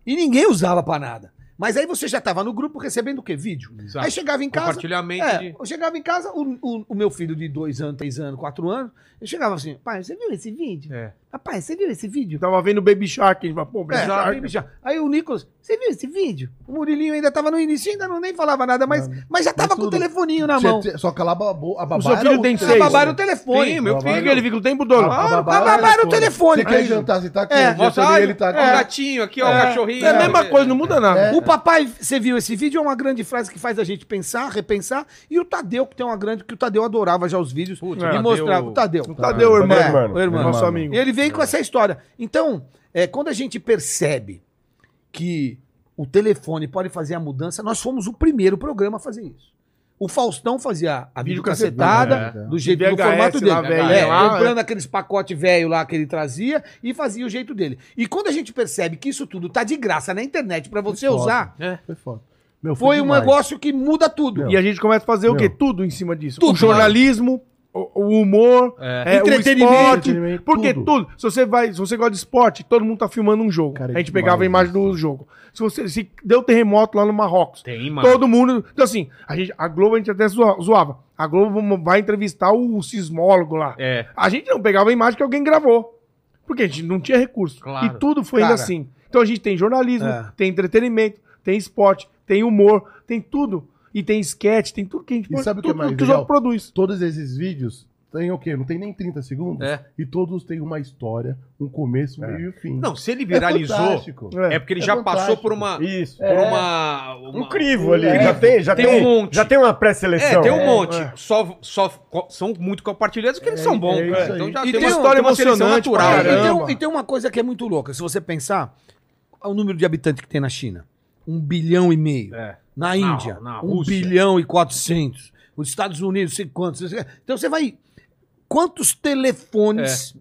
E ninguém usava pra nada. Mas aí você já tava no grupo recebendo o quê? Vídeo. Exato. Aí chegava em casa. Compartilhamento É, de. eu chegava em casa, o, o- o meu filho de dois anos, três anos, quatro anos, eu chegava assim, pai, você viu esse vídeo? É. Papai, você viu esse vídeo? Eu tava vendo o Baby Shark, a gente fala, pô, Baby É, Shark. Baby Shark. Aí o Nicolas, você viu esse vídeo? O Murilinho ainda tava no início, ainda não nem falava nada, mas, mas já tava com o telefoninho na mão. Só que lá a babá. A babá O seu era filho o- tem Vocês seis. babaram o telefone. Sim, meu Fica, filho, ele ele fica o tempo todo. a babá Ah, era babaram o telefone. Você quer Aí, jantar? Você tá aqui, É. a jantaria, ele tá ó, aqui. o gatinho aqui, ó, o cachorrinho. é a mesma coisa, não muda nada. O papai, você viu esse vídeo? É uma grande frase que faz a gente pensar, repensar. E o Tadeu, que tem uma grande, que o Tadeu adorava já os vídeos Putz, e Tadeu- mostrava. O Tadeu. é, Cadê o irmão? Cadê o irmão? O irmão, nosso Irmão. amigo. E ele vem com essa história. Então, é, quando a gente percebe que o telefone pode fazer a mudança, nós fomos o primeiro programa a fazer isso. O Faustão fazia a É. videocacetada do jeito do VHS formato lá, dele. velho, é, lá, comprando aqueles pacotes velho lá que ele trazia e fazia o jeito dele. E quando a gente percebe que isso tudo tá de graça na internet para você usar, Foi É foda. Meu, foi um demais. negócio que muda tudo. E é- a gente começa a fazer o Meu. quê? Tudo em cima disso. Tudo. O jornalismo, o, o humor, é, Entretenimento, o esporte. entretenimento, porque tudo. tudo. Se você vai, se você gosta de esporte, todo mundo tá filmando um jogo. Cara, é a gente demais pegava a imagem do jogo. Se você se deu terremoto lá no Marrocos, Tem, mano. todo mundo, então assim, a gente, a Globo a gente até zoa- zoava. A Globo vai entrevistar o sismólogo lá. É. A gente não pegava a imagem que alguém gravou. Porque a gente não tinha recurso. Claro. E tudo foi indo Cara. assim. Então a gente tem jornalismo, É. tem entretenimento, tem esporte, tem humor, tem tudo. E tem sketch, tem tudo que a gente E sabe o que é tudo mais que o jogo legal? produz. Todos esses vídeos tem o quê? Não tem nem 30 segundos? É. E todos têm uma história, um começo, um meio e um fim. Não, se ele É viralizou, fantástico. é, porque ele É já fantástico. passou por uma. Isso. Por uma, Um uma- crivo ali. É. Já tem, já Tem tem, um monte. Já tem uma É, pré-seleção. tem um monte. Só, só co- são muito compartilhados que eles são bons, é cara. isso aí. Então já tem E uma tem um- história tem uma emocionante seleção natural. Cara, natural, né? e, Caramba. tem, e tem uma coisa que é muito louca. Se você pensar, o número de habitantes que tem na China. Um bilhão e meio. É. Na Índia, na um Rússia. bilhão e quatrocentos. Os Estados Unidos, sei quantos. não sei o quê. Então você vai... Quantos telefones,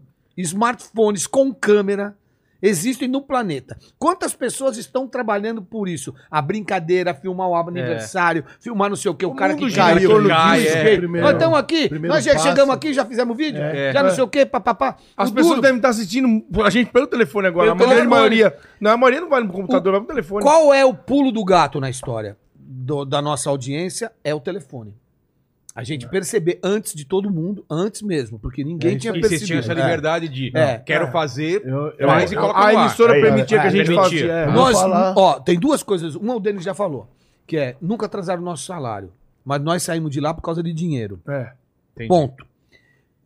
smartphones com câmera existem no planeta? Quantas pessoas estão trabalhando por isso? A brincadeira, filmar o aniversário, filmar não sei o quê, o, cara que gira em caiu. torno o disso, skate. é. Primeiro- Nós estamos aqui, primeiro nós já passo. chegamos aqui, já fizemos vídeo, É. já não sei o quê, papapá. As pessoas devem estar assistindo a gente pelo telefone agora. Pelo a grande telefone. maioria. Não, a maioria não vai no computador, vai no telefone. Qual é o pulo do gato na história do- da nossa audiência? É o telefone. A É. gente perceber antes de todo mundo, antes mesmo, porque ninguém tinha E vocês tinham percebido. essa É. liberdade né? de É. quero fazer. Eu, eu, Mas e coloca a no ar. emissora Aí, permitia é, que a gente permitia. fazia. é. Não. Nós, Vou falar. ó, tem duas coisas. Uma o Denis já falou, que é nunca atrasaram o nosso salário, mas nós saímos de lá por causa de dinheiro. É. Entendi. Ponto.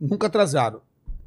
Nunca atrasaram.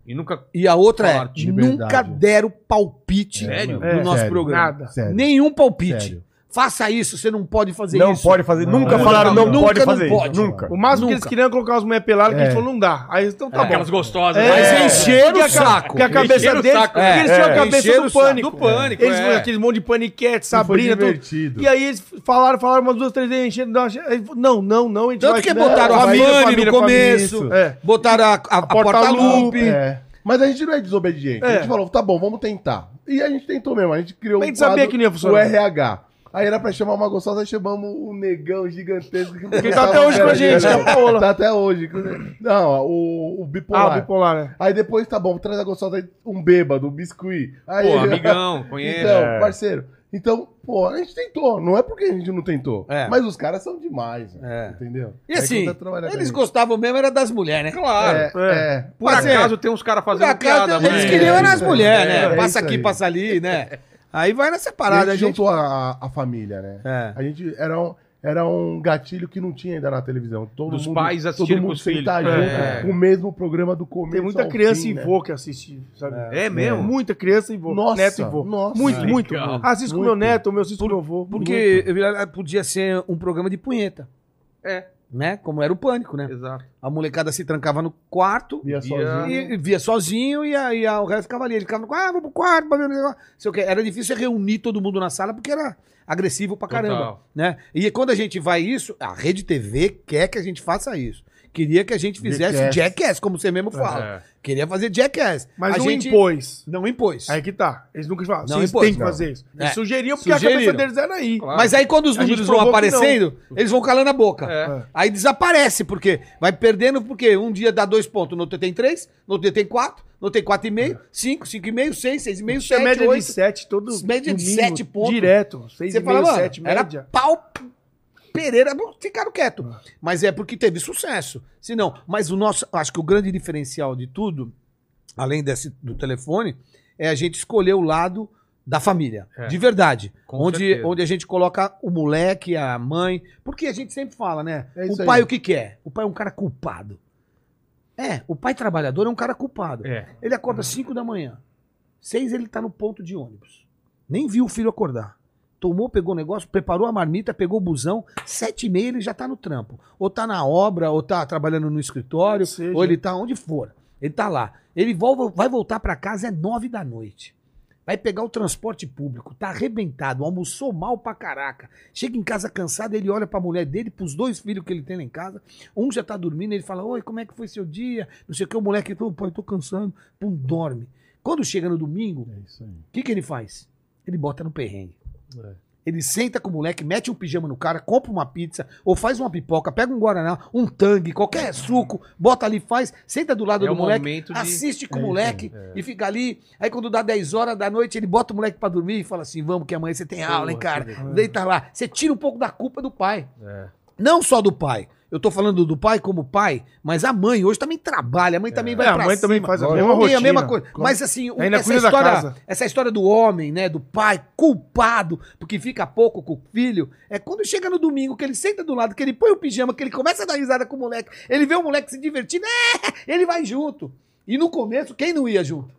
E nunca. E a outra Falaram é de nunca verdade. deram palpite Sério? no nosso sério, programa. Nada. sério, Nenhum palpite. sério. Faça isso, você não pode fazer Não isso. pode fazer. Não, Nunca não, falaram não, não, pode nunca não fazer. pode. Nunca. O máximo que eles Nunca. queriam é colocar as mulheres peladas, que a É. gente falou, não dá. Aí então tá bom. Aquelas gostosas. É. né? Mas Mas encheram o Porque a ca- saco. Porque a cabeça Encheram o deles. saco. porque eles É. tinham a cabeça Encheram o do saco. pânico. Do pânico. Eles, é. Aquele monte de paniquete, Foi Sabrina, tudo. divertido. E aí eles falaram, falaram umas duas, três vezes, enchendo, não, enchendo, aí, não, não, não, a gente Tanto vai- Ah, que não, botaram a família, Fanny no família, família, começo, isso. É. botaram a, a- a porta-lupe. porta-lupe. É. Mas a gente não é desobediente. É. A gente falou, tá bom, vamos tentar. E a gente tentou mesmo. A gente criou um A gente sabia quadro, que não ia funcionar. o RH. Aí era pra chamar uma gostosa, aí chamamos um negão gigantesco. Que Ele tá até hoje com a gente, que é a Paola. Tá até hoje. Não, ó, o, o Ah, bipolar. o bipolar, né? Aí depois, tá bom, traz a gostosa, aí um bêbado, um biscuit. Aí, Pô, amigão, conheço. É. Então, parceiro. Então, pô, a gente tentou. Não é porque a gente não tentou. É. Mas os caras são demais, né? É. entendeu? E É que assim, dá pra trabalhar com eles a gente. gostavam mesmo era das mulheres, né? Claro. É, é. Por Mas é, acaso tem uns caras Por fazendo acaso, piada, né? eles mas- queriam é era as isso aí. mulheres, É, né? é passa isso aqui, aí. passa ali, né? Aí vai nessa A parada, gente a gente... juntou a, a família, né? É. A gente era um, era um gatilho que não tinha ainda na televisão. Todo Dos mundo, pais assistindo todo com mundo os filhos. sentar É. junto, o mesmo programa do começo Tem muita ao criança fim, e né? vô que assiste, sabe? É mesmo? Muita criança e vô. Nossa, neto e vô. nossa. É. muito, Legal. muito. Assisto com meu neto, meu assisto com meu vô. Porque eu- podia ser um programa de punheta. É. Né? Como era o pânico, né? Exato. A molecada se trancava no quarto Via sozinho. E, e via sozinho e, a, e a- o resto ficava ali. Ele ficava no quarto, ah, vamos pro quarto, pra ver o negócio. não sei o quê. Era difícil reunir todo mundo na sala porque era agressivo pra caramba. Total. Né? E quando a gente vai isso, a Rede TV quer que a gente faça isso. queria que a gente fizesse Jackass, Jackass. como você mesmo fala. É. Queria fazer Jackass. É. Mas a não gente impôs. não impôs. Aí que tá. Eles nunca falaram. Não Vocês impôs, têm que não. fazer isso. Eles É. sugeriam porque a Sugeriram. cabeça deles era aí. Mas aí quando os A gente números vão provou que não. aparecendo, eles vão calando a boca. É. Aí desaparece, porque vai perdendo, porque um dia dá dois pontos, no outro dia tem três, no outro dia tem quatro, no outro dia tem quatro e meio, cinco, cinco e meio, seis, seis e meio, É. Isso é sete, média oito. é de 7, todo Média de domingo, sete pontos. Direto. 6 Você e fala, meio, mano, 7, era média. pau, Pereira, bom, ficaram quieto. Mas é porque teve sucesso. Se não, mas o nosso, acho que o grande diferencial de tudo, além desse do telefone, é a gente escolher o lado da família, É. de verdade. Com Onde, certeza. onde a gente coloca o moleque, a mãe, porque a gente sempre fala, né? É o isso aí. pai o que quer? O pai é um cara culpado. É, o pai trabalhador é um cara culpado. É. Ele acorda às 5 da manhã. 6 ele tá no ponto de ônibus. Nem viu o filho acordar. Tomou, pegou o negócio, preparou a marmita, pegou o busão. Sete e meia ele já tá no trampo. Ou tá na obra, ou tá trabalhando no escritório, Seja. ou ele tá onde for. Ele tá lá. Ele volta, vai voltar pra casa é nove da noite. Vai pegar o transporte público, tá arrebentado, almoçou mal pra caraca. Chega em casa cansado, ele olha pra mulher dele, pros dois filhos que ele tem lá em casa. Um já tá dormindo, ele fala: Oi, como é que foi seu dia? Não sei o que. O moleque, pô, pai, tô cansando. Pum, dorme. Quando chega no domingo, É isso aí. o que, que ele faz? Ele bota no perrengue. É. Ele senta com o moleque, mete um pijama no cara, compra uma pizza, ou faz uma pipoca, pega um guaraná, um tangue, qualquer suco, bota ali, faz, senta do lado É do o moleque, Assim. momento de- é, assiste com o moleque e fica ali. Aí quando dá 10 horas da noite, ele bota o moleque pra dormir e fala assim: "Vamos que amanhã você tem aula, hein, cara. Deita lá". Você tira um pouco da culpa do pai. É. Não só do pai. Eu tô falando do pai como pai, mas a mãe hoje também trabalha, a mãe também vai É, a pra mãe também cima. faz a Também mesma é A mesma rotina. coisa. Mas assim, o- Ainda essa cuida da história, casa. essa história do homem, né, do pai culpado, porque fica pouco com o filho, é quando chega no domingo que ele senta do lado, que ele põe o pijama, que ele começa a dar risada com o moleque, ele vê o moleque se divertindo, é, ele vai junto. E no começo, quem não ia junto?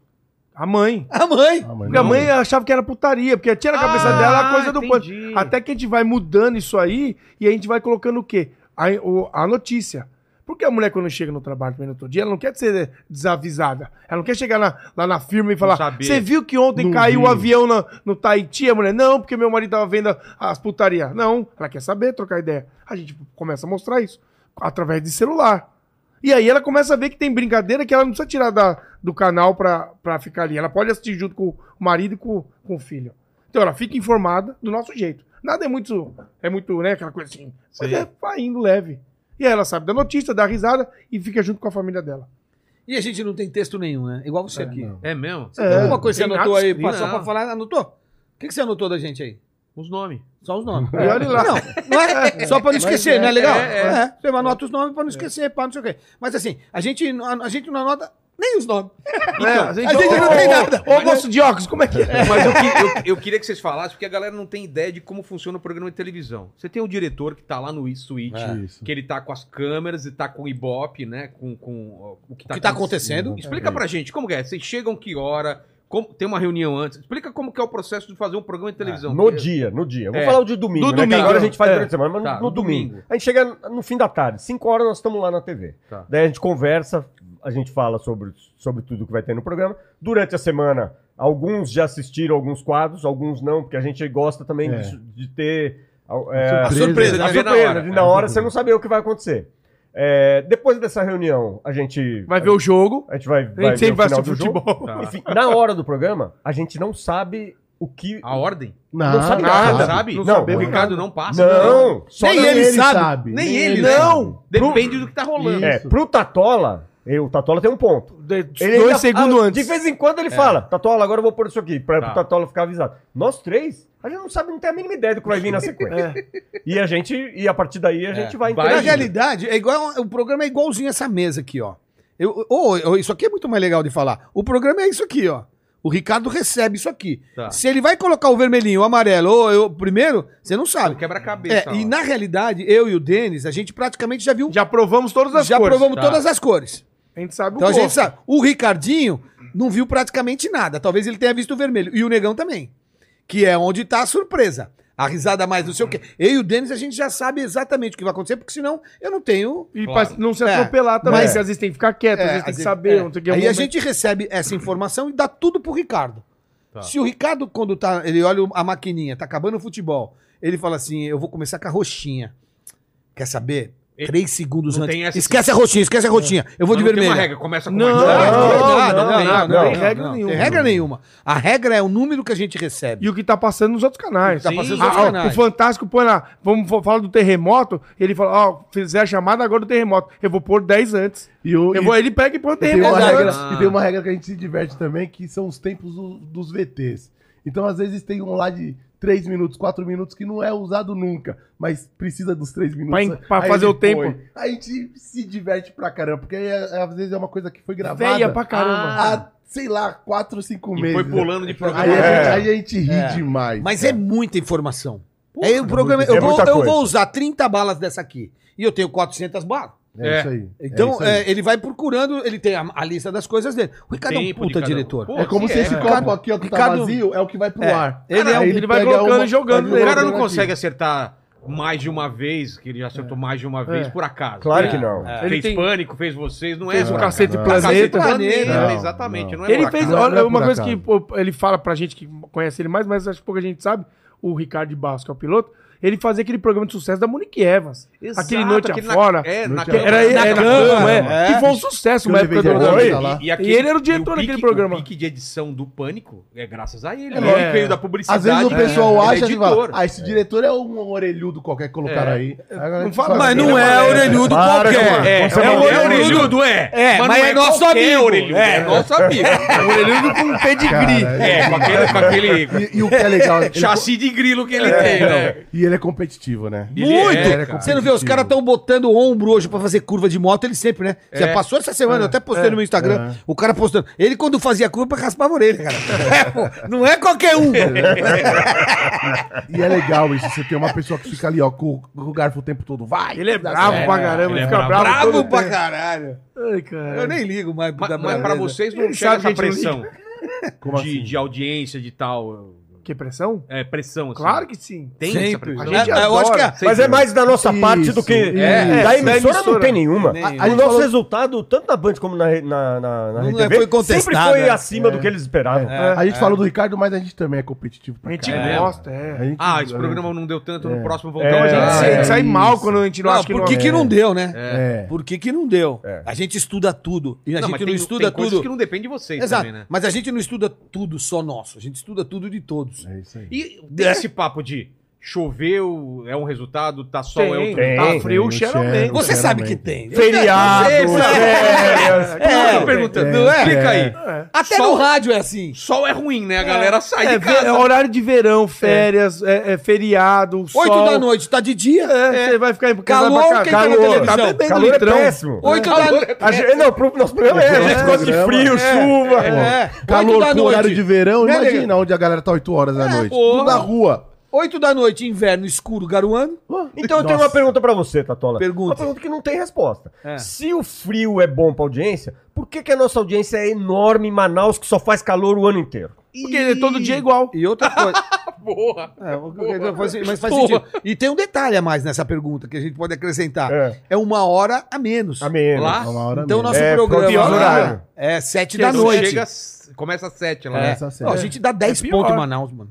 A mãe. A mãe. Ah, mas Porque a não- mãe achava que era putaria, porque tinha na cabeça Ah, dela é a coisa do pano. entendi. Até que a gente vai mudando isso aí e a gente vai colocando o quê? A, o- a notícia. Porque a mulher, quando chega no trabalho também no outro dia, ela não quer ser desavisada. Ela não quer chegar na- lá na firma e falar: saber. Você viu que ontem Não caiu o vi." avião na- no Tahiti? A mulher: Não, porque meu marido tava vendo as putarias. Não, ela quer saber, trocar ideia. A gente começa a mostrar isso através de celular. E aí ela começa a ver que tem brincadeira que ela não precisa tirar da- do canal pra, pra ficar ali. Ela pode assistir junto com o marido e com, com o filho. Então ela fica informada do nosso jeito. Nada é muito, é muito, né, aquela coisa assim. Mas Sim. é, vai indo leve. E aí ela sabe da notícia, dá risada e fica junto com a família dela. E a gente não tem texto nenhum, né? Igual você aqui. É mesmo? Você tem alguma É, coisa que tem você anotou nada aí, escrito. passou Não. pra falar, anotou? O que, que você anotou da gente aí? Os nomes. Só os nomes. E olha lá. Não, não é, só pra não esquecer, não é legal? é, é. É, Você anota os nomes pra não esquecer, pá, não sei o quê. Mas assim, a gente, a, gente não anota nem os nomes. Então, É, a gente, a gente não tem nada. Ô, ô, moço de óculos, como é que é? Mas eu, que- eu- eu queria que vocês falassem, porque a galera não tem ideia de como funciona o programa de televisão. Você tem o diretor que tá lá no suíte, Isso. que ele tá com as câmeras e tá com o Ibope, né? Com, com ó, o que O que tá acontecendo. Explica pra gente como que é. Vocês chegam que hora? Como, tem uma reunião antes. Explica como que é o processo de fazer um programa de televisão. No Porque- dia, no dia. Eu Vou É. falar o de domingo, No né? que domingo, agora a né? gente faz É. durante a semana, mas Tá, no, no domingo. domingo. A gente chega no fim da tarde, 5 horas nós estamos lá na TV. Tá. Daí a gente conversa, a gente fala sobre, sobre tudo que vai ter no programa. Durante a semana, alguns já assistiram alguns quadros, alguns não, porque a gente gosta também É. de, de ter... é, A surpresa, de né, a ver na surpresa, hora. de na hora você não saber o que vai acontecer. É, depois dessa reunião, a gente... Vai ver o jogo. A gente vai, A gente ver sempre o vai final assistir do jogo. futebol. Tá. Enfim, na hora do programa, a gente não sabe o que... A ordem? Não, sabe Nada, nada. sabe? Não o sabemos Ricardo não passa. Não, só Nem na- ele, sabe. Nem ele, né? Não. Depende do que tá rolando. É, Isso. pro Tatola, eh, o Tatola tem um ponto. De- Ele dois ainda- segundos ah, antes. De vez em quando ele fala, Tatola, agora eu vou pôr isso aqui, pra Tá. o Tatola ficar avisado. Nós três, a gente não sabe, não tem a mínima ideia do que vai vir na sequência. E a gente, e a partir daí a gente vai vai Na Imagina. realidade, é igual, o programa é igualzinho essa mesa aqui, ó. Eu, ô, ô, isso aqui é muito mais legal de falar. O programa é isso aqui, ó. O Ricardo recebe isso aqui. Tá. Se ele vai colocar o vermelhinho, o amarelo ou eu- primeiro, você não sabe. Quebra-cabeça. É, e ó. na realidade, eu e o Denis, a gente praticamente já viu. Já provamos todas as já cores. provamos Tá. todas as cores. A gente sabe Então a gosto. gente sabe. O Ricardinho não viu praticamente nada. Talvez ele tenha visto o vermelho. E o Negão também. Que é onde tá a surpresa. A risada mais não sei o quê. Eu e o Denis, a gente já sabe exatamente o que vai acontecer, porque senão eu não tenho. E Claro. pra não se É. atropelar também, Mas- porque às vezes tem que ficar quieto, às É, vezes tem às vezes- que saber. é. não tem que- Aí algum a momento- gente recebe essa informação e dá tudo pro Ricardo. Se o Ricardo, quando tá, ele olha a maquininha, tá acabando o futebol, ele fala assim: eu vou começar com a roxinha. Quer saber? Três segundos Não antes. tem essa- Esquece a roxinha, esquece a roxinha. Eu vou de Não tem uma vermelho. regra, começa com Não, mais Não, tarde. não, não, não, não, não, não, Ah, não, não, tem não, regra não. nenhuma. Tem regra nenhuma. A regra é o número que a gente recebe. E o que tá passando nos outros canais. Tá passando nos Ah, outros ó, canais. O Fantástico põe lá, vamos fa- falar do terremoto, ele fala, ó, fizer a chamada agora do terremoto, eu vou pôr 10 antes. E o- Eu e- vou, ele pega e põe o E tem, uma terremoto regra, antes. Ah. e tem uma regra que a gente se diverte também, que são os tempos do- dos VTs. Então, às vezes, tem um lá de 3 minutos, 4 minutos, que não é usado nunca, mas precisa dos 3 Pra minutos. en- pra Aí fazer ele o tempo. põe. A gente se diverte pra caramba, porque aí, às vezes é uma coisa que foi gravada Véia pra caramba. há, sei lá, 4, 5 E meses. foi pulando de programa. Aí, a gente- É. aí a gente ri É. demais. Mas é, cara. muita informação. Aí o programa, eu, é vou, muita eu coisa. vou usar 30 balas dessa aqui. E eu tenho 400 balas. É isso aí. é Então, isso aí. é, ele vai procurando, ele tem a, a lista das coisas dele. O Ricardo é um Tempo de puta cada um. diretor. Pô, É como sim, se esse copo aqui, ó, que tá Ricardo- vazio, é o que vai pro É. ar. Ele é um- Aí ele vai pega colocando uma- e jogando, vai O cara não jogando aqui. consegue acertar mais de uma vez, que ele já acertou mais de uma vez, por acaso. Claro que não. É. Ele Fez tem- pânico, fez vocês, não Fez é o por Cacete acaso. Planeta. Planeta, Não, exatamente. Não é Ele por fez, acaso. olha, Não é por uma coisa acaso. que pô, ele fala pra gente que conhece ele mais, mas acho que pouca gente sabe, o Ricardo de Barros, que é o piloto, ele fazia aquele programa de sucesso da Monique Evans. Exato, aquele Noite aquele na- Afora. é, na que cama. era ele, Na é, na cama, cama, é, é. Que foi um sucesso Que na eu época levei do de Oi? volta lá. E, E ele era o diretor tá e daquele programa. O pique de edição do Pânico é graças a ele. É. Ele que veio da publicidade. Às vezes o né? pessoal Ele é acha que fala, editor. ah, esse diretor é um orelhudo qualquer que colocaram É. aí. Agora, tipo, Não fala, Mas Ele não é é malandro. orelhudo Para, qualquer. cara. É, Você é, não o é orelhudo, é. É, mas, não é, nosso qualquer amigo. orelhudo, É, É, nosso amigo. O orelhudo com pedigree. Cara, É, com aquele, com aquele E, e o que é legal, ele, chassi de grilo que ele tem, né? e ele é competitivo, né? Ele Muito! é, cara. Você não vê, os caras estão botando o ombro hoje pra fazer curva de moto, ele sempre, né? Já É. passou essa semana, eu até postei no meu Instagram, o cara postando. Ele, quando fazia curva, raspava a orelha, cara. É, pô, não é qualquer um. E é legal isso, você tem uma pessoa que fica ali, ó, com, com o garfo o tempo todo, vai! Ele é bravo pra caramba, ele ele é fica bravo. bravo. Bravo todo pra tempo. caralho. Ai, cara. Eu nem ligo mais É. Mas, da mas pra Brabeza. vocês não Ele chega sabe essa que a gente não pressão Como de, assim? de audiência, de tal. Que pressão? É, pressão, assim. Claro que sim. tem essa Sempre. pressão. A gente É, eu acho que adora. a- Mas é mais da nossa Isso, parte do que. isso. Da emissora, Da emissora. não tem nenhuma. Nem- A- nem- o nosso resultado, tanto na Band como na, re- na, na, na Não é, RTV, foi sempre contestado, foi né? acima do que eles esperavam. A gente falou do Ricardo, mas a gente também é competitivo A pra gente caralho. gosta, é. A gente- Ah, esse programa não deu tanto, no próximo voltamos. Então a gente Ah, sai- é sai isso. mal quando a gente não, Não, acha que por que, não que não deu, né? É. Por que, que não deu? É. A gente estuda tudo. E a Não, gente mas não tem- estuda tem coisas tudo. que não depende de vocês Exato. também, né? Mas a gente não estuda tudo só nosso. A gente estuda tudo de todos. É isso aí. E tem esse papo de choveu, é um resultado, tá sol, é Tem, outro. tem, tá frio, tem, cheira cheira, bem. Você Sinceramente. sabe que tem. Feriado, É, sabe? férias. Por isso que eu tô perguntando, é, não é? Explica é. aí. Até Sol- no rádio é assim. Sol é ruim, né? A galera sai É, de ve- é casa. horário de verão, férias, é, é feriado, Oito sol. da noite, tá de dia. É, Você vai ficar em casa Calor, vai pra quem cá. tá na Calor, televisão? tá bebendo Calor é litrão. péssimo. Oito da noite. A gente, não, pro nosso programa é, a gente É, gosta de programa. frio, chuva. É, oito Calor da com horário de noite. verão, Né, imagina onde a galera tá 8 horas da noite. porra. Tudo na rua. Oito da noite, inverno escuro, garoando. Então eu tenho uma pergunta pra você, Tatola. Pergunta. Uma pergunta que não tem resposta. Se o frio é bom pra audiência, por que, que a nossa audiência é enorme em Manaus que só faz calor o ano inteiro? Porque todo dia é igual. E outra coisa. Porra. É, o que- o que- faz- mas faz Porra. sentido. E tem um detalhe a mais nessa pergunta que a gente pode acrescentar. É. É, uma hora a menos. A menos. Lá, Uma hora Então o mesmo. nosso É, programa pior lá horário. é sete Que da é noite. Então Chega, assim. às- começa às sete lá. né? É. Essa série. Não, a gente dá 10 pior. pontos em Manaus, mano.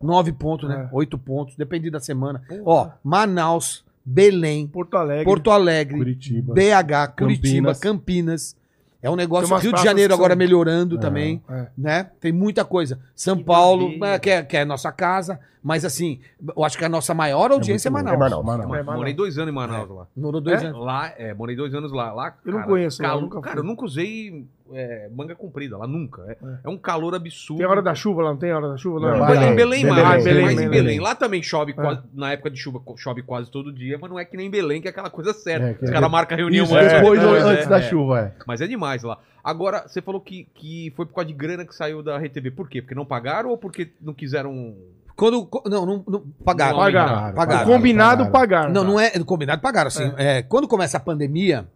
9 pontos, né? 8 pontos, depende da semana. Ó, Manaus, Belém, Porto Alegre. Porto Alegre, Curitiba. BH, Curitiba, Campinas. Campinas. É um Tem negócio. umas Rio de praças Janeiro que são- agora melhorando também, é. né? Tem muita coisa. São Paulo, né, que é, que é nossa casa, mas assim, eu acho que a nossa maior audiência é, Manaus. É Manaus. Manaus. Mas- Morei dois anos em Manaus lá. Morou dois anos. Lá, é, morei dois anos lá. lá Eu não conheço lá, Calor, nunca fui. cara, eu nunca usei é, manga comprida lá, nunca. É, é um calor absurdo. Tem hora da chuva lá, não tem hora da chuva? Não, Não, Não, Mas Belém, em Belém, Belém, mais, Belém, mais em Belém. Belém. Lá também chove, quase- na época de chuva, co- chove quase todo dia, mas não é que nem Belém, que é aquela coisa certa. É, que Os é- caras marcam reunião Isso, antes, depois ou é, antes é, da é. chuva, é. Mas é demais lá. Agora, você falou que, que foi por causa de grana que saiu da RTV. Por quê? Porque não pagaram ou porque não quiseram. Quando. co- Não, não, não pagaram. Não, Pagaram. Pagaram, pagaram. Combinado pagar. Não, tá. não é. Combinado pagaram, assim. É, quando começa a pandemia,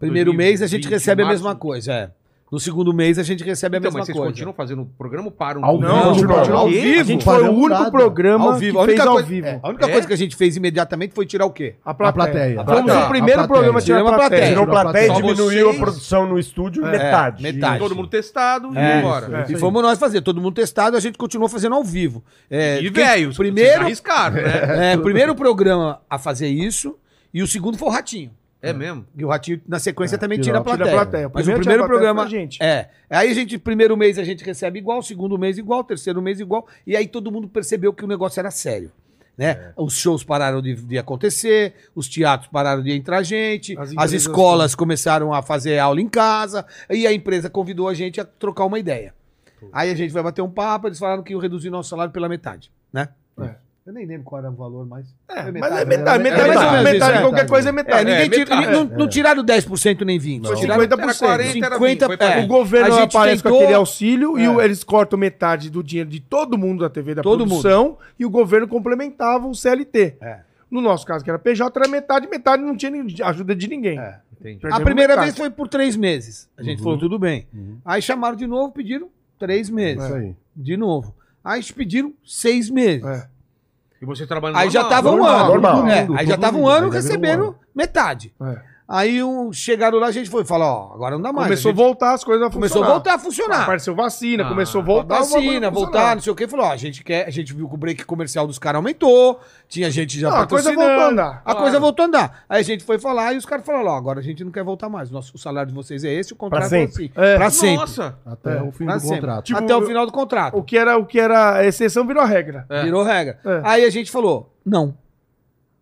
primeiro 2020, mês a gente recebe a março. mesma coisa. É. No segundo mês a gente recebe a Então, mesma mas vocês coisa. continuam fazendo o programa ou param? Ao tudo? vivo, Não, continua, não, continua. ao vivo. A gente foi o Paramos único nada. programa Ao vivo. A que única, fez ao coisa, vivo. é, a única É? coisa que a gente fez imediatamente foi tirar o quê? A A plateia. Fomos A o primeiro plateia. programa a tirar Tiramos a a plateia. plateia. Tirou Tirou plateia, plateia. e diminuiu Vocês- a produção no estúdio metade. metade. Todo mundo testado tá e É, embora. E fomos nós fazer, todo mundo testado, a gente continuou fazendo ao vivo. É, E quem- velhos, primeiro, vocês arriscaram, né? é, primeiro programa a fazer isso. E o segundo foi o Ratinho. É mesmo? E o Ratinho, na sequência, também tira- tira a tira plateia. a plateia. É, O Mas o primeiro primeiro tira a plateia programa. foi a gente. É. Aí a gente, primeiro mês a gente recebe igual, segundo mês igual, terceiro mês igual. E aí todo mundo percebeu que o negócio era sério. Né? É. Os shows pararam de, de acontecer, os teatros pararam de entrar gente, As as, empresas- escolas começaram a fazer aula em casa, e a empresa convidou a gente a trocar uma ideia. Aí a gente vai bater um papo, eles falaram que iam reduzir nosso salário pela metade, né? É. Eu nem lembro qual era o valor, mas. É, Foi mas é né? metade, metade, É mais ou metade, menos isso, de é. qualquer coisa é metade. É, ninguém tira- tira, não, não tiraram 10% nem 20%. Foi tiraram 50%. Era 40, era 20, foi pra é. O governo A gente aparece com tentou- É. aquele auxílio e o- eles cortam metade do dinheiro de todo mundo da TV, da Todo produção, e o governo complementava o CLT. É. No nosso caso, que era PJ, era metade, metade não tinha nem- ajuda de ninguém. É. Entendi. Perdemos Uhum. A primeira metade. vez foi por três meses. A gente falou, tudo bem. Aí chamaram de novo, pediram três meses. Isso aí. De novo. Aí eles pediram seis meses. É. E você trabalhando Aí já tava um normal, ano. normal. É, Todo aí já mundo, tava um todo ano mundo, já virou um recebendo ano. metade. É. Aí um, chegaram lá, a gente foi falar, ó, agora não dá mais. Começou a gente voltar as coisas a funcionar. começou a voltar a funcionar. Apareceu vacina, Ah, começou a voltar. o bagulho vacina, voltar, funcionava. não sei o que. Falou, ó, a gente quer, a gente viu que o break comercial dos caras aumentou, tinha gente já Não, a coisa patrocinando, voltou a andar, A coisa voltou a andar. Aí a gente foi falar e os caras falaram, ó, agora a gente não quer voltar mais. Nosso, o salário de vocês é esse, o contrato é sempre. assim. É. Pra sempre. Nossa! Até o fim pra do sempre. contrato. Tipo, Até eu- o final do contrato. O que era, o que era exceção virou regra. É. Virou regra. É. Aí a gente falou, não,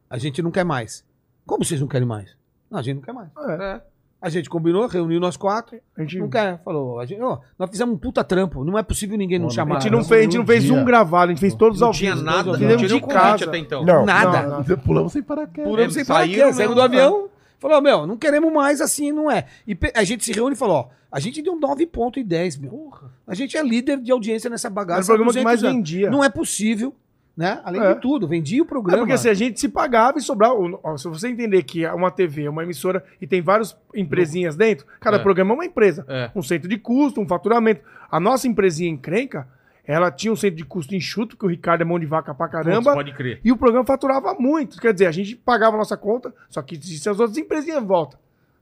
a gente não quer mais. Como vocês não querem mais? Não, a gente não quer mais. É. A gente combinou, reuniu nós quatro, A gente não quer. Falou, a gente, ó, nós fizemos um puta trampo, não é possível ninguém nos A chamar. gente não Mas fez, a gente um não fez dia. um gravado, a gente fez todos Não ao tinha vivo. nada, não tinha fizemos nem de convite casa. até então. Não. Nada. Não, não. Pulamos sem paraquedas. Pulamos sem Saíram né? paraquedas, mesmo, saímos é, do É. tá. avião. Falou, meu, não queremos mais assim, não é. E pe- a gente se reúne e falou, ó, a gente deu 9.10, meu. A gente é líder de audiência nessa bagaça. Era É o programa há que mais 200 anos. vendia. Não é possível, né? Além É. de tudo, vendia o É programa. porque assim, a gente se pagava e sobrava. o- ó, Se você entender que é uma TV, é uma emissora e tem várias empresinhas dentro, cada É. programa é uma empresa. É. Um centro de custo, um faturamento. A nossa empresinha encrenca, ela tinha um centro de custo enxuto, que o Ricardo é mão de vaca pra Putz, caramba. pode crer. E o programa faturava muito. Quer dizer, a gente pagava a nossa conta, só que se as outras empresinhas voltam.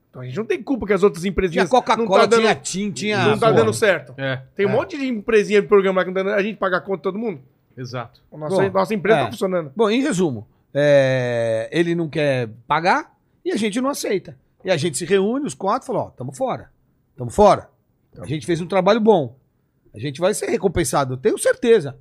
Então a gente não tem culpa que as outras tinha empresinhas Coca-Cola, não tá dando, tinha Tim, tinha... não tá Pô, dando certo. É, Tem um monte de empresinha de programa lá que não tá dando- a gente paga a conta de todo mundo. exato. A Nossa, Bom, nossa empresa é. tá funcionando. Bom, em resumo, é, ele não quer pagar e a gente não aceita. E a gente se reúne, os quatro, e fala, ó, tamo fora. Tamo fora. A gente fez um trabalho bom. A gente vai ser recompensado, eu tenho certeza.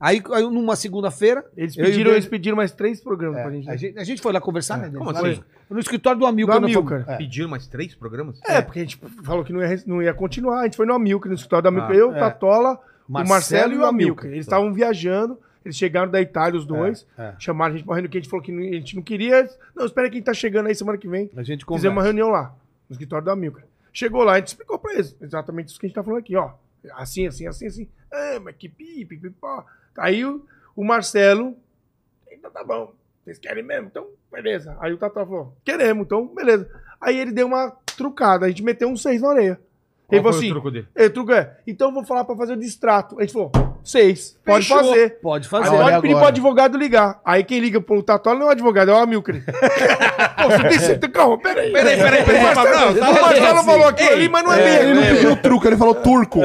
Aí, aí numa segunda-feira, Eles Eu e o pediram, eles Denis- pediram mais três programas pra gente. né? a gente, a gente foi lá conversar, né? Denis? Como Lá assim? No, no escritório do amigo. Do é. Amilcar. Pediram mais três programas? É, porque a gente falou que não ia, não ia continuar. A gente foi no Amilcar, no escritório da Ah, Amilcar. é. eu, Tatola, o Marcelo e o Amilcar. Eles estavam viajando, eles chegaram da Itália, os dois. é. Chamaram a gente pra reunião que a gente falou que não- a gente não queria. Eles, Não, espera quem tá chegando aí semana que vem. A gente Fizemos uma conversa. reunião lá, no escritório da Amilcar. Chegou lá, a gente explicou pra eles exatamente isso que a gente tá falando aqui, ó. Assim, assim, assim, assim. Ah, mas que pi, pi, pi, pó. Aí o, o Marcelo, então tá bom, vocês querem mesmo? Então, beleza. Aí o Tata falou, queremos, então, beleza. Aí ele deu uma trucada, a gente meteu um seis na orelha. Qual ele foi falou o assim, truco dele? "Ei, o truco é, então eu vou falar pra fazer o distrato. A gente falou, seis, pode Fechou. fazer. é Pode Aí fazer. pode Olha pedir agora. pro advogado ligar. Aí quem liga pro Tatola não é o advogado, é o Amilcar. Pô, você tem certeza? Calma, peraí. Peraí, peraí, peraí, O Marcelo, não, tá o Marcelo assim. falou aquilo Ei, ali, mas não é, É, dele. ele não pediu truco, ele falou turco.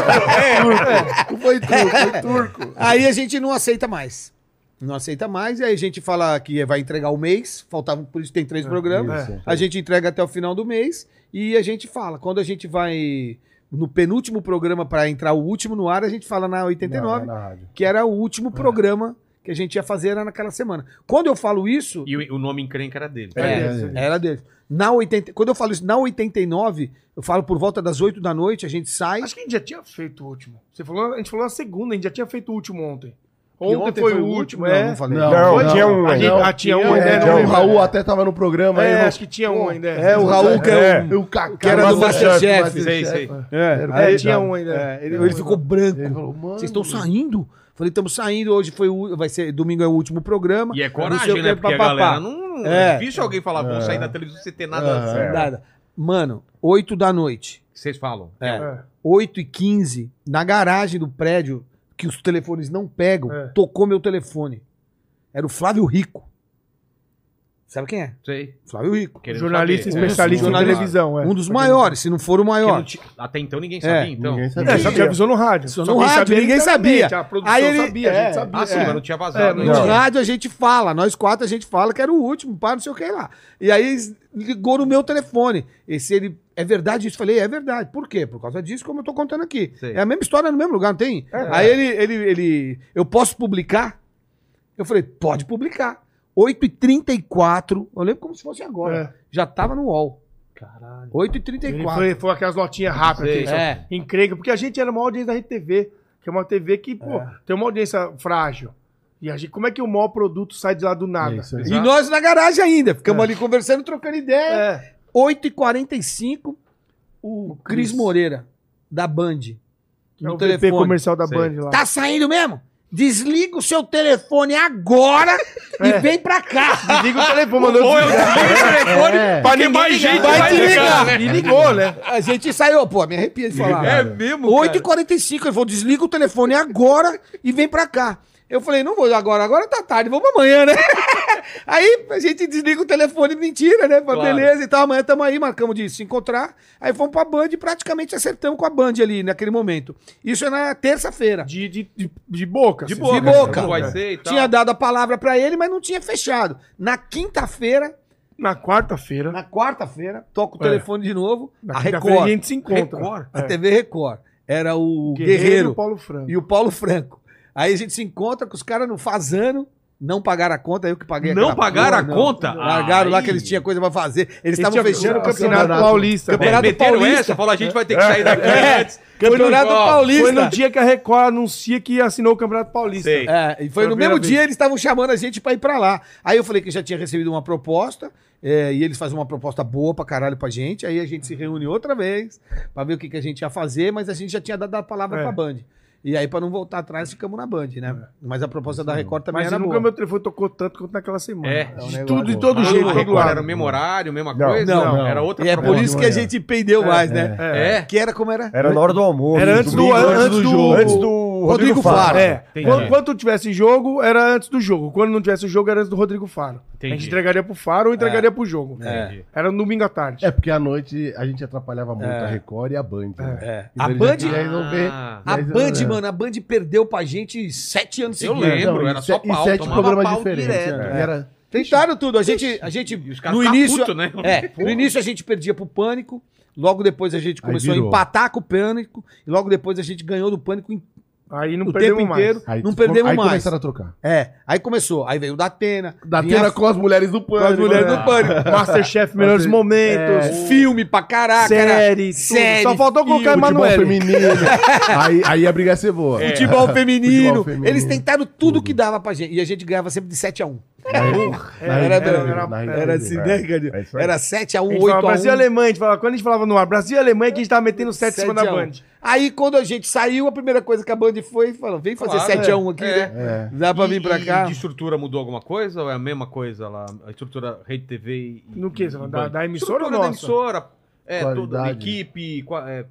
Turco. Não é foi truco, foi turco. Aí a gente não aceita mais. Não aceita mais, e aí a gente fala que vai entregar o mês, faltavam, por isso tem três programas. É, isso. A gente entrega até o final do mês e a gente fala. Quando a gente vai no penúltimo programa para entrar o último no ar, a gente fala na 89, Na rádio. que era o último É. programa que a gente ia fazer era naquela semana. Quando eu falo isso, E o, o nome encrenca era dele. é, era dele. Na 80, quando eu falo isso, na 89, eu falo por volta das 8 da noite, a gente sai. Acho que a gente já tinha feito o último. Você falou, a gente falou na segunda, a gente já tinha feito o último ontem. E Ontem, foi, o último, é. Não, não falei. Não, Não, Foi? tinha um né? A gente, ainda. ah, tinha um É, ainda. não o lembro. Raul até tava no programa aí. É, não- acho que tinha um ainda. É, o Raul que é, o, o Kaká, que era o do Masterchef. Sei, sei. É, É, tinha um ainda. Ele, ele ficou branco. Ele falou, mano. Vocês estão saindo? Falei, estamos saindo. Hoje foi o, vai ser domingo é o último programa. E é Não sei coragem, o né? que, Porque a papapá. galera não. É É. difícil alguém falar, vamos sair da televisão sem ter nada. É. Nada. Mano, 8 da noite. que Vocês falam. É. 8 e 15, na garagem do prédio, que os telefones não pegam, É. tocou meu telefone. Era o Flávio Rico. Sabe quem é? Sei. Flávio Rico. Querendo Um Jornalista saber. especialista em Jornalista. televisão, é. Um dos maiores, se não for o Que não maior. ti- Até então ninguém sabia, então. Ninguém É, sabia. sabe, já avisou no rádio. Avisou Só no quem rádio, ninguém internamente, sabia. A produção Aí ele- sabia, a é. gente sabia. Ah, sim, é. mas não tinha vazado. É, né? não No tinha. rádio a gente fala, nós quatro a gente fala que era o último, pá, não sei o que lá. E aí ligou no meu telefone. Esse ele. É verdade isso? Eu Falei, é verdade. Por quê? Por causa disso, como eu tô contando aqui. Sei. É a mesma história no mesmo lugar, não tem? É. Aí ele, ele, ele. Eu posso publicar? Eu falei, pode publicar. 8h34, eu lembro como se fosse agora. Já tava no UOL. Caralho. É. Ele 8h34. Foi, foi aquelas notinhas rápidas. Sei. que eles- É. Encrenca, porque a gente era uma audiência da Rede TV, que é uma TV que, pô, tem uma audiência frágil. E a gente, como é que o maior produto sai de lá do nada? É isso aí. E nós na garagem ainda, ficamos ali conversando, trocando ideia. É. 8h45, o Cris Moreira, da Band, É no o VP telefone. comercial da Band lá. Tá saindo mesmo? Desliga o seu telefone agora e É. vem pra cá. Liga o telefone, mandou É. Pra ninguém mais gente vai, te ligar. E ligou, né? A gente saiu, pô, me arrepia de falar. É mesmo, cara? 8h45, ele falou, desliga o telefone agora e vem pra cá. Eu falei, não vou agora, agora tá tarde, vamos amanhã, né? aí a gente desliga o telefone, mentira, né? Fala, Claro. Beleza e tal, amanhã tamo aí, marcamos de se encontrar. Aí fomos pra Band e praticamente acertamos com a Band ali naquele momento. Isso é na terça-feira. De, de, de, de boca. De assim, boca. né? boca. Não vai ser e tal. Então, Tinha dado a palavra pra ele, mas não tinha fechado. Na quinta-feira, Na quarta-feira. na quarta-feira, toca o É. telefone de novo, Na a quarta-feira a Record, gente se encontra. Record? a TV Record. Era o Guerreiro, Guerreiro. Paulo Franco. e o Paulo Franco. Aí a gente se encontra com os caras no Fazano, não pagaram a conta, eu que paguei Não aquela pagaram porra, a não. conta? Largaram lá Aí. que eles tinham coisa pra fazer. Eles estavam tinha fechando o assinado campeonato. paulista. É, Campeonato meteram Paulista. essa, falou, a gente vai ter que sair daqui É, antes. Campeonato Foi no- ó, Paulista. Foi no dia que a Record anuncia que assinou o Campeonato Paulista. Sei. É, e foi Pela no mesmo primeira dia eles estavam chamando a gente pra ir pra lá. Aí eu falei que já tinha recebido uma proposta, é, e eles fazem uma proposta boa pra caralho pra gente. Aí a gente se reúne outra vez pra ver o que, que a gente ia fazer, mas a gente já tinha dado a palavra É. pra Band. E aí, pra não voltar atrás, ficamos na Band, né? Mas a proposta da Record também Mas era nunca boa. meu telefone tocou tanto quanto naquela semana. É. de negócio tudo, de bom. todo Ah, jeito, o todo Record era o lado. mesmo horário, mesma Não, coisa? não, não. Era outra E é por proposta. isso que a gente peideu mais, né? É. Que era como era. Era na hora do almoço. Era antes do, domingo, antes do, Antes do Rodrigo Faro. É. Entendi. Quando, quando tivesse jogo, era antes do jogo. Quando não tivesse jogo, era antes do Rodrigo Faro. A Entendi. gente entregaria pro Faro ou entregaria pro jogo. Entendi. Era no domingo à tarde. É, porque à noite a gente atrapalhava muito a Record e a Band. né? É. Então A ele Band, já queria resolver. Ah. a Mas, Band, é. mano, a Band perdeu pra gente sete anos Eu seguidos. lembro, Então, era e só se- pau, E sete tomava programas pau diferentes. direto, é. Era... Tentaram tudo. A gente, a gente E os caras no tá início, puto, né? é, no início a gente perdia pro pânico. Logo depois a gente Aí começou a virou. empatar com o pânico e logo depois a gente ganhou do pânico. em- Aí não O perdemos tempo mais. inteiro. Aí Não tu- perdemos aí mais. começaram a trocar. É, aí começou. Aí veio o da Atena, Da Vinha- Atena com as mulheres do né? pano. As mulheres do pânico. Masterchef, melhores Master- momentos. é, filme pra caraca, era série, tudo. Ah, série, Só faltou colocar Futebol Emanuele. feminino. aí, aí a briga ia ser boa. É. futebol feminino. É. Futebol feminino. Eles tentaram tudo que dava pra gente e a gente ganhava sempre de 7 a 1. Na Rede Era- era- TV, era- na Rede TV. Era assim, né, Cadê? É isso aí. Era 7 a 1, A gente 8 a falava 1. Brasil e Alemanha, a gente falava, quando a gente falava no ar, Brasil e Alemanha, que a gente tava metendo 7 em cima da 7 a 1. Band. Aí quando a gente saiu, a primeira coisa que a Band foi, falou, vem fazer Claro, 7 é. a 1 aqui, É. né? É. Dá pra E- vir pra e- cá. É E de estrutura mudou alguma coisa ou é a mesma coisa lá? A estrutura Rede TV e. No quê? e- Você fala e da- Band? da emissora Estrutura ou da nossa? emissora. É, toda a Qualidade. equipe. qua- É,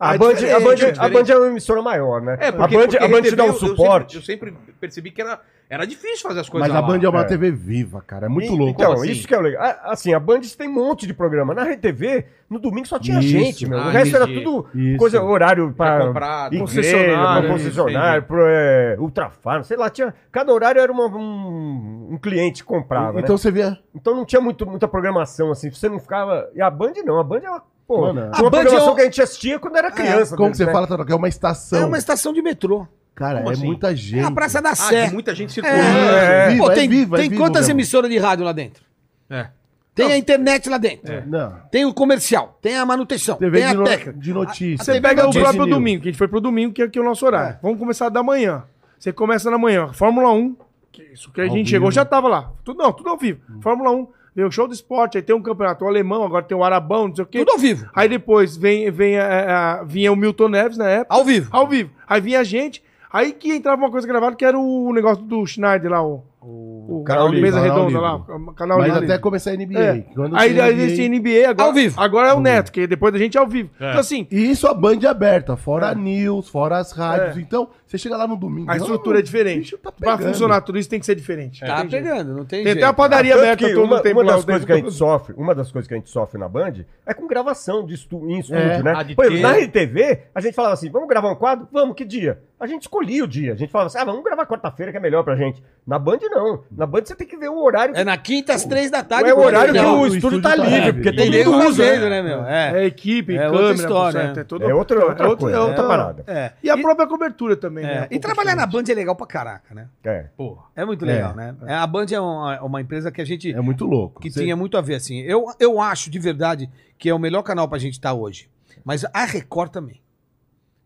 A, É Band, a, diferente, Band, diferente. a Band é uma emissora maior, né? é, porque- a Band, porque a Band Rede TV dá um eu- eu sempre- suporte. Eu sempre, percebi que era, era difícil fazer as coisas. Mas a lá. Band é uma É. TV viva, cara. É muito E- louco. Então, Como assim? isso que é o legal. A- Assim, a Band tem um monte de programa. Na Rede TV, no domingo só tinha Isso. gente, meu. Ah, o resto era entendi. tudo Isso. coisa, horário Pra para comprar, tá? concessionário, concessionário, concessionário, pro, é, Ultrafarm, sei lá, tinha. Cada horário era uma- um, um cliente que comprava. Então Então, né? você via. então não tinha muito, muita programação, assim. Você não ficava. E a Band não, a Band ela. Pô, Mano, tinha uma a Band é programação um- que a gente assistia quando era criança. É, Como né? que você fala, Taroca? É uma estação. É uma estação de metrô. Cara, Como é assim? muita gente. É a Praça da Ah, tem Sé. muita gente É. circulando. É. Viva, Pô, é tem viva, é tem viva quantas mesmo. emissoras de rádio lá dentro? É. Tem a internet lá dentro. É. Não. Tem o comercial, tem a manutenção, TV tem a de, no... técnica. de notícia. Você pega o Disney próprio News. domingo, que a gente foi pro domingo, que é aqui o nosso horário. Vamos começar da manhã. Você começa na manhã. Fórmula 1, que isso que a Ao gente vivo. chegou, já tava lá. Tudo, não, tudo ao vivo. Fórmula 1, vem o show do esporte, aí tem um campeonato alemão, agora tem o Arabão, não sei o quê. Tudo ao vivo. Aí depois vem, vem a- a- vinha o Milton Neves na época. Ao vivo. Ao vivo. Aí vinha a gente. Aí que entrava uma coisa gravada, que era o negócio do Schneider lá, o. o Canal canal Livre. Mesa Canal Redonda Livre. lá. o Canal Mas Livre. até começar a NBA. É. Quando Aí, tem aí NBA existe NBA agora. Ao vivo. Agora é o Neto, que depois da gente é ao vivo. Então, assim, E isso a Band é aberta, fora a news, fora as rádios. É. Então, você chega lá no domingo. a estrutura é diferente. bicho tá pra pegando. funcionar tudo isso tem que ser diferente. Tá pegando, não tem, Tem jeito. até a padaria Tanto aberta que todo uma, o tempo uma lá, das o coisas tempo que a gente todo. sofre, uma das coisas que a gente sofre na Band é com gravação de estu, em estúdio, É, a né? de Por exemplo, ter. na RTV, a gente falava assim, vamos gravar um quadro? Vamos, que dia? A gente escolhia o dia. A gente falava assim, ah, vamos gravar quarta-feira que é melhor pra gente. Na Band, não. Na Band, você tem que ver o horário. É na quinta às três da tarde. é o horário que Não, o o estúdio estúdio tá tá livre, livre. porque Tem todo nego mundo usa. fazendo, né? né, meu? É. É equipe, É outra câmera, história, processo, é. é, todo- É outra, outra, é outra- coisa, é é outra outra parada. É. E a própria cobertura também, É, né? E trabalhar na Band é legal pra caraca, né? É. É muito legal, né? É, A Band é uma, uma empresa que a gente É muito louco. que Você- tinha muito a ver, assim. Eu, eu acho, de verdade, que é o melhor canal pra gente estar hoje. Mas a Record também.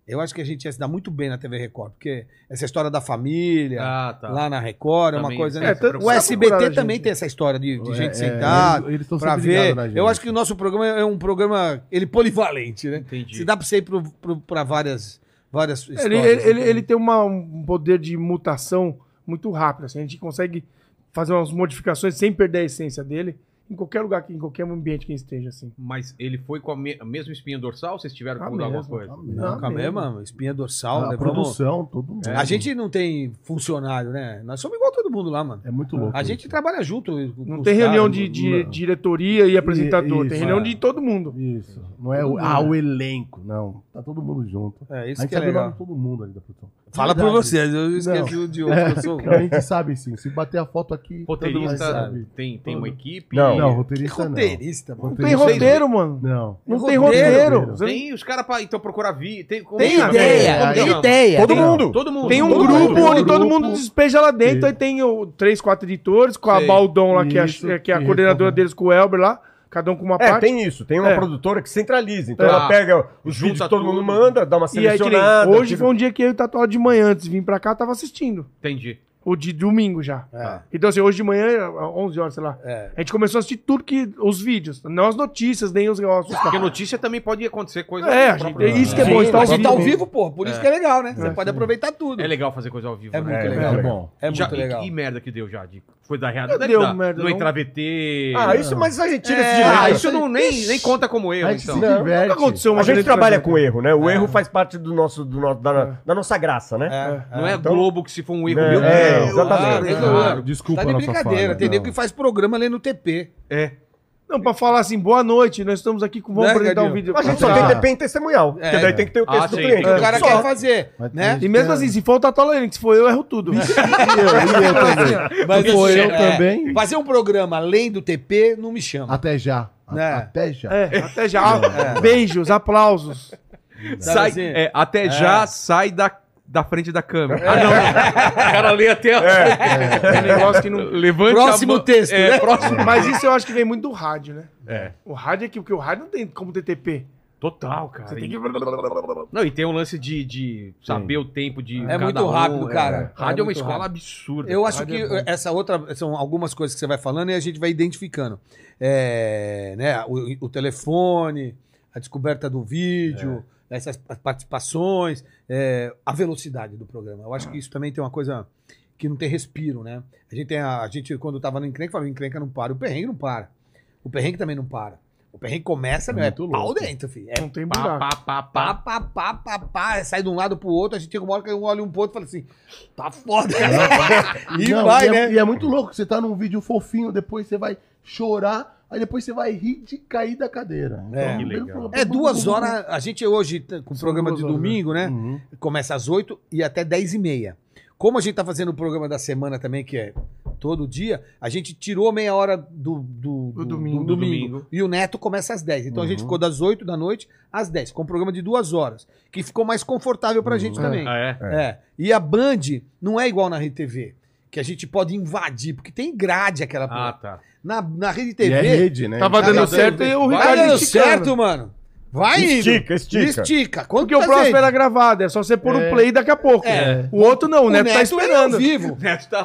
Eu acho que a gente ia se dar muito bem na TV Record, porque essa história da família, Ah, tá. lá na Record, é uma Também, coisa... é, né? tanto- o sabe procurar a SBT gente, também né? tem essa história de, de gente é, sentada, eles- eles tão pra sempre ligados ver. na gente. Eu acho que o nosso programa é um programa, ele polivalente, né? Entendi. Se dá pra você ir pro, pro, pra várias, várias histórias. Ele, ele, ele, né? ele tem uma- um poder de mutação muito rápido. Assim. A gente consegue fazer umas modificações sem perder a essência dele em qualquer lugar, que- em qualquer ambiente que a gente esteja. Assim. Mas ele foi com a, me- a mesma espinha dorsal ou vocês tiveram que A mudar alguma mesma, coisa? Não, com a mesma espinha dorsal, A né? Vamos- Ah, produção, É. todo mundo. A gente não tem funcionário, né? Nós somos igual todo mundo lá, mano. É muito louco. A gente trabalha junto. Não tem reunião de, de não. diretoria e apresentador, isso, tem reunião é. de todo mundo. Isso. Não é o, ah, o elenco. Não. Tá todo mundo junto. É, a isso gente que é sabe o nome legal. de todo mundo ali da produção. Fala por Verdade. É, vocês, eu esqueci o de outro. eu sou- A gente sabe sim. Se bater a foto aqui. todo mundo Roteirista sabe. tem, tem uma equipe? Não. Não, Que roteirista não. roteirista, É mano. Não tem Roteirista- roteiro, mano. Não. Não Tem tem roteiro. roteiro. Você não- Tem os caras pra então procurar vi. Tem, como Tem chama? ideia, Como tem chama? É ideia. Todo Tem- mundo. Todo mundo. Tem um Todo grupo mundo. onde todo grupo. mundo despeja lá dentro. Aí tem o, três, quatro editores, com a Sei. Baldon lá, que é, Isso, a- que é a que coordenadora resolve. deles, com o Elber lá, cada um com uma É, parte. tem isso. Tem uma É. produtora que centraliza. Então É. ela pega os Junta vídeos que todo mundo tudo. manda, dá uma E aí, que nem- selecionada. hoje tira- foi um dia que eu tatuado de manhã, antes de vir pra cá, tava assistindo. Entendi. O de domingo já. É. Então, assim, hoje de manhã, às 11 horas, sei lá. É. A gente começou a assistir tudo que. Os vídeos, não as notícias, nem os negócios. Porque notícia também pode acontecer coisa. É, a própria- gente- é isso que é Sim, bom, mas está ao você vivo. tá ao vivo, pô. Por isso que é legal, né? Você pode aproveitar tudo. É legal fazer coisa ao vivo. É né? muito É, legal. legal. bom. É Já- muito e- legal. E, merda que deu já, de coisa errada. Deve deu dar. merda, Não é não. entrar VT. Ah, isso, mas a gente tira esse É, direito. ah, isso não, nem, nem conta como erro, A gente então. se diverte. Nunca aconteceu uma a gente grande É. trabalha tragédia. com erro, né? O erro faz parte do nosso, do nosso, da, da nossa graça, né? Não é Globo que se for um erro É, meu. é, eu- exatamente. eu- eu- Claro, Ah, desculpa Tá de a nossa brincadeira. É falha, Tem nego não. que faz programa lendo no TP. É. Não, pra falar assim, boa noite, nós estamos aqui com. Vamos Né, apresentar um Cadinho? vídeo. A gente só Ah. tem TP em testemunhal. É. Porque daí tem que ter o Ah, texto do sim. cliente. É. O cara Só. quer fazer, Mas né? E mesmo assim, se for o Tatola Lennon, que se for eu, erro tudo. né? E eu, e eu também. Mas Foi assim, eu é, também. Fazer um programa além do TP não me chama. Até já. A- Né? Até já. É, até já. Beijos, aplausos. Sabe Sai, assim? é, até já sai da, da frente da câmera. Ah, não. não. O cara lê até. a. É um negócio que não. Levante Próximo a mão- texto, É, né? próximo. Mas isso eu acho que vem muito do rádio, né? É. O rádio é que, porque o rádio não tem como TTP. Total, cara. Você tem que. Não, e tem um lance de, de saber o tempo de. É muito rápido, cara. Rádio é, uma muito escola rápido. absurda. Eu acho Rádio que é bom. essa outra são algumas coisas que você vai falando e a gente vai identificando. É, né, o, o telefone, a descoberta do vídeo, essas pa- participações, é, a velocidade do programa. Eu acho que isso também tem uma coisa que não tem respiro, né? A gente tem a, a gente quando estava no encrenca, falava, o encrenca não para, o perrengue não para. O perrengue também não para. O perrengue começa, meu, é muito pau louco. dentro, filho. É Não tem Pá, buraco. pá, pá, pá, pá. pá, pá, pá, pá, sai de um lado pro outro, a gente chega uma hora que eu olho um pro outro e falo assim, tá foda. e Não, vai, é, né? E é muito louco. Você tá num vídeo fofinho, depois você vai chorar, aí depois você vai rir de cair da cadeira. É. Então, Que legal. É duas horas, a gente hoje, tá com o programa de domingo, né? Uhum. Começa às 8 e até 10 e meia. Como a gente tá fazendo o programa da semana também, que é todo dia, a gente tirou meia hora do, do, do- domingo. do Do domingo. E o Neto começa às 10. Então a gente Uhum. ficou das 8 da noite às 10, com um programa de duas horas, que ficou mais confortável pra gente também. Ah, é? É. E a Band não é igual na RTV, que a gente pode invadir, porque tem grade aquela Ah, porra. tá. Na, na Rede E é TV. rede, né? Tava Tá dando dando certo e o vai Ricardo Vai Tá dando esticando. certo, mano. Vai indo. Estica, estica. Estica. Quanto Porque o tá próximo vendo? era gravado, é só você pôr o play daqui a pouco. É. O outro não, o, O Neto, tá Neto, ele é esperando. ao vivo.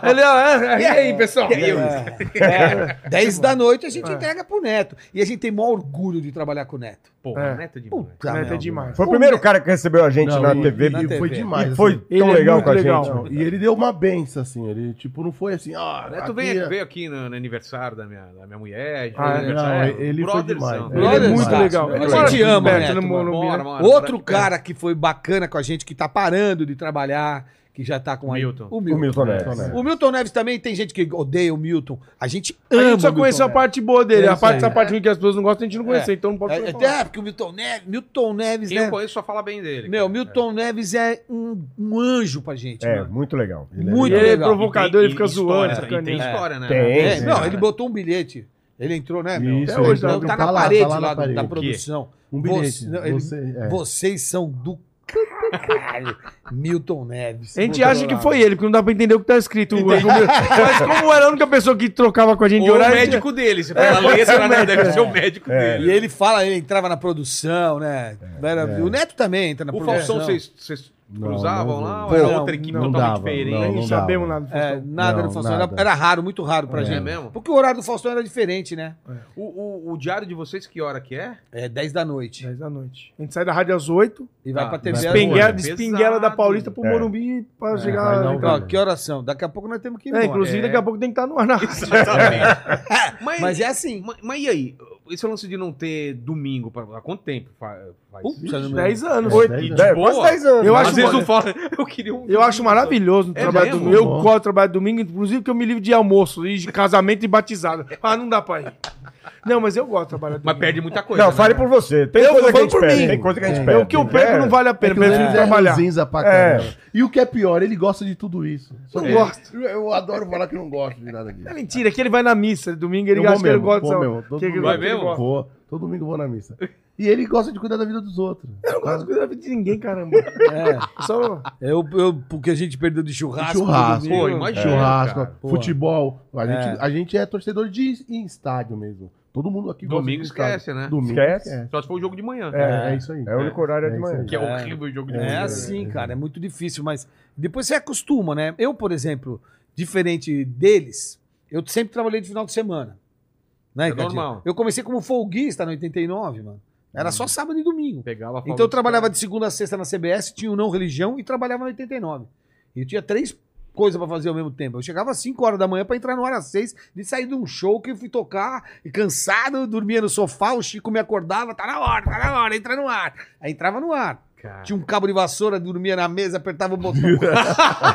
Ele, é, é, e aí, pessoal? É, 10 da noite a gente entrega pro Neto. E a gente tem maior orgulho de trabalhar com o Neto. Porra, É. neto de Puta O Neto é merda. demais. Foi o primeiro cara que recebeu a gente Não, na e- TV. na e TV. foi demais. E foi assim. Ele tão é legal muito com a legal. gente. Não, e ele deu uma benção, assim. Ele, tipo, não foi assim, ó. Neto aqui veio, é- veio aqui no, no aniversário da minha, da minha mulher. Ah, foi no não, aniversário. ele foi Brotherzão. demais. Ele é Olha muito só. legal. A Ele mora gente aqui ama, perto, Neto, no mano. é. Morumbi, né? Bora, mano. Outro Bora. cara que foi bacana com a gente, que tá parando de trabalhar, que já tá com aí- Milton. O O Milton. Milton Neves. O Milton Neves também tem gente que odeia o Milton. A gente A ama. gente o só Milton conheceu a Neves. parte boa dele. É A isso parte aí. essa parte ruim que as pessoas não gostam, a gente não conheceu, então não pode É, falar. até porque o Milton Neves, Milton Neves, Quem eu né? conheço só fala bem dele. Meu, cara. Milton Neves é um, um anjo pra gente, É, mano. muito legal. Ele é Muito ele é legal. E tem- provocador, ele e fica zoando, história, E sacaneando. tem história, né? Tem. É, Sim, não, cara. ele botou um bilhete. Ele entrou, né, meu? Isso, Até hoje, ele não, tá, tá na lá, parede tá lá na lá do- parede. da O quê? produção. Um Você- bilhete. não, ele- Você, é. Vocês são do caralho. Milton Neves. A gente Botou acha lá. que foi ele, porque não dá pra entender o que tá escrito. O argumento. Mas como era a única pessoa que trocava com a gente de Ou o horário, a gente- médico dele. Você fala a letra, né? Deve ser o médico E dele. ele fala, ele entrava na produção, né? Era- O Neto também entra na O produção. Faustão, vocês vocês Não, cruzavam não, lá? não. Ou um era Não, outra equipe não totalmente dava, diferente? não. nem sabemos nada. É, nada Não, do Faustão. Era, nada. era raro, muito raro pra É gente. mesmo? Porque o horário do Faustão era diferente, né? O, o- o diário de vocês, que hora que é? É 10 da noite. 10 da noite. A gente sai da rádio às 8, E vai Ah, pra mas TV às Penguin- oito. espinguela, pesado. espinguela da Paulista pro É. Morumbi pra vai dar chegar. um Então, ó, que horas são? Daqui a pouco nós temos que ir É, embora. inclusive, É. daqui a pouco tem que estar no ar na rádio. Exatamente. mas, Mas é assim. mas- mas e aí? Esse lance de não ter domingo, pra, há quanto tempo fa- faz? Putz, isso? não me lembro. 10 anos. Oito. E de É, boa? quase 10 anos. Eu Às acho vezes uma- eu falo, eu queria um Eu acho maravilhoso o É trabalho mesmo? domingo. Eu Bom. gosto do trabalho domingo, inclusive que eu me livro de almoço, e de casamento e batizado. Ah, não dá pra ir. Não, mas eu gosto de trabalhar domingo. Mas perde muita coisa. Não, né, fale cara? por você. Tem é, Eu coisa tô que a falando gente por perde. mim. Tem coisa que a gente É, perde. o que eu né? pego não vale a pena, que o prefiro Zé um trabalhar. é ranzinza pra É. caramba. E o que é pior, ele gosta de tudo isso. Só Eu que- gosto. Eu, eu adoro falar que não gosto de nada disso. É mentira, que ele vai na missa, domingo ele Eu vou acha que ele mesmo, gosta. vou mesmo, todo que ele domingo. gosta, Vai ele mesmo? gosta. Vou, todo domingo eu vou na missa. E ele gosta de cuidar da vida dos outros. Eu não gosto de cuidar da vida de ninguém, caramba. É, Só... eu, eu, porque a gente perdeu de churrasco. Churrasco. Pô, imagina. Churrasco, cara. Pô. futebol. A É. gente, a gente é torcedor de es- em estádio mesmo. Todo mundo aqui Domingo gosta de estádio. esquece, né? Domingo Esquece. esquece. Só se for o jogo de manhã. É, é isso aí. É o único horário é de manhã. Que é horrível o jogo de É manhã. né? assim, cara, é muito difícil, mas depois você acostuma, né? Eu, por exemplo, diferente deles, eu sempre trabalhei de final de semana. É Né, Cadinho? normal. Uhum. Eu comecei como folguista no 89, mano. Era só sábado e domingo. Pegava Então eu trabalhava de segunda a sexta na CBS, tinha o não religião e trabalhava no 89. E eu tinha três coisas pra fazer ao mesmo tempo. Eu chegava às 5 horas da manhã pra entrar no hora às 6, de sair de um show que eu fui tocar, e cansado, eu dormia no sofá, o Chico me acordava, tá na hora, tá na hora, entra no ar. Aí entrava no ar. Cara. Tinha um cabo de vassoura, dormia na mesa, apertava o botão.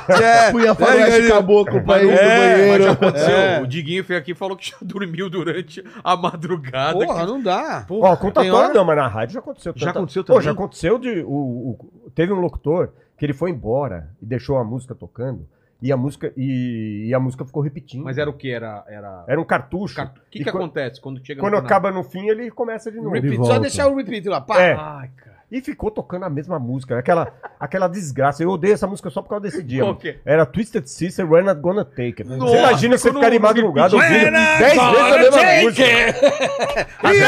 é, Punha faroeste caboclo pra ele Mas já do banheiro. aconteceu. É. O Diguinho foi aqui e falou que já dormiu durante a madrugada. porra, não dá. Ó, com tem tatora hora- não, mas na rádio já aconteceu. Já tanta- aconteceu Pô, também? já aconteceu de... O, o- teve um locutor que ele foi embora e deixou a música tocando e a música, e, e a música ficou repetindo. Mas era o que? Era. era... Era um cartucho. Car- O que, E que quan- acontece quando chega Quando no final? acaba no fim, ele começa de novo. Ele Repeat, só volta. deixar o repeat lá, pá. É. Ai, cara. E ficou tocando a mesma música, aquela, aquela desgraça. Eu odeio essa música só por causa desse dia. Qual mano. que é? Era Twisted Sister, We're Not Gonna Take It. Nossa, você imagina você quando ficar de o Rodrigo madrugada pediu, ouvindo "We're 10 vezes a mesma música. Até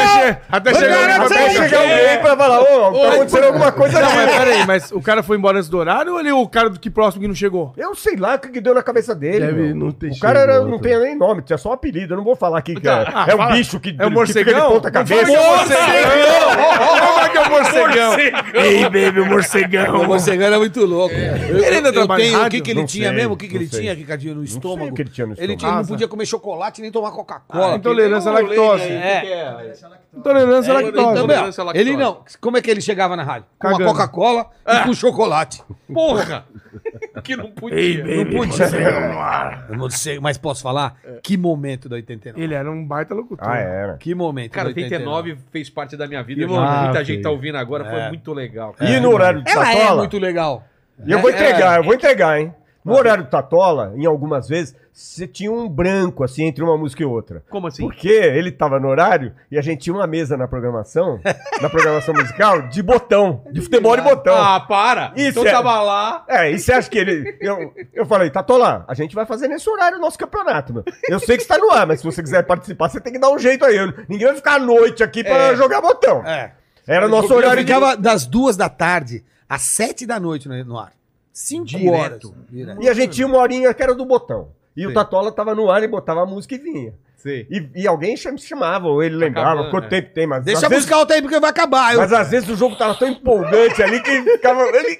chegar Até chegar alguém pra falar, ô, tá acontecendo alguma coisa Não, mas é aqui. peraí, mas o cara foi embora antes do horário ou ele é o cara do que próximo que não chegou? Eu sei lá o que que deu na cabeça dele. Deve meu. não ter o cara era, chegado, não tá. tem nem nome, tinha só um apelido. Eu não vou falar aqui que é. Ah, é um fala. bicho que, É um que fica de morcegão? ponta cabeça. Não fala que é morcegão! Como é que é o morcegão? Ei, baby, o O morcegão! Morcegão era é muito louco. É. Eu, Ele ainda eu trabalha em tenho- o que, rádio? que ele Não tinha sei, mesmo? O que, que não ele sei. tinha, Ricardinho, no sei o estômago? que ele tinha no Ele estômago. Ah, tinha- Ah, não tá. podia comer chocolate nem tomar Coca-Cola. Intolerância à Tem um rolê lactose. aí, É. que que Intolerância à É, Ele, lactose. também, ó, Intolerância à lactose. então, ele não. Como é que ele chegava na rádio? Com uma Cagando. Coca-Cola e com chocolate. Porra! que não podia. Não podia. Eu não sei, mas posso falar? É. Que momento da 89. Ele era um baita locutor. Ah, era. Que momento Cara, da 89. 89 fez parte da minha vida. E, eu acho que mano, muita ah, gente ok. tá ouvindo agora. é. Foi muito legal. cara. E no horário de Ela é Satola- muito legal. E eu vou É, entregar, eu vou entregar, hein? Tá No horário do Tatola, em algumas vezes, você tinha um branco, assim, entre uma música e outra. Como assim? Porque ele tava no horário e a gente tinha uma mesa na programação, na programação musical, de botão, de futebol de botão. Ah, para! Isso então é- tava lá. É, e você acha que ele. Eu, eu falei, Tatola, a gente vai fazer nesse horário o nosso campeonato, meu. Eu sei que tá está no ar, mas se você quiser participar, você tem que dar um jeito aí. Eu- Ninguém vai ficar à noite aqui pra É. jogar botão. É. Era nosso Eu horário de- ficava das duas da tarde às sete da noite no, no ar. Cinco Direto. horas. Direto. E a gente tinha uma horinha que era do botão. E o Tatola tava no ar e botava a música e vinha. Sei. E, e alguém cham- chamava, ou ele lembrava acabando, quanto é. tempo tem, mas. Deixa às vezes, buscar o tempo que vai acabar. Eu... Mas às vezes o jogo tava tão empolgante ali que ficava. Ele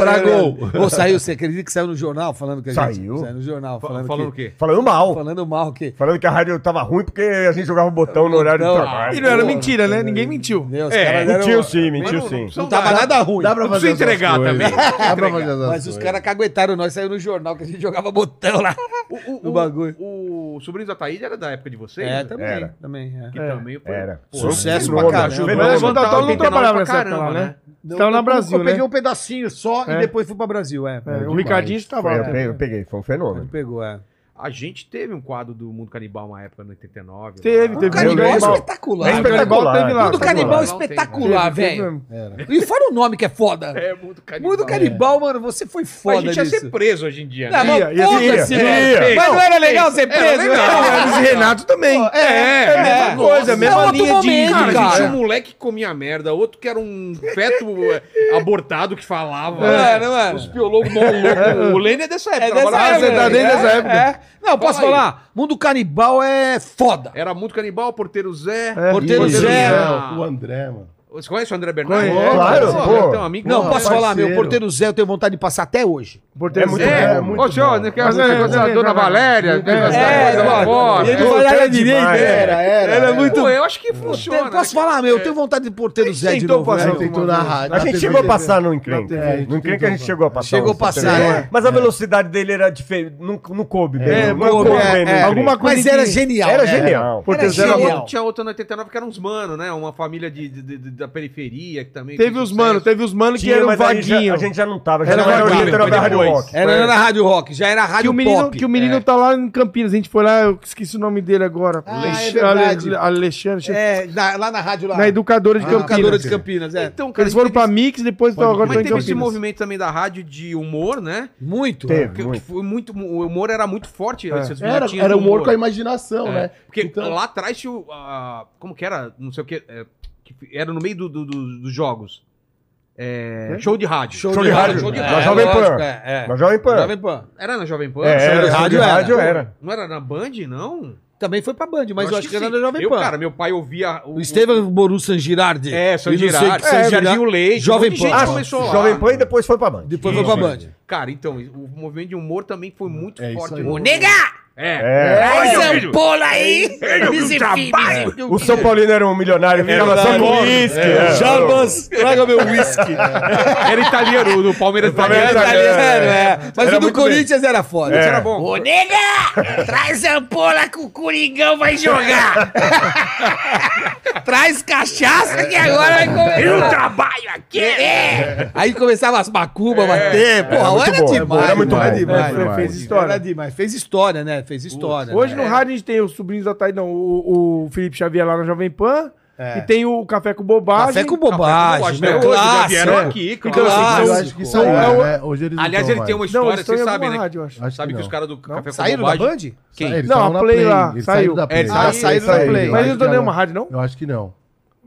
Pra gol. Ou saiu, você acredita que saiu no jornal falando que a gente... Saiu. no jornal falando, Falando o que... quê? Falando mal. Falando mal que... Falando que a rádio tava ruim porque a gente jogava o botão no horário do Não, E trabalho. não era mentira, né? Ninguém mentiu. Meu, os É, caras deram- Mentiu sim, mentiu sim. Não tava nada ruim. Dá pra Não fazer precisa essas entregar coisas. também. Dá pra fazer essas Mas os coisas. caras caguetaram nós, saiu no jornal que a gente jogava botão lá. O, o, No bagulho. O, o sobrinho da tá Thaís era da época de vocês? É, né? também. Era. Também, é. Que também foi. Era. Pô, Sucesso Fenômeno. pra caramba. Fenômeno. Mas o Tatola não 89 trabalhava pra nessa época lá, caramba, né? Tava na Brasil, eu né? peguei um pedacinho só É. e depois fui pra Brasil, é. É, o Ricardinho estava Foi, eu lá. pe- eu peguei, foi um Ele fenômeno. pegou, é. A gente teve um quadro do Mundo Canibal uma época, no 89. Teve, lá. teve. O canibal é lembro. espetacular. É espetacular. Canibal teve lá. Mundo um Teve canibal lá. é espetacular, Teve, teve velho. mesmo. E fora o nome que é foda. É, Mundo Canibal. Mundo canibal, mano, você foi Mas foda a gente ia nisso. ser preso hoje em dia, né? Não, mas Ia, ia, foda-se, ia, velho. ia. Mas não era legal ser Era preso? legal. é, Não, Era. Hermes e Renato também. É, é, a mesma coisa, a mesma É outro linha de. momento, Cara, a gente cara. tinha um moleque que comia merda, outro que era um feto é, abortado que falava. É, não é? Os biólogos mó loucos. O Lênin é dessa época. É dessa trabalhava- época, você tá dentro é, dessa época. é. Não, posso Fala aí. falar? Mundo canibal é foda. Era muito canibal, porteiro Zé. Porteiro É. Isso. Zé. Ah. O André, mano. Você conhece o André Bernardo? Conheço, claro, pô. Então, amigo, Não, meu. posso falar, meu? parceiro. Porteiro Zé, eu tenho vontade de passar até hoje. Porteiro É muito Zé. É, bom, muito ô senhor, bom. você quer você Mas é, gosta da é, Dona é, Valéria? Quer gostar é, da mô, avó? e ele É. falava era direito, demais, era, era. Era muito Pô, eu acho que funciona. Posso né? falar, meu? Eu tenho vontade de porteiro Zé de tentou novo. fazer né? Aí tentou assim, na rádio. A gente chegou a passar no encrenca. Na TV, No encrenca a gente chegou a passar. Chegou a um- passar, é. Mas a velocidade dele era diferente. Não, não coube bem. É, não coube, é, no é. encrenca. Alguma coisa Mas era que- genial. Era né? genial. Porteiro Zé Tinha, era genial. bom. outro- tinha outra no 89 que era uns mano, né? Uma família de, de- de- da periferia que também. Teve fez os sucesso. manos, teve os manos que Tinha, eram mas aí já- vaguinho. a gente já não tava. Já Era não era o vaguinho, líder foi da Rádio depois. Rock. Era na Rádio Rock, já era Rádio Que o menino, Pop. que o menino tá lá em Campinas. A gente foi lá, eu esqueci o nome dele agora. Ah, Lex- é verdade. Ale- Alexandre. É, na- lá na rádio lá. Na educadora de Na Campinas. educadora de Campinas, é. Então, cara, Eles foram pra Mix, depois tão- agora Mas estão em teve esse Campinas. movimento também da rádio de humor, né? Muito. Teve, Que- Que É, muito. É. foi muito. O humor era muito forte. essas Era, minutinhos era do um humor com a imaginação, né? Porque Então- lá atrás tinha. o- a- como que era? Não sei o que. é, que era no meio do- do- do- dos jogos. É, Show de rádio. Show de rádio. Show de Na Jovem Pan. É, Na Jovem é. Pan. Jovem Pan. Era na Jovem Pan? É, era, de show de rádio era. rádio era. Não era na Band, não? Também foi pra Band, mas eu, acho que, era sim. na Jovem Eu, Pan. cara, meu pai ouvia. o Estevam Borussan Girardi. É, San E não sei o Girardi. que, San É, Girardi. Jorginho Leite. Jovem um monte de Pan. gente Ah, começou lá. Jovem Pan e depois foi pra Band. Depois foi pra Band. Cara, então, o movimento de humor também foi muito É isso forte. aí. no- Ô, É. É. Zampola aí! É. O São Paulino era um milionário, ficava só com uísque. é. Jarbas, traga meu whisky. Era italiano, do Palmeiras Palmeiras italiano. italiano. Italiano, é. Mas Era o do muito Corinthians era É. foda. Isso Era bom. nega! Traz ampola que o Coringão vai jogar! Traz cachaça que agora vai comer! Eu trabalho aqui! É. Aí começava as macumbas, bater. Porra, muito era bom, demais. era muito mano. bom. É, foi- Vai, fez vai. história. Era demais. Fez história, né? Fez história. Hoje né? no rádio a gente tem os sobrinhos da Thaís, não, o, o Felipe Xavier lá na Jovem Pan, e tem o Café com Bobagem. Café com bobagem, Até meu. hoje, já Clássico. vieram é. aqui, Então, claro. assim, Mas eu Clássico. acho que saiu, Então, né? Hoje eles Aliás, não ele tem uma Não, história, eles estão vocês em alguma sabem, né? rádio, eu acho. Acho Sabe que, os caras do Café é. Saíram com da Bobagem... Band? Quem? Eles Não, estavam a na Play Play lá, Eles saiu. saíram da É, Play. eles saíram- saíram da saíram, Play. eu Mas acho eles não que deu uma ela- rádio, não? Eu acho que não.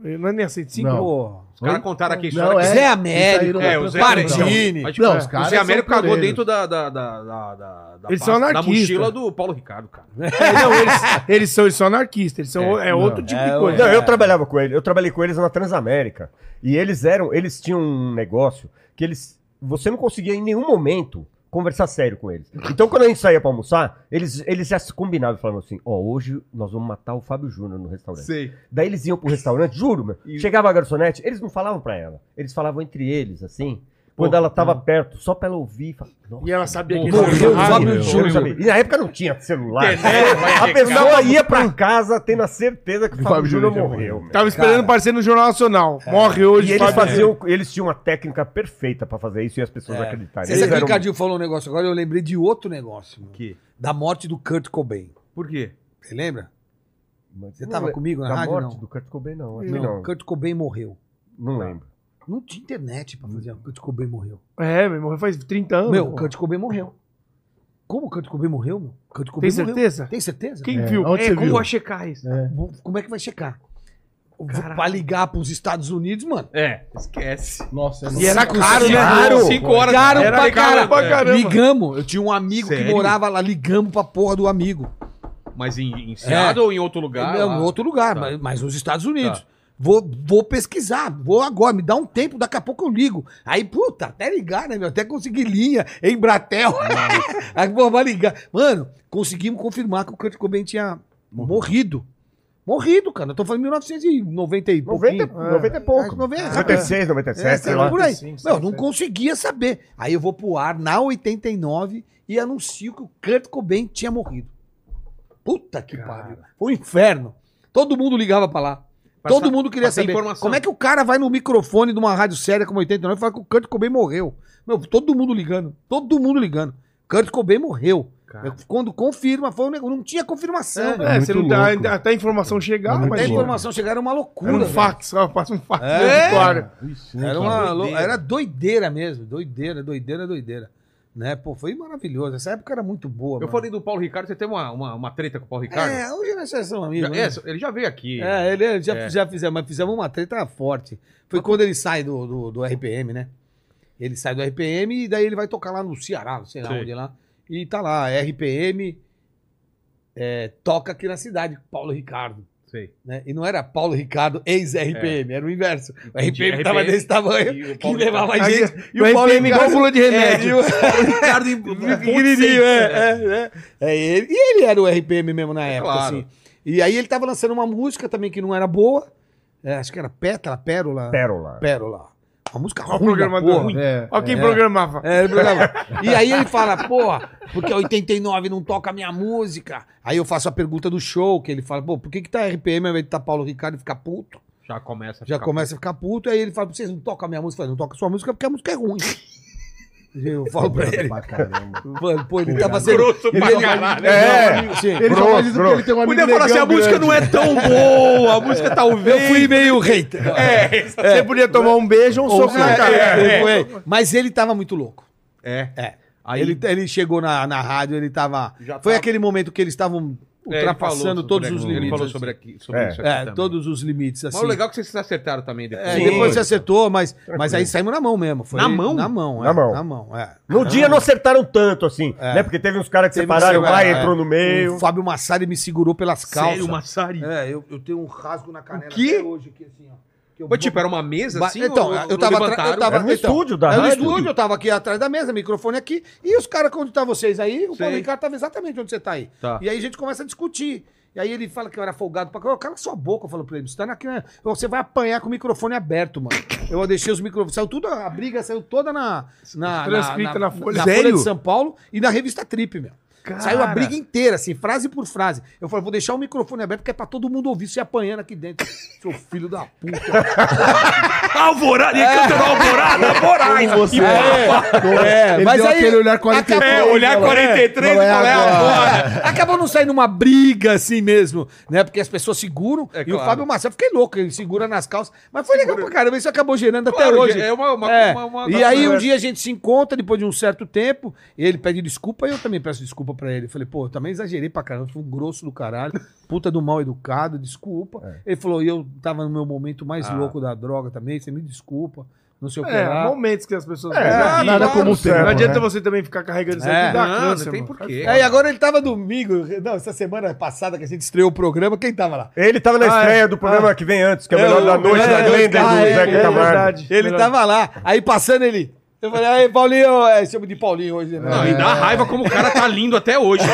Não é nem assim, cinco? Não. Pô. Os caras contaram aqui a Não, história que é. Zé Eles saíram Américo. da É, o Play. Zé Pardini. Acho que Não, os o caras Zé são Américo cagou pioneiros. dentro da, da, da, da, da, da, Eles pasta- são da anarquistas. mochila do Paulo Ricardo, cara. É, não, eles, eles são, eles são anarquistas, eles são, é, outro tipo de coisa. Não, eu trabalhava com ele. Eu trabalhei com eles na Transamérica. E eles eram, eles tinham um negócio que eles, você não conseguia em nenhum momento conversar sério com eles. Então quando a gente saía pra almoçar, eles, eles já se combinavam falavam assim: "Ó, hoje nós vamos matar o Fábio Júnior no restaurante". Sei. Daí eles iam pro restaurante, juro, meu. Chegava a garçonete, eles não falavam pra ela. Eles falavam entre eles assim. Quando ela tava perto, só pra ela ouvir, falava, "Nossa, E ela sabia que Morreu eles eram o rádio. Fábio Eu não sabia. E na época não tinha celular. né, É, Internet, vai a checar. pessoa ia pra casa tendo a certeza que o Fábio Fábio Júnior Júnior morreu. meu. Tá, Tava esperando Cara. aparecer no Jornal Nacional. Morre E hoje, eles Fábio faziam, eles tinham uma técnica perfeita pra fazer isso e as pessoas acreditarem. É. Você sabe Eles que o eram- Ricardinho falou um negócio agora? Eu lembrei de outro negócio. mano. Que? Da morte do Kurt Cobain. Por quê? Você lembra? Você Não tava lembro. comigo na da rádio, morte não? do Kurt Cobain não, acho que Não, não. Kurt Cobain morreu. Não lembro. Não tinha internet pra fazer. O Kurt Cobain morreu. É, meu, morreu faz 30 anos. Meu, o pô. Kurt Cobain morreu. Como o Kurt Cobain morreu, meu? O Kurt Cobain Tem morreu. certeza? Tem certeza? Quem É, viu? onde você como viu? vai checar isso? Como é que vai checar? pra ligar pros Estados Unidos, mano. É, esquece. Nossa, é E era caro, né? Caro, cinco horas. Caro Era pra, caro cara. pra caramba. Ligamos. Eu tinha um amigo que Sério? morava lá, ligamos pra porra do amigo. Mas em, em Seattle ou em outro lugar? Não, lá? em outro lugar, Tá. mas, mas nos Estados Unidos. Vou, vou pesquisar, vou agora, me dá um tempo, daqui a pouco eu ligo. Aí, puta, até ligar, né, meu? Até conseguir linha, em Bratel. Aí, pô, vai ligar. Mano, conseguimos confirmar que o Kurt Cobain tinha morrido. Morrido, cara. Eu tô falando em 1990 e 90, pouquinho. 90 é pouco. É, 90, sabe? 96, 97, É, sei sei lá. lá, por aí. 95, Meu, não conseguia saber. Aí eu vou pro ar na 89 e anuncio que o Kurt Cobain tinha morrido. Puta que pariu. Foi um inferno. Todo mundo ligava pra lá. Pra Todo sa- mundo queria pra ter saber. informação. Como é que o cara vai no microfone de uma rádio séria como 89 e fala que o Kurt Cobain morreu? Meu, todo mundo ligando. Todo mundo ligando. Kurt Cobain morreu. Eu- Quando confirma, foi um negócio. Não tinha confirmação. velho. É, você não muito dá, louco. até a informação chegar, mas. Até a informação chegar era uma loucura. Era um velho. fax, só passa um fax. É. Vitória. Era uma lou- era doideira mesmo, doideira, doideira, doideira. Né? Pô, foi maravilhoso. Essa época era muito boa. Eu falei do Paulo Ricardo, você tem uma, uma, uma treta com o Paulo Ricardo? É, hoje nós já somos Já- amigos. né? é, ele já veio aqui. É, ele já, É. já fizemos, mas fizemos uma treta forte. Foi quando ele sai do, do, do RPM, né? Ele sai do RPM e daí ele vai tocar lá no Ceará, não sei lá Sim. onde lá. E tá lá, RPM é, toca aqui na cidade, Paulo Ricardo. Sei. É. Né? E não era Paulo Ricardo ex-RPM, era o inverso. O Entendi, RPM tava RPM desse tamanho e o que Paulo levava a Ricardo. gente. E o RPM igual Ricardo- bula de É, e remédio. o- Ricardo e Pequenininho, é, é, é. É ele, e ele era o RPM mesmo na época, claro. assim. E aí ele tava lançando uma música também que não era boa. É, acho que era Pétala, Pérola. Pérola. Pérola. Uma música Olha o ruim da programador porra. ruim. É, Olha quem programava. É, ele programava. e aí ele fala, porra, porque 89 não toca a minha música. Aí eu faço a pergunta do show, que ele fala, pô, por que que tá RPM ao invés de tá Paulo Ricardo e ficar puto? Já começa. a Já ficar- começa a ficar puto, aí ele fala, vocês não tocam a minha música? Eu falei, não toca a sua música porque a música é ruim. Eu falo pra ele. Mano, pô, ele tá tava sendo. Grosso é. ele pra tava- caralho. né? É, sim. Ele só faz isso porque ele tem um amigo Podia falar assim, a negão música grande. não é tão boa, a música talvez... Eu fui meio hater. É, Você podia tomar um beijo ou um soco na cara. É, eu fui. Mas ele tava muito louco. É. É. Aí ele, ele chegou na, na rádio, ele tava. Já Foi tava- aquele momento que eles estavam É, ele ultrapassando falou todos sobre- os Ele limites. assim. falou sobre, aqui, sobre É. isso aqui É, também. todos os limites, assim. Mas o legal é que vocês se acertaram também depois. É, Sim. depois se acertou, mas, mas aí saímos na mão mesmo. Foi Na mão? Na mão, é. Na mão. Na mão, é. No dia não acertaram tanto, assim, É. né? Porque teve uns caras que Teve separaram, o uns- pai é, entrou no meio. O Fábio Massari me segurou pelas calças. Sério, Massari? É, eu, eu tenho um rasgo na canela quê? até hoje aqui, assim, ó. Que eu Mas tipo, bo- era uma mesa Ba- assim? então, ou- ou eu tava, atra- levantaram? um eu tava Era no então, estúdio da era no rádio. estúdio, eu tava aqui atrás da mesa, microfone aqui, e os caras, quando tá vocês aí, o Paulo Sei. Ricardo tava exatamente onde você tá aí. Tá. E aí a gente começa a discutir. E aí ele fala que eu era folgado pra caralho. Cala sua boca, eu falo pra ele. Você tá na Você vai apanhar com o microfone aberto, mano. Eu deixei os microfones. Saiu tudo, a briga saiu toda na. na Transcrita na Folha. na Folha Sério? de São Paulo e na revista Trip, meu. Saiu a briga inteira, assim, frase por frase. Eu falei, vou deixar o microfone aberto, porque é pra todo mundo ouvir você apanhando aqui dentro. Seu filho da puta. Alvorada, ele cantou Alvorada, Moraes. Como você É, Ele mas deu aí- aquele olhar 43. É, olhar falou, 43 e né, não é falar, é agora. agora. Acabou não saindo uma briga assim mesmo, né? Porque as pessoas seguram. É, e o claro. Fábio Marcelo, eu fiquei louco, ele segura nas calças. Mas foi legal pra caramba, isso acabou gerando até Claro, hoje. é uma- uma- É. uma- uma- e aí uma- um dia a gente se encontra, depois de um certo tempo, ele pede desculpa e eu também peço desculpa pra ele. Eu falei, pô, eu também exagerei pra caramba, fui um grosso do caralho, puta do mal educado, desculpa. É. Ele falou, e eu tava no meu momento mais Ah. louco da droga também, você me desculpa, não sei o que É, um lá. momentos que as pessoas. É, Mas, nada claro, como o Não tempo, adianta né? você também ficar carregando isso É. aqui e dar Não, câncer. não tem mano. porquê. É, e agora ele tava domingo. Não, essa semana passada que a gente estreou o programa, quem tava lá? Ele tava na Ah, estreia do programa que vem antes, que é o melhor da noite é, da é, Glenda e ah, do é, Zeca é Camargo. verdade. Ele Verdade. tava lá, aí passando ele. Eu falei, aí, Paulinho, é, chamo de Paulinho hoje, né? Não, É. e dá raiva como o cara tá lindo até hoje. né?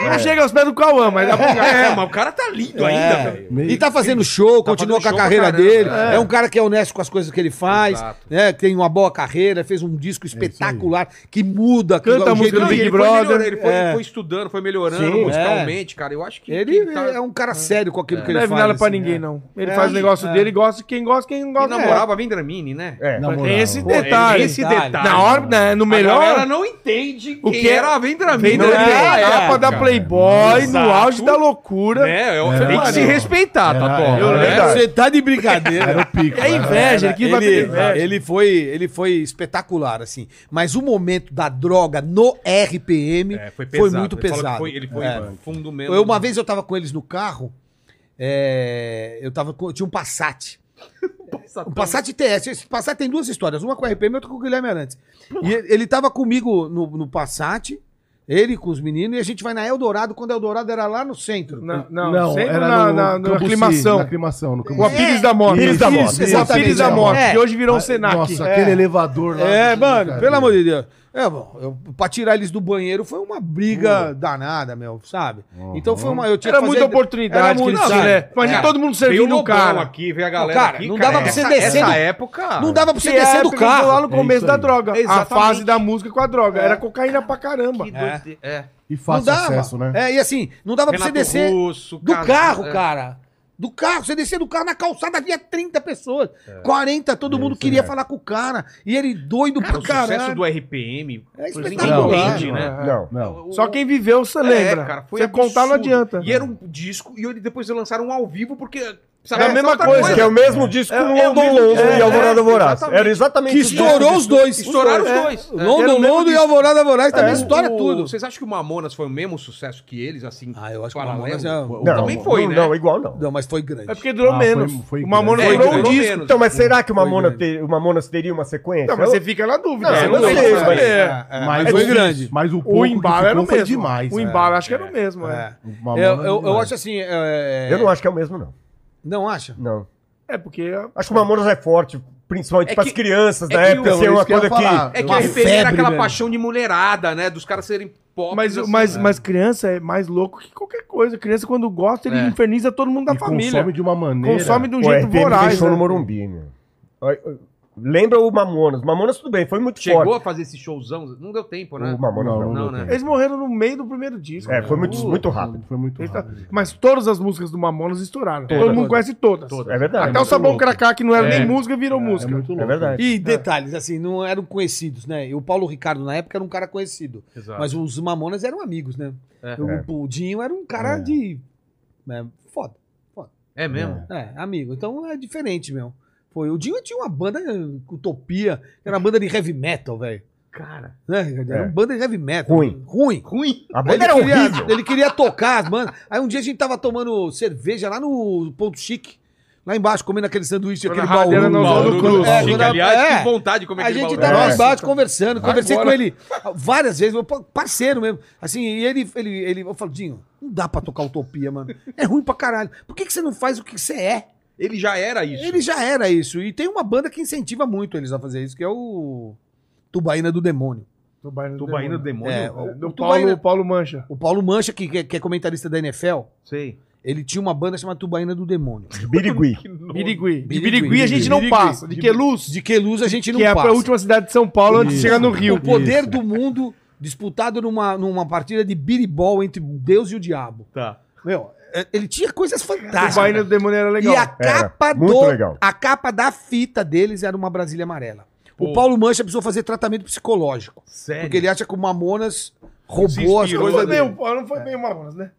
Ele Não chega aos pés do Cauã, mas dá pra É, mas o cara tá lindo ainda, É. velho. E tá fazendo show, fazendo continua com a show pra carreira caramba, dele. é. É. um cara que é honesto com as coisas que ele faz, Exato. né? Tem uma boa carreira, fez um É disco espetacular que muda, que Canta dá a um jeito música do Não, e de- Big ele, foi Brother. melhorando, ele foi, É. foi estudando, foi melhorando Sim, musicalmente, cara. Eu acho que Ele que tá- é um cara sério com aquilo que Não ele faz. deve nada pra assim, ninguém, né? não. Ele faz o negócio dele, gosta, quem gosta, quem não e gosta. é. namorava bem Vendramini, né? É. Na moral. Tem Tá esse Pô, detalhe. esse detalhe. detalhe. Na hora, né, no melhor. Ela não entende O quem que Ah, era era a Vendramini. Vendeu né? a capa da Playboy Exato. no auge da loucura. É, eu- tem que se Era- respeitar, era- Tatola. eu né? lembro. É, Você tá de brincadeira. Era o pico. É né? inveja, ele quis bater ele, inveja. ele foi, ele foi espetacular, assim. Mas o momento da droga no RPM É, foi, muito Ele falou que pesado. foi- ele foi É. fundo mesmo. Eu, uma vez eu tava com eles no carro é, eu tava com, eu tinha um Passat. Um Passat TS. Esse Passat tem duas histórias, uma com o RPM e outra com o Guilherme Arantes. E ele ele tava comigo no, no Passat, ele com os meninos, e a gente vai na Eldorado, quando a Eldorado era lá no centro. Não, não, sempre na, na, na Cambuci, aclimação. Na aclimação, no Com a Cambuci. Pires da Morte. Pires da Morte. Isso, Com a Pires É. exatamente. da Morte, É. que hoje virou um Senac. Nossa, É. aquele elevador lá. É, que- mano, cara, pelo amor de Deus. É, bom, eu, pra tirar eles do banheiro foi uma briga danada, meu, sabe? Então foi uma. Eu tinha Era que fazer- muita oportunidade que muito- eles não, tinham, né? cara, Imagina todo mundo Veio o servindo o Lobão cara. É. aqui, veio a galera Cara, aqui, não dava pra você Essa- descer Essa do- época... Ah, Não dava pra você Que é a descer do época que eu tô lá carro. no começo isso da aí. droga. A Exatamente. É. fase da música com a droga. Era cocaína pra caramba. doide- é. E Não fácil dava. acesso, né? É, e assim, não dava Renato pra você descer Russo, do Cazu- carro, é. cara. Do carro, você descia do carro, na calçada havia 30 pessoas, 40, todo mundo queria falar com o cara. E ele doido Cara, o é pra um sucesso caralho. do RPM... É Ninguém espetacular. entende, assim, né? Não. Não. é. Só quem viveu, você É, lembra. cara, foi você contar não absurdo. adianta. E era um disco, e ele- depois eles lançaram um ao vivo, porque... É a mesma outra coisa. Que é o mesmo disco É, do é o London mesmo London disco. e Alvorada É, Voraz. exatamente. Era exatamente Que isso. estourou os dois. Estouraram os dois. É. Londo, Era o mesmo Londo e disco. Alvorada Voraz também estoura O- tudo. Vocês acham que o Mamonas foi o mesmo sucesso que eles, assim? Ah, eu acho que o paralelo? Mamonas é- O- Não, Também foi, não, né? Não, igual não. Não, mas foi grande. É porque durou Ah, menos. foi- foi o Mamona grande. durou É, um durou disco. menos. Então, mas será que o Foi Mamona grande. te- o Mamonas teria uma sequência? Não, mas você Eu- fica na dúvida. Não, você eu não sabe. sei, mas- É. Mas foi o- grande. Mas o pouco O que embalo era ficou o foi mesmo. demais. o é. embalo acho que era o mesmo. É, Uma Eu, mão eu- eu demais. acho assim. é- Eu não acho que é o mesmo, não. Não acha? Não. é porque. Acho que o Mamonas é forte, principalmente É para as que- crianças é da que época o- ser é uma isso que eu ia coisa que. falar. É que Uma a RPM era febre, aquela né? paixão de mulherada, né? Dos caras serem pobres. Mas, assim, mas, né? mas criança é mais louco que qualquer coisa. Criança, quando gosta, ele É. inferniza todo mundo da E família. Consome Consome de uma de, maneira. um Pô, é, jeito RPM voraz. fez show né? no Morumbi, meu. Olha, Lembra o Mamonas. Mamonas, tudo bem, foi muito Chegou a forte. fazer esse showzão? Não deu tempo, né? O Mamonas Não, não. não, não, né? Eles morreram no meio do primeiro disco. É, foi muito, Puta. muito rápido. Foi muito Eles tá- rápido. Mas todas as músicas do Mamonas estouraram. Todas. Todo mundo conhece todas. Todas. É verdade. Até o Sabão louco. Cracá, que não era É. nem música, virou música. É muito louco. É verdade. E detalhes, assim, não eram conhecidos, né? E o Paulo Ricardo, na época, era um cara conhecido. Exato. Mas os Mamonas eram amigos, né? Tá. É. O Pudinho era um cara de. né, foda. É mesmo? É, amigo. Então é diferente, meu. Foi. O Dinho tinha uma banda eh, Utopia, que era uma banda de heavy metal, velho. Cara. Né, Ricardo? Era É. uma banda de heavy metal. Ruim. Ruim. Ruim. A Ele banda é era queria, horrível. ele queria tocar as bandas. Aí um dia a gente tava tomando cerveja lá no Ponto Chique, lá embaixo, comendo aquele sanduíche, aquele baú. Radeira na Oswaldo Mauro Cruz. Cruz. É, Chique, quando- aliás, é. que vontade de comer A gente balão. tava lá É. embaixo conversando, conversei Agora. com ele várias vezes, meu pa- parceiro mesmo. Assim, e ele, ele, ele, eu falo, Dinho, não dá pra tocar utopia, mano. É ruim pra caralho. Por que, que você não faz o que você é? Ele já era isso. Ele já era isso. E tem uma banda que incentiva muito eles a fazer isso, que é o Tubaína do Demônio. Do Bairro do Tubaína Demônio. do demônio. É, É, o Do Tubaína- Paulo, Paulo Mancha. O Paulo Mancha, que, que é- que é comentarista da NFL, Sei. ele tinha uma banda chamada Tubaína do Demônio. Birigui. Birigui. De Birigui. Birigui a gente não Birigui. passa. De Queluz, De Queluz a gente não que é passa. a última cidade de São Paulo antes de chegar no Rio. o poder do mundo disputado numa, numa partida de biribol entre Deus e o diabo. Tá. Meu, é- ele tinha coisas tá, O Bairro fantásticas. do Demônio era legal. É, E a capa muito do legal. a capa da fita deles era uma Brasília amarela. O Pô. Paulo Mancha precisou fazer tratamento psicológico, É, Sério. né? porque ele acha que o Mamonas roubou as inspirou Não coisas foi, dele. meio, não foi meio Mamonas, né?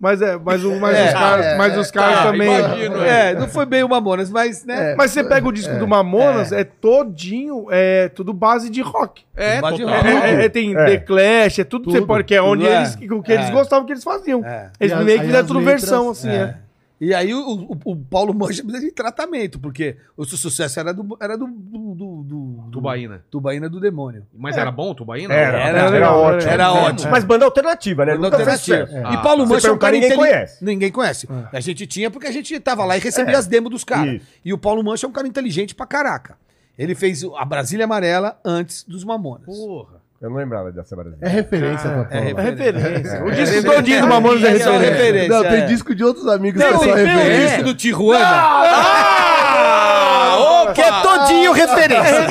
Mas é, mas, o, mas É, os caras, é, mas os caras tá, também. imagino, é. É, não foi bem o Mamonas, mas né, Mas você pega o disco do Mamonas, é, todinho, é tudo base de rock. É, Bate total. rola. É, é, é, tem É. The Clash, é tudo, que você Tudo. pode, que é onde Tudo é. eles, o que É. eles gostavam que eles faziam. É. Eles E as- meio aí que fizeram as tudo letras- versão, assim, É. é. E aí o, o- o Paulo Mancha precisa de tratamento, porque o su- sucesso era do era do do, do, do- é. Tubaína. Tubaína do demônio. Mas era bom o Tubaína? Era, É. era, era legal, ótimo. era ótimo. Mas banda alternativa, né? Banda Nunca fez alternativa. sucesso. E Paulo Ah. Você Mancha é um perguntar, cara ninguém inteli- conhece. Ah. É. Ninguém conhece. A gente tinha porque a gente tava lá e recebia as demos dos caras. Isso. E o Paulo Mancha é um cara inteligente pra caraca. Ele fez o- a Brasília Amarela antes dos Mamonas. Porra. Eu não lembrava dessa Brasília. É referência pra é Paula. É referência. O É. disco É. todinho do Mamonas é É. referência. referência, Não, é. tem disco de outros amigos Tem que são o- tem o referência. disco do Tijuana, Ah, que é todinho referência.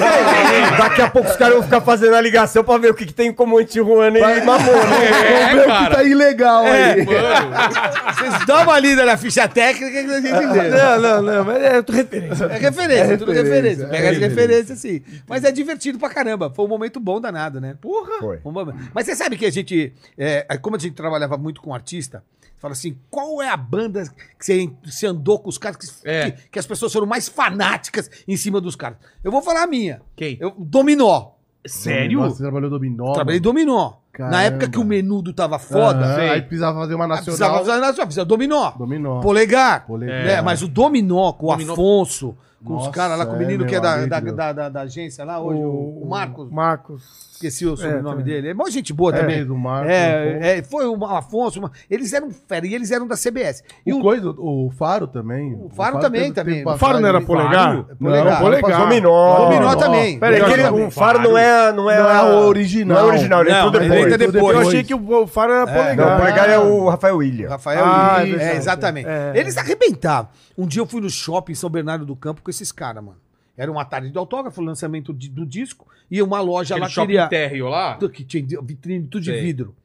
Daqui a pouco os caras vão ficar fazendo a ligação pra ver o que, que tem em comum entre Ruana e Mamona. Vamos ver o que tá ilegal aí. Vocês dão uma lida na ficha técnica que vocês entenderam. Não, não, não, mas é outra referência. É referência, é tudo referência. referência, Pega é as referência. referências, sim. Mas é divertido pra caramba. Foi um momento bom danado, né? Porra! Foi. Um momento- Mas você sabe que a gente, é, como a gente trabalhava muito com artista, fala assim, qual é a banda que você, você andou com os caras que, É. que, que as pessoas foram mais fanáticas em cima dos caras? Eu vou falar a minha. Quem? Eu, dominó. Sério? Nossa, você trabalhou dominó. Trabalhei mano. dominó. Na época que o menudo tava foda, né? aí precisava fazer uma nacional. precisava usar nacional, precisava dominó. Dominó. Polegar. Polegar. né? Mas o dominó com o Afonso, com Nossa, os caras lá, com o é, menino que é meu da, da, amigo. da- da- da agência lá hoje, o, o Marcos. Marcos. Esqueci o sobrenome dele. É mó gente boa também. do um Marco. o- É, é, foi o Afonso. uma- Eles eram fera e eles eram da CBS. E o, o, coisa, o Faro também. O Faro também, teve- também. teve O Faro não era passagem- polegar? Não, Polegar. Faro Polegar. passou- Dominó. Dominó também. Peraí, Peraí, que aquele, o Faro não é, não é, Não é a- o original. Não é o original, ele Não, né? entrou mas ele depois. entra depois. Eu achei que o Faro era Não, polegar. o Polegar é o Rafael William. Rafael Ah, Lins, é é, verdade. exatamente. É. Eles arrebentavam. Um dia eu fui no shopping em São Bernardo do Campo com esses caras, mano. Era uma tarde de autógrafo, lançamento de- do disco, e uma loja Aquele lá shopping queria... térreo lá. Que tinha vitrine, tudo de Sei. vidro.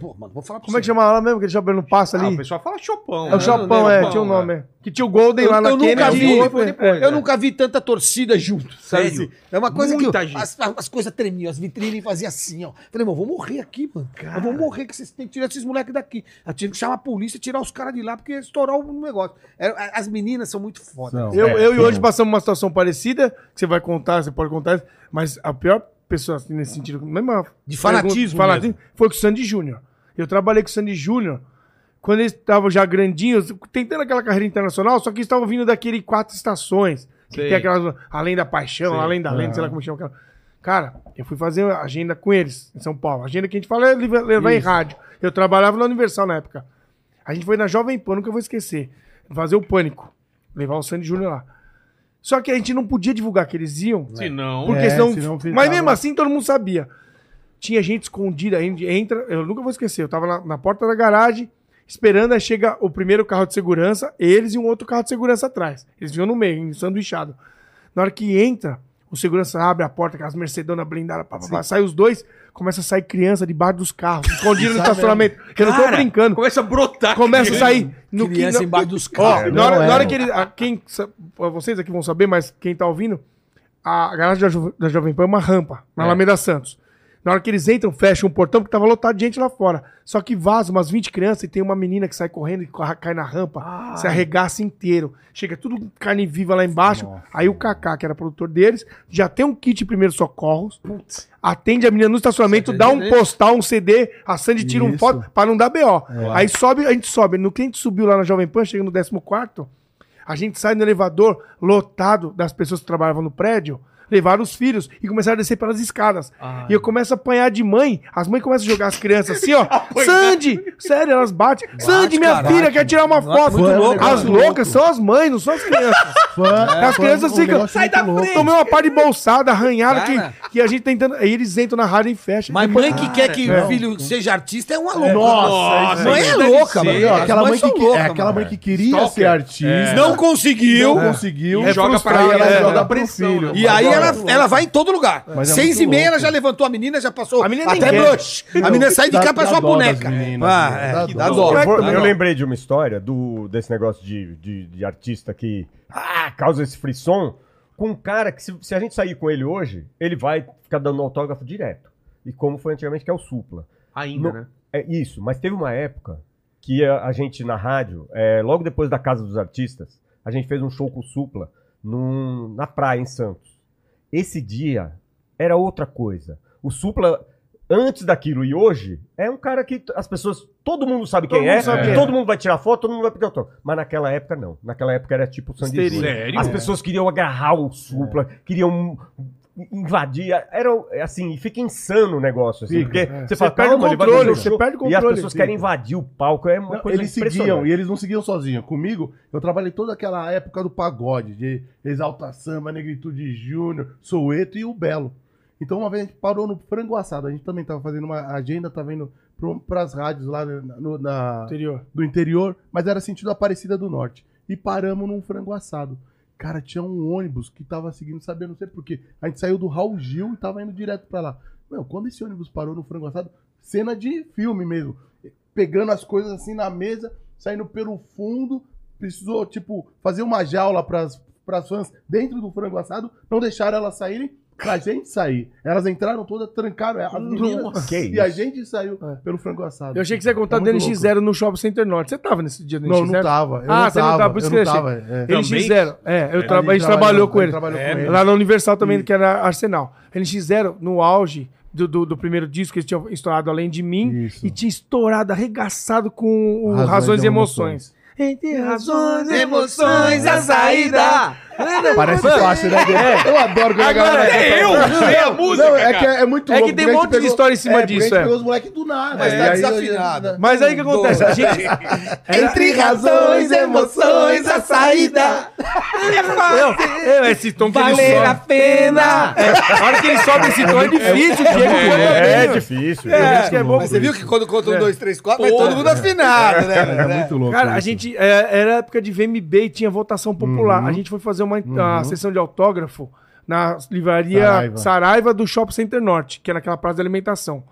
Pô, mano, vou falar pra Como é que você. chama lá mesmo? Que ele chama no passo Ah, o ali? pessoal fala Chopão. É o Japão, é, tinha um nome. é. Que tinha o Golden lá Eu- na eu nunca Kennedy, vi. outro foi depois. um né? Eu nunca vi tanta torcida junto. sabe Sério? assim? É uma coisa Muita que. eu- gente. As, as coisas tremiam, as vitrines faziam assim, ó. Falei, irmão, eu vou morrer aqui, mano. Eu vou morrer, que vocês têm que tirar esses moleques daqui. Eu tive que chamar a polícia, tirar os caras de lá, porque ia estourar o negócio. Era- As meninas são muito foda. São. Eu, É, eu e sim. hoje passamos uma situação parecida, que você vai contar, você pode contar, mas a pior pessoa assim, nesse sentido, mesmo De fanatismo fanatismo foi com o Sandy Júnior. Eu trabalhei com o Sandy Júnior quando eles estavam já grandinhos, tentando aquela carreira internacional, só que eles estavam vindo daquele Quatro Estações, que Sei. tem aquelas Além da Paixão, Além da Lenda, sei lá como chama aquela. Cara, eu fui fazer a agenda com eles em São Paulo. A agenda que a gente fala é levar levar em rádio. Eu trabalhava na Universal na época. A gente foi na Jovem Pan, nunca vou esquecer. Fazer o Pânico. Levar o Sandy Júnior lá. Só que a gente não podia divulgar que eles iam. Se não. Porque É, senão. senão ficava- Mas mesmo assim todo mundo sabia. Tinha gente escondida, a gente entra. Eu nunca vou esquecer. Eu tava na, na porta da garagem, esperando, aí chega o primeiro carro de segurança, eles e um outro carro de segurança atrás. Eles vinham no meio, ensanduichado. Na hora que entra, o segurança abre a porta, aquelas mercedonas blindadas, pá, pá, pá, sai os dois, começa a sair criança debaixo dos carros, escondido no estacionamento. né? Eu não tô Cara, brincando. Começa a brotar. Começa a sair no que Criança não- embaixo dos Ó, carros. na hora, não na hora é. que ele. a- quem, sa- pra vocês aqui vão saber, mas quem tá ouvindo, a garagem da, Ju- da Jovem Pan é uma rampa, na Alameda Santos. Na hora que eles entram, fecham um portão, porque tava lotado de gente lá fora. Só que vaza umas 20 crianças e tem uma menina que sai correndo e corra- cai na rampa, se arregaça inteiro. Chega tudo carne viva lá embaixo. Aí o Kaká, que era produtor deles, já tem um kit de primeiros socorros. Atende a menina no estacionamento, dá um postal, um CD, a Sandy tira um Isso. foto pra não dar BO. Aí sobe, a gente sobe. No que a gente subiu lá na Jovem Pan, chega no 14, a gente sai no elevador lotado das pessoas que trabalhavam no prédio, levaram os filhos e começaram a descer pelas escadas. E eu começo a apanhar de mãe, as mães começam a jogar as crianças assim, ó. Sandy! Sério, elas batem. Sandy, minha cara, filha, quer tirar uma foto. muito louco, né? É, as muito loucas são as mães, não são as crianças. as crianças um ficam. Sai da Eu Tomei uma par de bolsada, arranharam Cara. que, que a gente tentando. Aí eles entram na rádio e fecham. Mas E mãe que quer que o filho seja artista é uma louca. Nossa, mãe é louca, mano. Ó, aquela mãe As mães que, são que- loucas, é, aquela mano. mãe que queria ser artista, Não conseguiu. É. não conseguiu, E joga pra frustrada, ela, ela é, joga dá pro pressão, filho. Então né? E aí ela, ela vai em todo lugar. Mas é Seis muito e meia louco. ela já levantou a menina, já passou A é menina nem até quer. broche. A menina sai de Dá- cá pra dá sua dó das boneca. meninas, Ah, né? é, Dá dá dó. dó. Eu, vou- Dá eu dó. lembrei de uma história do, desse negócio de, de, de artista que ah, causa esse frisson com um cara que, se, se a gente sair com ele hoje, ele vai ficar dando autógrafo direto. E como foi antigamente, que é o Supla. Ainda, No- né? É isso, mas teve uma época que a, a gente na rádio, é, logo depois da Casa dos Artistas, a gente fez um show com o Supla num- na praia em Santos. Esse dia era outra coisa. O Supla, antes daquilo e hoje, é um cara que t- as pessoas, todo mundo sabe Todo quem mundo é, sabe quem é. todo mundo vai tirar foto, todo mundo vai pedir autógrafo. Mas naquela época não. Naquela época era tipo o Sandy Histeria. Júnior. Sério? As pessoas queriam agarrar o Supla, queriam invadir. Era assim, e fica insano o negócio. Assim, porque você, fala, perde o calma, ele vai controle, fazer um você show", perde o E as controle. pessoas querem invadir o palco. É uma Não, coisa eles seguiam, impressionante. e eles não seguiam sozinhos. Comigo, eu trabalhei toda aquela época do pagode, de Exalta Samba, Negritude Júnior, Soueto e o Belo. Então, uma vez a gente parou no frango assado. A gente também tava fazendo uma agenda, tava indo pro- pras rádios lá né, na- no- na, Interior. do interior, mas era sentido Aparecida do Norte. E paramos num frango assado. Cara, tinha um ônibus que tava seguindo, sabia, não sei porquê. A gente saiu do Raul Gil e tava indo direto pra lá. Meu, quando esse ônibus parou no frango assado, cena de filme mesmo. Pegando as coisas assim na mesa, saindo pelo fundo, precisou, tipo, fazer uma jaula pras, pras fãs dentro do frango assado, não deixaram elas saírem pra gente sair. Elas entraram todas, trancaram as meninas, que e a gente saiu pelo frango assado. É. Eu achei que você ia contar Tá o muito DNX0 no Shopping Center Norte. Você tava nesse dia do Não, DNX0? não tava. Eu Ah, não você não tava, tava, por isso eu não que eu tava. é. NX0, é, eu traba- a Ele gente trabalhou- trabalhou com É, ele ele. trabalhou com É, ele. Lá na Universal também, que era Arsenal. NX0, no auge, do, do- do primeiro disco que eles tinham estourado Além de Mim. Isso. E tinha estourado, arregaçado com o Razões Razões, e e Emoções. Entre razões e emoções, a saída. Parece fácil, né? Diego? Eu adoro quando é, Agora é eu, é a música, é que cara. é muito É que louco, tem porque a um gente monte de história em cima porque a disso, gente é. pegou os moleques do nada. Mas e tá aí- desafinado. Mas aí o que acontece? A gente, Entre razões, emoções, a saída. eu, eu, esse tom que ele Valer a sobe. É, pena! A hora que ele sobe esse tom é difícil, Diego. É, é difícil. É, acho que é bom. Mas você viu que quando conta um, dois, três, quatro, vai todo mundo afinado, né? É muito louco. Cara, a isso. Uhum. gente. é, era época de VMB e tinha votação popular. A gente foi fazer uma a sessão de autógrafo na livraria Saraiva. Saraiva. do Shopping Center Norte, que é naquela praça de alimentação.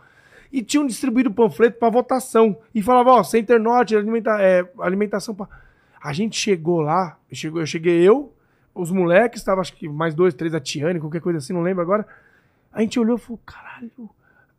E tinham distribuído panfleto pra votação. E falava, ó, Center Norte, alimenta- é, alimentação. Pra... A gente chegou lá, chegou, eu cheguei eu, os moleques, tava acho que mais dois, três, a Tiane, qualquer coisa assim, não lembro agora. A gente olhou e falou, caralho,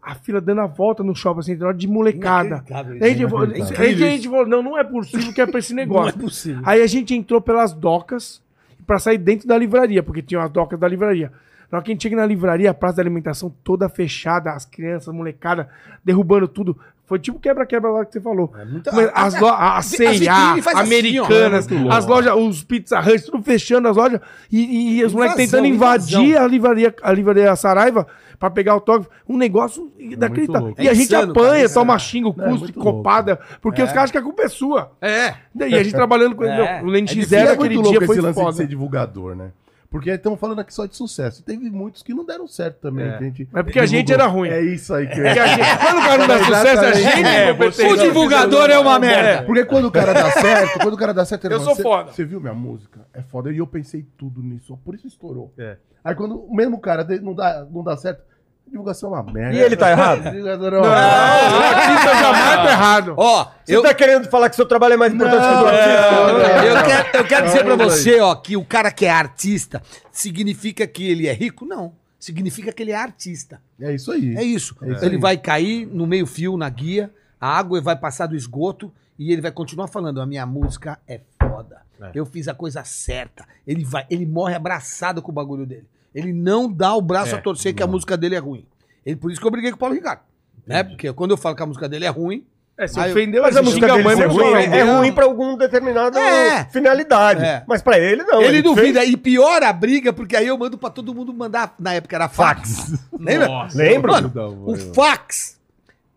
a fila dando a volta no shopping Center Norte de molecada. Inacreditável né? Aí a gente, falou- aí a gente falou, não, não é possível que é pra esse negócio. possível. Aí a gente entrou pelas docas pra sair dentro da livraria, porque tinha as docas da livraria. Na hora que a gente chega na livraria, a praça da alimentação toda fechada, as crianças, a molecada, derrubando tudo. Foi tipo quebra-quebra lá que você falou. É Mas as lo- a a vitrine C&A, faz assim, Americanas, ó, é muito as lojas, os Pizza Hut, tudo fechando as lojas. E, e os moleques Invasão, tentando invadir invasão. a livraria, a livraria Saraiva pra pegar autógrafo. Um negócio inacreditável. louco. E É a gente insano, cara, apanha, é insano. toma xinga, o custo, copada, porque os caras acham que a culpa é sua. É. E a gente trabalhando com ele. É. meu, o Lente Isso Zero é aquele muito louco esse dia foi lance de ser foda. divulgador, né? Porque estamos falando aqui só de sucesso. E teve muitos que não deram certo também. que a gente É porque a gente divulgou. era ruim. É isso aí que eu Porque a gente- Quando o cara não dá sucesso, a Exatamente. gente É, é você- competente. O divulgador é uma merda. Porque quando o cara dá certo, quando o cara dá certo, ele Eu fala, sou "Cê- foda." Você viu minha música? É foda. E eu pensei tudo nisso, ó, por isso estourou. É. Aí quando o mesmo cara de- não dá, não dá certo, a divulgação é uma merda. E ele tá errado? A divulgação é uma merda. O artista jamais tá errado. Ó, Você eu, tá querendo falar que seu trabalho é mais importante que o do artista? eu quero, eu quero dizer pra você, ó, que o cara que é artista significa que ele é rico? Não. Significa que ele é artista. É isso aí. É isso. É isso ele aí. vai cair no meio fio, na guia, a água vai passar do esgoto e ele vai continuar falando: a minha música é foda. Eu fiz a coisa certa. Ele vai, ele morre abraçado com o bagulho dele. Ele não dá o braço a torcer que a música dele é ruim. Ele, por isso que eu briguei com o Paulo Ricardo. Né? Porque quando eu falo que a música dele é ruim, É, se Aí eu- ofendeu, Mas a música xinga dele mãe, ser mas ruim fala, é, é ruim pra algum determinado É. finalidade. É. Mas pra ele não. ele fez- duvida. E piora a briga, porque aí eu mando pra todo mundo mandar. Na época era fax. Lembra? Nossa. Lembra? Mano, o fax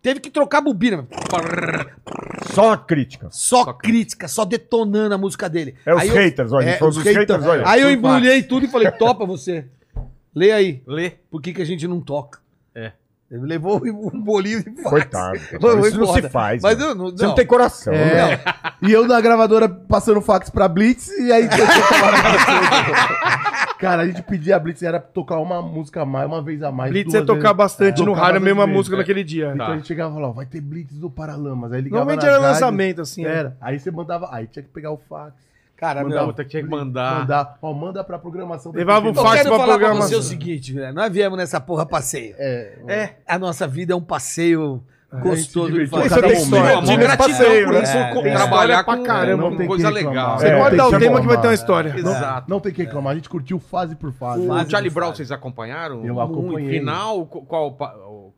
teve que trocar a bobina. Só crítica. Só, crítica, só detonando a música dele. É os Aí eu- haters, olha. é, foi os os haters, haters, olha. Aí eu embrulhei tudo e falei, topa você. Lê aí. Lê. Por que, que a gente não toca? É. Ele levou um bolinho de fax. Coitado. Foi- cara, foi isso não foda. se faz. né? Mas mano. eu não, Você não não. tem coração. né? É. E eu na gravadora passando fax pra Blitz e aí. Cara, a gente pedia a Blitz era tocar uma música a mais, uma vez a mais. Blitz duas é tocar vezes. bastante no Tocava rádio a mesma duas música vezes. naquele dia. Então a gente chegava e falava, vai ter Blitz do Paralamas. Aí ligava Normalmente nas era rádios, lançamento, assim. né? Era. Aí você mandava. Aí tinha que pegar o fax. Cara, mandava meu, puta, que tinha que Blitz, mandar. mandar. Ó, manda pra programação. da Levava TV. o eu fax quero pra falar pra você programação. o seguinte, né? nós viemos nessa porra passeio. É. É, a nossa vida é um passeio gostoso de divertiu a fazer. Você cada tem momento. história. Pô, Tinha mó gratidão passeio, por né? isso, É, co- tem trabalhar história pra com caramba, com não tem coisa que reclamar. legal. Você É, pode tem dar o que tema que reclamar. vai ter uma história. Não, Exato. não tem que reclamar, a gente curtiu fase por fase. O Charlie Brown, vocês acompanharam? Eu Muito. acompanhei. Final, co- qual... pa- o-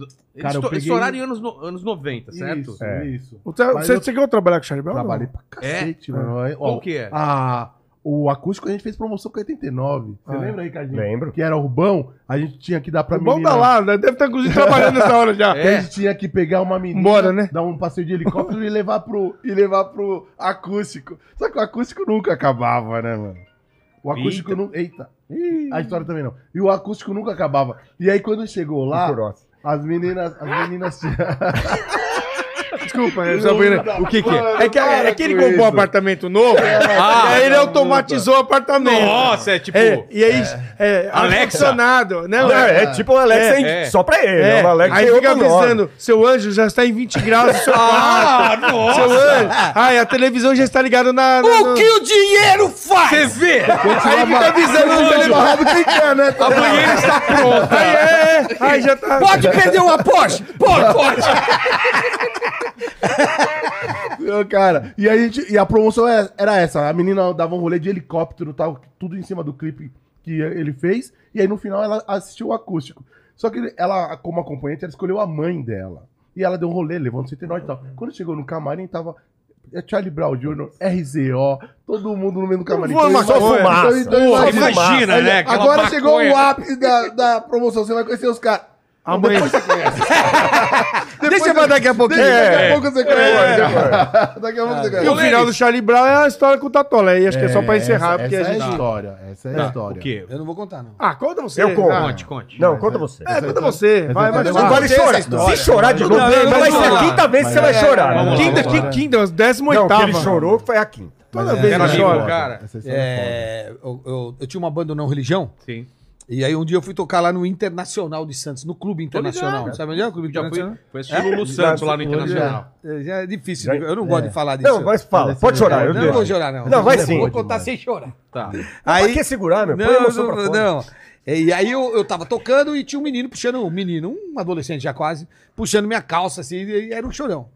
Eles Cara, eu esto- eles peguei- estouraram em anos, no- anos 90, tá certo? Isso, É. isso. O tra- Mas Você eu- você quer trabalhar com o Charlie Brown? Trabalhei pra cacete, mano. Ó, Qual que é? a- o acústico a gente fez promoção com 89. Você Ah. lembra, Ricardinho? Lembro. Que era o Rubão, a a gente tinha que dar pra O bom menina. tá lá, né? deve estar inclusive trabalhando nessa hora já. A gente tinha que pegar uma menina, É. Bora, né? dar um passeio de helicóptero e levar pro e levar pro acústico. Só que o acústico nunca acabava, né, mano? O acústico Eita. nunca. Eita. A história também não. E o acústico nunca acabava. E aí quando chegou lá, Curioso. as meninas, as meninas tinham Desculpa, eu só fui- Não, O que que mano, é? É que, é para que ele com comprou um isso. apartamento novo, e aí ele automatizou o apartamento. Nossa, é tipo... É, e aí, é, Alexa. ar-condicionado, né? Não, é, é tipo o Alex É, em- é. só pra ele. É, O Alex aí tem fica outro nome. avisando, seu anjo já está em 20 graus no seu Ah, quarto. Seu anjo. Ai, a televisão já está ligada na. na- O no- que o dinheiro faz? Você vê? Aí fica avisando o anjo. amarrado quem quer, né? A banheira está pronta. Aí, é, é, aí já tá. Pode perder uma Porsche? Pode, pode. Eu, cara, e, a gente, e a promoção é- era essa. A menina dava um rolê de helicóptero tal, tudo em cima do clipe que ele fez. E aí no final ela assistiu o acústico. Só que ela, como acompanhante, ela escolheu a mãe dela. E ela deu um rolê, levou no Centenário e tal. Quando chegou no camarim, tava é Charlie Brown Jr., RZO, todo mundo no mesmo camarim. Então, vou, mas só fumaça. Porra, imagina, Olha, né? Aquela então, Agora maconha. chegou o ápice da, da promoção, você vai conhecer os caras. Amanhã. Deixa pra daqui a pouquinho. É. Daqui a pouco você conhece. né, daqui a pouco você É. E o conhece. final do Charlie Brown é a história com o Tatola. Aí acho que é só pra encerrar, essa, porque a essa gente. é a história. Essa é a história. Tá, O quê? Eu não vou contar, não. Ah, conta você. Eu conto. Ah, Conte, conte. Não, conta você. É, conta você. Vai, vai, Eu vai. Agora chora. Se chorar de novo, Não, não, vai vamos ser a lá. quinta vez que você vai chorar. Vamos lá, Quinta, quinta, quinta, décima Não, que oitava. ele chorou foi a quinta. Toda vez Era ele amigo, chora. cara. Essa história é foda. É, eu, eu- eu tinha uma banda não religião, Sim. e aí um dia eu fui tocar lá no Internacional de Santos, no Clube Internacional. ligado. Sabe onde é o Clube Já Internacional? foi, foi assistir o Lulu Santos lá no Internacional. É, já é difícil, Já- é. eu não gosto de falar disso. Não, mas fala. Esse Pode chorar. é- Eu Não, não vou deixo. chorar, não. Não, vai é sim. Vou contar sem chorar. Tá. Aí quer segurar, meu. Põe a emoção pra fora. não. E aí eu, eu tava tocando e tinha um menino puxando, um menino, um adolescente já quase, puxando minha calça, assim, e era um chorão.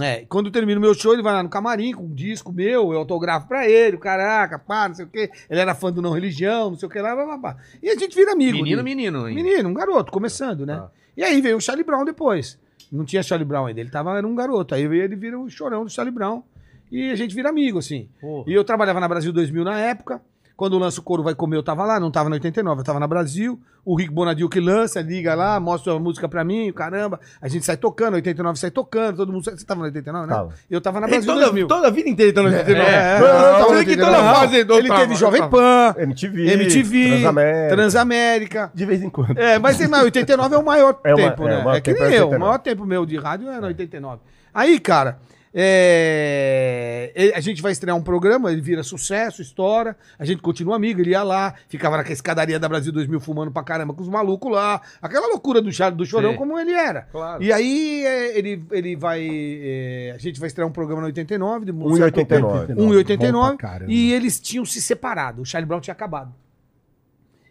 É, quando eu termino meu show, ele vai lá no camarim com um disco meu, eu autografo pra ele, caraca, pá, não sei o quê. Ele era fã do Não Religião, não sei o que lá, blá, blá, blá. E a gente vira amigo. Menino, né? menino, hein? Menino, um garoto, começando, né? Ah. E aí veio o Charlie Brown depois. Não tinha Charlie Brown ainda, ele tava, era um garoto. Aí veio- ele vira o chorão do Charlie Brown. E a gente vira amigo, assim. E eu trabalhava na Brasil 2000 na época. Quando lança o Couro Vai Comer, eu tava lá, não tava na 89, eu tava na Brasil. O Rick Bonadil que lança, liga lá, mostra a música pra mim, caramba. A gente sai tocando, 89 sai tocando, todo mundo... sai- Você tava na 89, né? Tava. Eu tava na Ele Brasil toda, 2000. toda a vida inteira tá no 89. É. Não, não, não, Não, tudo que toda não. fase ele Ele teve Jovem Pan, MTV. MTV, Transamérica. Transamérica. De vez em quando. É, mas na 89 é o maior É uma- tempo, é, né? o maior é que nem tempo é eu. O 89. maior tempo meu de rádio é na 89. Aí, cara, é, ele- a gente vai estrear um programa, ele vira sucesso, estoura, a gente continua amigo, ele ia lá, ficava naquela escadaria da Brasil 2000 fumando pra caramba com os malucos lá. Aquela loucura do, Char- do Chorão Sim. como ele era. Claro. E aí é, ele, ele vai... é, a gente vai estrear um programa na 89. De música- 1,89. 1,89. caramba. E eles tinham se separado. O Charlie Brown tinha acabado.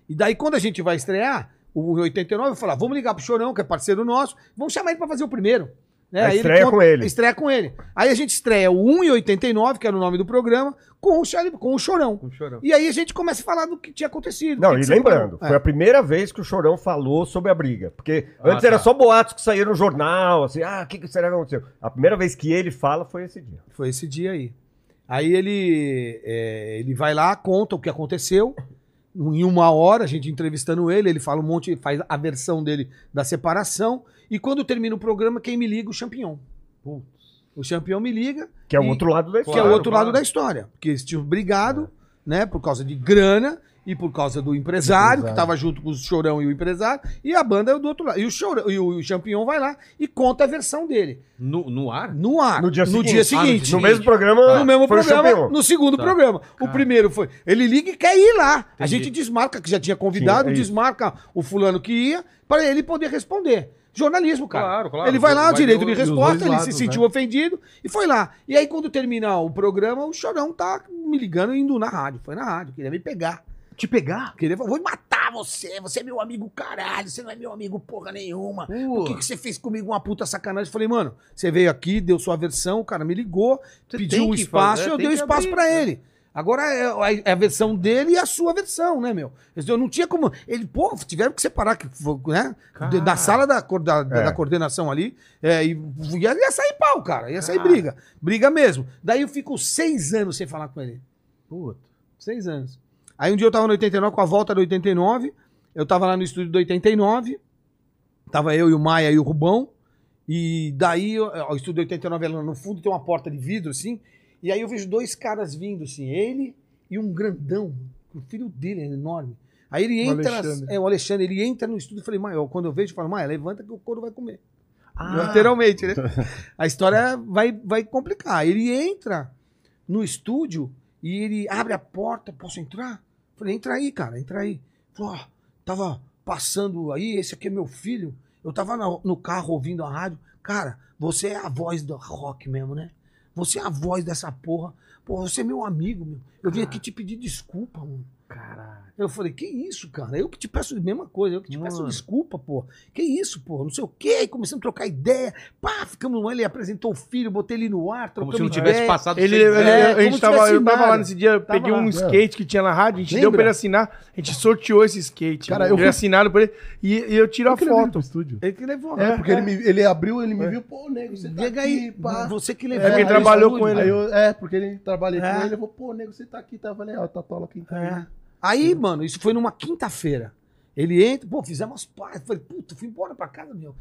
E daí, quando a gente vai estrear, o 1,89, eu falar, vamos ligar pro Chorão, que é parceiro nosso, vamos chamar ele pra fazer o primeiro. Né? A Aí estreia com ele. Estreia com ele. Aí a gente estreia o 1,89, que era o nome do programa, com o, Charlie, com o Chorão. Um chorão. E aí a gente começa a falar do que tinha acontecido. Não, do e que que lembrando, separou. foi a primeira vez que o Chorão falou sobre a briga. Porque Ah, antes era tá. só boatos que saíram no jornal, assim, ah, o que, que será que aconteceu? A primeira vez que ele fala foi esse dia. Foi esse dia aí. Aí ele, é, ele vai lá, conta o que aconteceu. Em uma hora, a gente entrevistando ele, ele fala um monte, faz a versão dele da separação. E quando termina o programa, quem me liga? O Champignon. O Champignon me liga, Que é o E- outro lado da que é história. o outro claro. lado da história. Porque eles tinham brigado, né, por causa de grana e por causa do empresário, que tava junto com o Chorão e o empresário. E a banda é do outro lado. E o, Chorão, e o, e o Champignon vai lá e conta a versão dele. No, no ar? No ar. No dia seguinte. Ah, seguinte. No mesmo programa, No mesmo Ah, foi o programa, campeão. no segundo Tá. programa. O primeiro foi. Ele liga e quer ir lá. A gente desmarca, que já tinha convidado, Sim, é isso. desmarca o fulano que ia, para ele poder responder. Jornalismo, cara. Claro, claro. Ele vai lá, Vai direito do- de dos resposta, dois ele se lados, sentiu ofendido e foi lá. E aí, quando termina o programa, o Chorão tá me ligando e indo na rádio. Foi na rádio, queria me pegar. Te pegar? Queria falar, vou matar você, você é meu amigo caralho, você não é meu amigo porra nenhuma. Por que, que você fez comigo uma puta sacanagem? Eu falei, mano, você veio aqui, deu sua versão, o cara me ligou, Você pediu tem um que espaço, fazer, eu tem dei o que espaço abrir, pra né? ele. Agora é a- é a versão dele e a sua versão, né, meu? Eu não tinha como. Ele, pô, tiveram que separar, que, foi, né? Cara. Da sala da, cor- da- da- É. da coordenação ali. é, e ia, ia sair pau, cara. Ia sair briga. Briga mesmo. Daí eu fico seis anos sem falar com ele. Puta. Seis anos. Aí um dia eu tava no 89, com a volta do 89. Eu tava lá no estúdio do 89. Tava eu e o Maia e o Rubão. E daí, ó, o estúdio 89 é lá no fundo, tem uma porta de vidro, assim. E aí eu vejo dois caras vindo, assim. Ele e um grandão. O filho dele é enorme. Aí ele O entra... Alexandre. É, o Alexandre. Ele entra no estúdio e falei, Maia, ó, quando eu vejo, eu falo, Maia, levanta que o couro vai comer. Literalmente, né? A história vai, vai complicar. Ele entra no estúdio e ele abre a porta, posso entrar? Falei, entra aí, cara, entra aí. Falou, ó, tava passando aí, esse aqui é meu filho. Eu tava na- no carro ouvindo a rádio. Cara, você é a voz do rock mesmo, né? Você é a voz dessa porra. Pô, você é meu amigo, meu. Eu vim aqui te pedir desculpa, mano. Caralho. Eu falei, que isso, cara? Eu que te peço a mesma coisa, eu que te peço desculpa, pô. Que isso, pô? Não sei o quê. Aí começamos a trocar ideia. Pá, ficamos lá, ele apresentou o filho, botei ele no ar, Como trocamos se não ideia. tivesse passado Ele, seis ele- anos. É, a como gente se tava, tivesse eu tava nada. lá nesse dia, eu Tava peguei lá, um é. skate que tinha na rádio, a gente deu Lembra? pra ele assinar, a gente sorteou esse skate. Cara, Cara, eu eu fui- assinaram pra ele e, e eu tiro a que levei ele foto. pro estúdio. Ele que levou. É, né? porque ele, me- ele abriu, ele me viu, pô, nego, você tá Diga aqui, aí, pá. você que levou. É, quem aí trabalhou eu- com ele. aí eu- é, porque ele trabalhei É. com ele, eu falei, pô, nego, você tá aqui, tá? Eu falei, ó, Tatola, quem tá É. aí? Aí, mano, isso foi numa quinta-feira. Ele entra, pô, fizemos as pazes. Falei, puta, fui embora pra casa, meu. Tipo,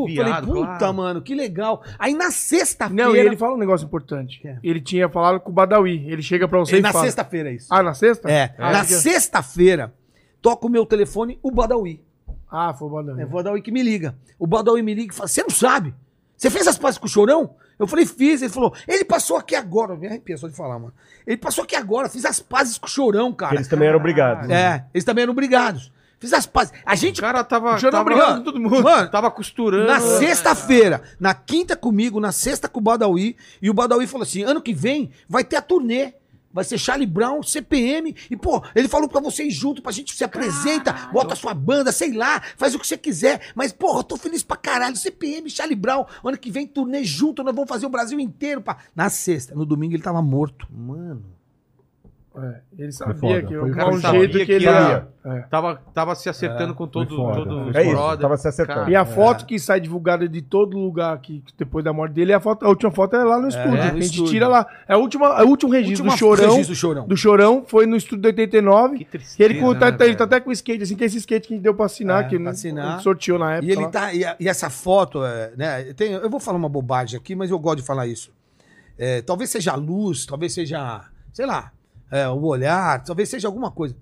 Aliviado, falei, puta, claro. mano, que legal. Aí na Não, e sexta-feira. ele fala um negócio importante. Que é? Ele tinha falado com o Badawi. Ele chega pra você Ele- e na fala. sexta-feira, é isso. Ah, na sexta? É, Ah, na ele- sexta-feira, toca o meu telefone, o Badawi. Ah, foi o Badawi. É o Badawi que me liga. O Badawi me liga e fala: Você não sabe? Você fez as pazes com o chorão? Eu falei, fiz. Ele falou, ele passou aqui agora. Eu me arrepio só de falar, mano. Ele passou aqui agora, fiz as pazes com o chorão, cara. Eles também eram obrigados. né? É, eles também eram obrigados. Fiz as pazes. A O gente cara tava. Jornal tava- Obrigado a todo mundo. Mano, tava costurando. Na sexta-feira, na quinta comigo, na sexta com o Badawi, e o Badawi falou assim: ano que vem vai ter a turnê. Vai ser Charlie Brown, CPM, e pô, ele falou pra vocês junto, pra gente se apresenta, bota a sua banda, sei lá, faz o que você quiser, mas porra, eu tô feliz pra caralho, CPM, Charlie Brown, ano que vem turnê junto, nós vamos fazer o Brasil inteiro, pá. Na sexta, no domingo ele tava morto. É, ele sabia foda, que foi eu foda. É. um jeito Sabia que, que ele era- ia. Tava, tava se acertando com todo, foda, todo É isso, brother. tava se acertando. Cara, E a foto que sai divulgada de todo lugar aqui depois da morte dele, é a, foto, a última foto é lá no estúdio. no a gente estúdio. tira lá. É a última, a última registro Última do chorão. registro do Chorão. do Chorão foi no estúdio de 89. Que tristeza. E ele, com, tá, né, tá- ele velho? tá até com o skate, assim, que é esse skate que a gente deu pra assinar, É, que pra não- assinar. ele sorteou É na época. E ele lá. tá. E, a- e essa foto, é, né? tem- eu vou falar uma bobagem aqui, mas eu gosto de falar isso. É, talvez seja a luz, talvez seja, sei lá, é, o olhar, talvez seja alguma coisa.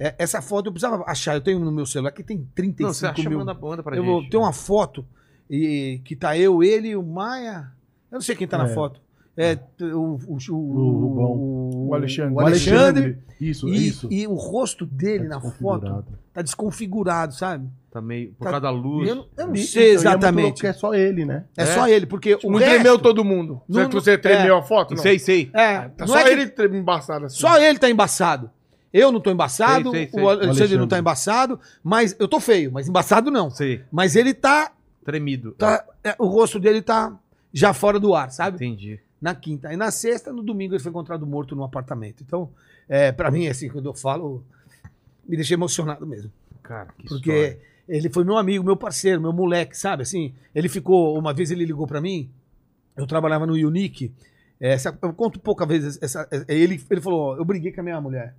É, essa foto eu precisava achar, eu tenho no meu celular que tem Não, você 35 acha, mil. manda, manda pra eu gente. vou ter um uma foto e, que tá eu, ele e o Maia. Eu não sei quem tá na foto. É, t- o, o, o, Rubão. o- O Alexandre. o Alexandre Isso, é e, isso. e o rosto dele na foto Configurado. tá desconfigurado, sabe? Tá meio. Por Tá- causa da E luz. Eu, não- eu não E- então, sei e é muito louco exatamente. que É só ele, né? É, só ele, porque o Não resto- tremeu todo mundo. Não- Você- você tremeu a foto? Não. Sei, sei. É, Tá não só é que- ele treme embaçado assim. só ele tá embaçado. Eu não tô embaçado, Sei, sei, sei. o Alexandre, não Alexandre. tá embaçado, mas eu tô feio, mas embaçado não. Sei. Mas ele tá, Tremido. tá- é, o rosto dele tá já fora do ar, sabe? Entendi. Na quinta. Aí na sexta, no domingo, ele foi encontrado morto num apartamento. Então, é, para mim, assim, quando eu falo, me deixei emocionado mesmo. Cara, que Porque história. ele foi meu amigo, meu parceiro, meu moleque, sabe? Assim, ele ficou. Uma vez ele ligou pra mim, eu trabalhava no Unique. é, Essa, eu conto pouca vez. Essa, é, ele, ele falou: Eu briguei com a minha É. mulher.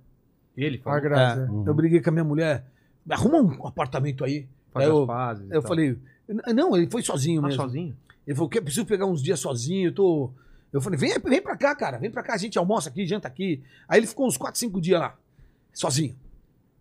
Ele A falou. graça. É, Uhum. é. Eu briguei com a minha mulher. Arruma um apartamento aí. Faz Aí as eu- pazes. e Eu tal. falei: Não, ele foi sozinho Tá mesmo. sozinho? Ele falou, que eu preciso pegar uns dias sozinho, eu tô. Eu falei, vem, vem pra cá, cara, vem pra cá, a gente almoça aqui, janta aqui. Aí ele ficou uns 4, 5 dias lá, sozinho,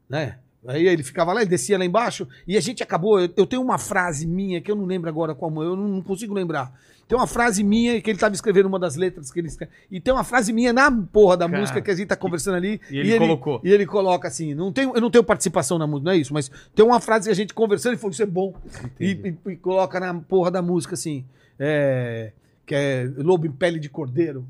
né? Aí ele ficava lá, ele descia lá embaixo, e a gente acabou. Eu, eu tenho uma frase minha que eu não lembro agora qual, eu não, não consigo lembrar. Tem uma frase minha que ele tava escrevendo uma das letras que ele escreve. E tem uma frase minha na porra da Cara, música que a gente tá conversando ali. e ele colocou. E ele coloca assim: não tenho, eu não tenho participação na música, não é isso, mas tem uma frase que a gente conversando e falou: Isso é bom. E, e- e coloca na porra da música assim: é, que é Lobo em Pele de Cordeiro.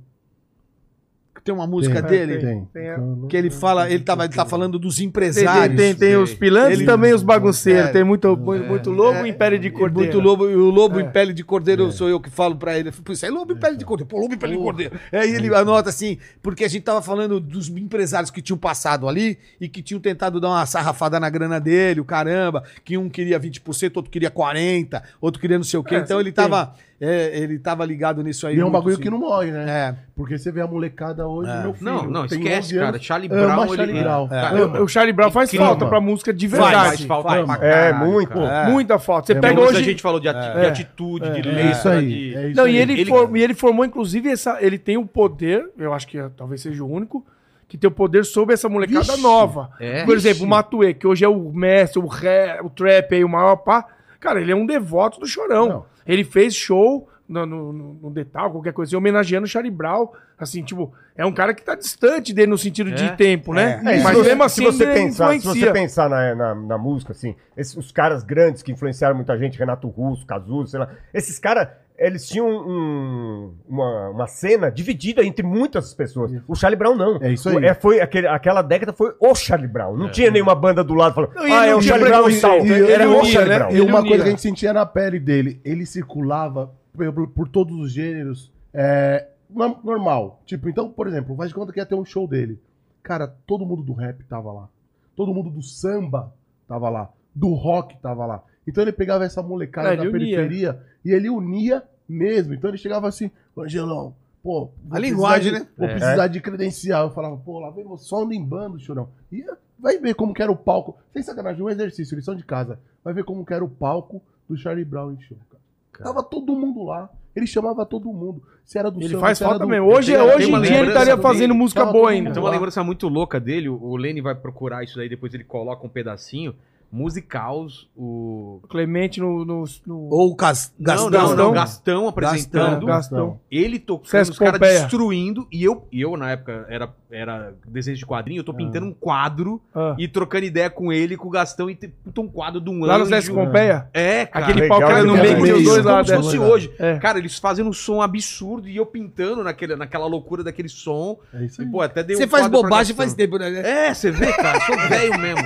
Que Tem uma música dele Tem. Tem a- é que ele fala, ele, tava, ele tá falando dos Tem, tem, empresários. tem, tem os pilantras e Ele- também os bagunceiros. É. tem muito, muito, muito lobo e império de E cordeiro. Muito lobo, e o lobo É. em pele de cordeiro sou eu que falo pra ele. Pô, isso é lobo em pele de cordeiro. Pô, lobo em pele de cordeiro. Aí ele anota assim, porque a gente tava falando dos empresários que tinham passado ali e que tinham tentado dar uma sarrafada na grana dele, o caramba, que um queria 20%, outro queria 40%, outro queria não sei o quê. É, então ele sempre tava, é, ele tava ligado nisso aí. E é um muito, bagulho assim. que não morre, né? É. Porque você vê a molecada hoje, meu filho. Não, não, tem esquece, 11 anos, cara. Charlie ama Brown. ele- Charlie Brown. É, cara, É. O Charlie Brown faz Incrível. falta pra música de Faz, verdade. faz falta pra É, caralho, muito. cara. Muita falta. Você É, pega Como hoje. a gente falou de, ati- de atitude, de letra, É isso aí. de- É isso Não, aí. e ele, Ele- for- e ele formou, inclusive, essa, ele tem o poder, eu acho que é- talvez seja o único, que tem o poder sobre essa molecada nova. É. Por exemplo, o Matue, que hoje é o mestre, o, ré, o trap aí, o maior pá. Cara, ele é um devoto do Chorão. Não. Ele fez show no, no, no- no Detal, qualquer coisa, assim, homenageando o Charlie Brown. Assim, tipo, é um cara que tá distante dele no sentido É. de tempo, né? É, Mas se você- mesmo assim, se você ele pensar, se você influencia. pensar na, na, na música, assim, esses, os caras grandes que influenciaram muita gente, Renato Russo, Cazuza, sei lá, esses caras eles tinham um- uma, uma cena dividida entre muitas pessoas. O Charlie Brown não. É isso aí. É, foi aquele- aquela década foi o Charlie Brown. Não tinha nenhuma banda do lado falando, Não, e ah, ele é não o tinha Charlie Brown e preconceito, tal. ele Era o unia, Charlie né? Brown. E uma unia. coisa que a gente sentia na pele dele, ele circulava por, por todos os gêneros é, no- normal. Tipo, então, por exemplo, faz de conta que ia ter um show dele. Cara, todo mundo do rap tava lá. Todo mundo do samba tava lá. Do rock tava lá. Então ele pegava essa molecada É, Ah, da ele unia. periferia e ele unia mesmo. Então ele chegava assim, Angelão, pô... vou A precisar linguagem, de- né? Vou É. precisar de credencial. Eu falava, pô, lá vem você, só anda em bando, chorão. E ah, vai ver como que era o palco. Sem sacanagem, um exercício, lição de casa. Vai ver como que era o palco do Charlie Brown em show, cara. Tava todo mundo lá. Ele chamava todo mundo. Se era do Ele samba, faz se era falta do- mesmo. Hoje, é- Eu tenho- eu hoje tenho em uma dia ele lembrança estaria do- fazendo música tava boa todo ainda. mundo Tem uma lembrança muito louca dele, o- o Lene vai procurar isso daí, depois ele coloca um pedacinho. Musicals, o. Clemente no. no, no... Ou o Cas- Não, Gastão. não, não, Gastão. Gastão apresentando. Gastão. Ele tocando, Sesc os caras Pompeia. destruindo. E eu, e eu, na época, era, era desenho de quadrinho, eu tô pintando um quadro Ah. e trocando ideia com ele, com o Gastão e te- puta um quadro de um Lá no Sesc anjo. Pompeia? É, cara. Aquele legal, pau que era no legal. meio que tinha os Isso, dois como lados. se é. fosse hoje. É. Cara, eles fazendo um som absurdo e eu pintando naquele, naquela loucura daquele som. É isso E, aí. pô, até um deu Você faz bobagem faz tempo, né? É, você vê, cara, sou velho mesmo.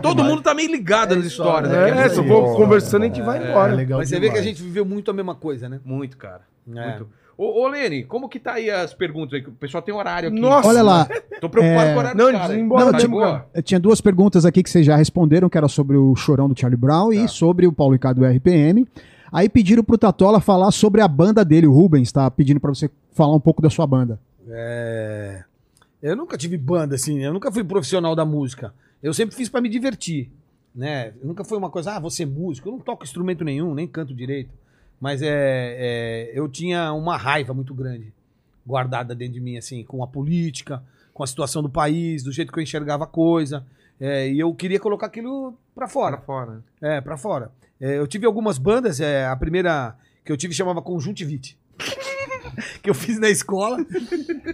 Todo mundo tá meio ligado nas histórias. É, daquela se eu época. vou conversando, a gente vai É embora. legal Mas você vê que a demais. gente viveu muito a mesma coisa, né? Muito, cara. É. Muito. Ô, ô, Lene, como que tá aí as perguntas aí? O pessoal tem horário aqui. Nossa. Olha lá, Tô preocupado É. com o horário Não, dos eles caras. vão embora, Tá tá de bom, boa? cara. eu tinha duas perguntas aqui que vocês já responderam, que era sobre o chorão do Charlie Brown e sobre o Paulo Ricardo do RPM. Aí pediram pro Tatola falar sobre a banda dele, o Rubens, tá pedindo pra você falar um pouco da sua banda. É, Eu nunca tive banda, assim, eu nunca fui profissional da música. Eu sempre fiz pra me divertir, né? Nunca foi uma coisa, ah, você músico. Eu não toco instrumento nenhum, nem canto direito. Mas é, é, eu tinha uma raiva muito grande guardada dentro de mim, assim, com a política, com a situação do país, do jeito que eu enxergava a coisa. É, e eu queria colocar aquilo pra fora. Pra fora. É, pra fora. É, eu tive algumas bandas, é, a primeira que eu tive chamava Conjuntivite. que eu fiz na escola.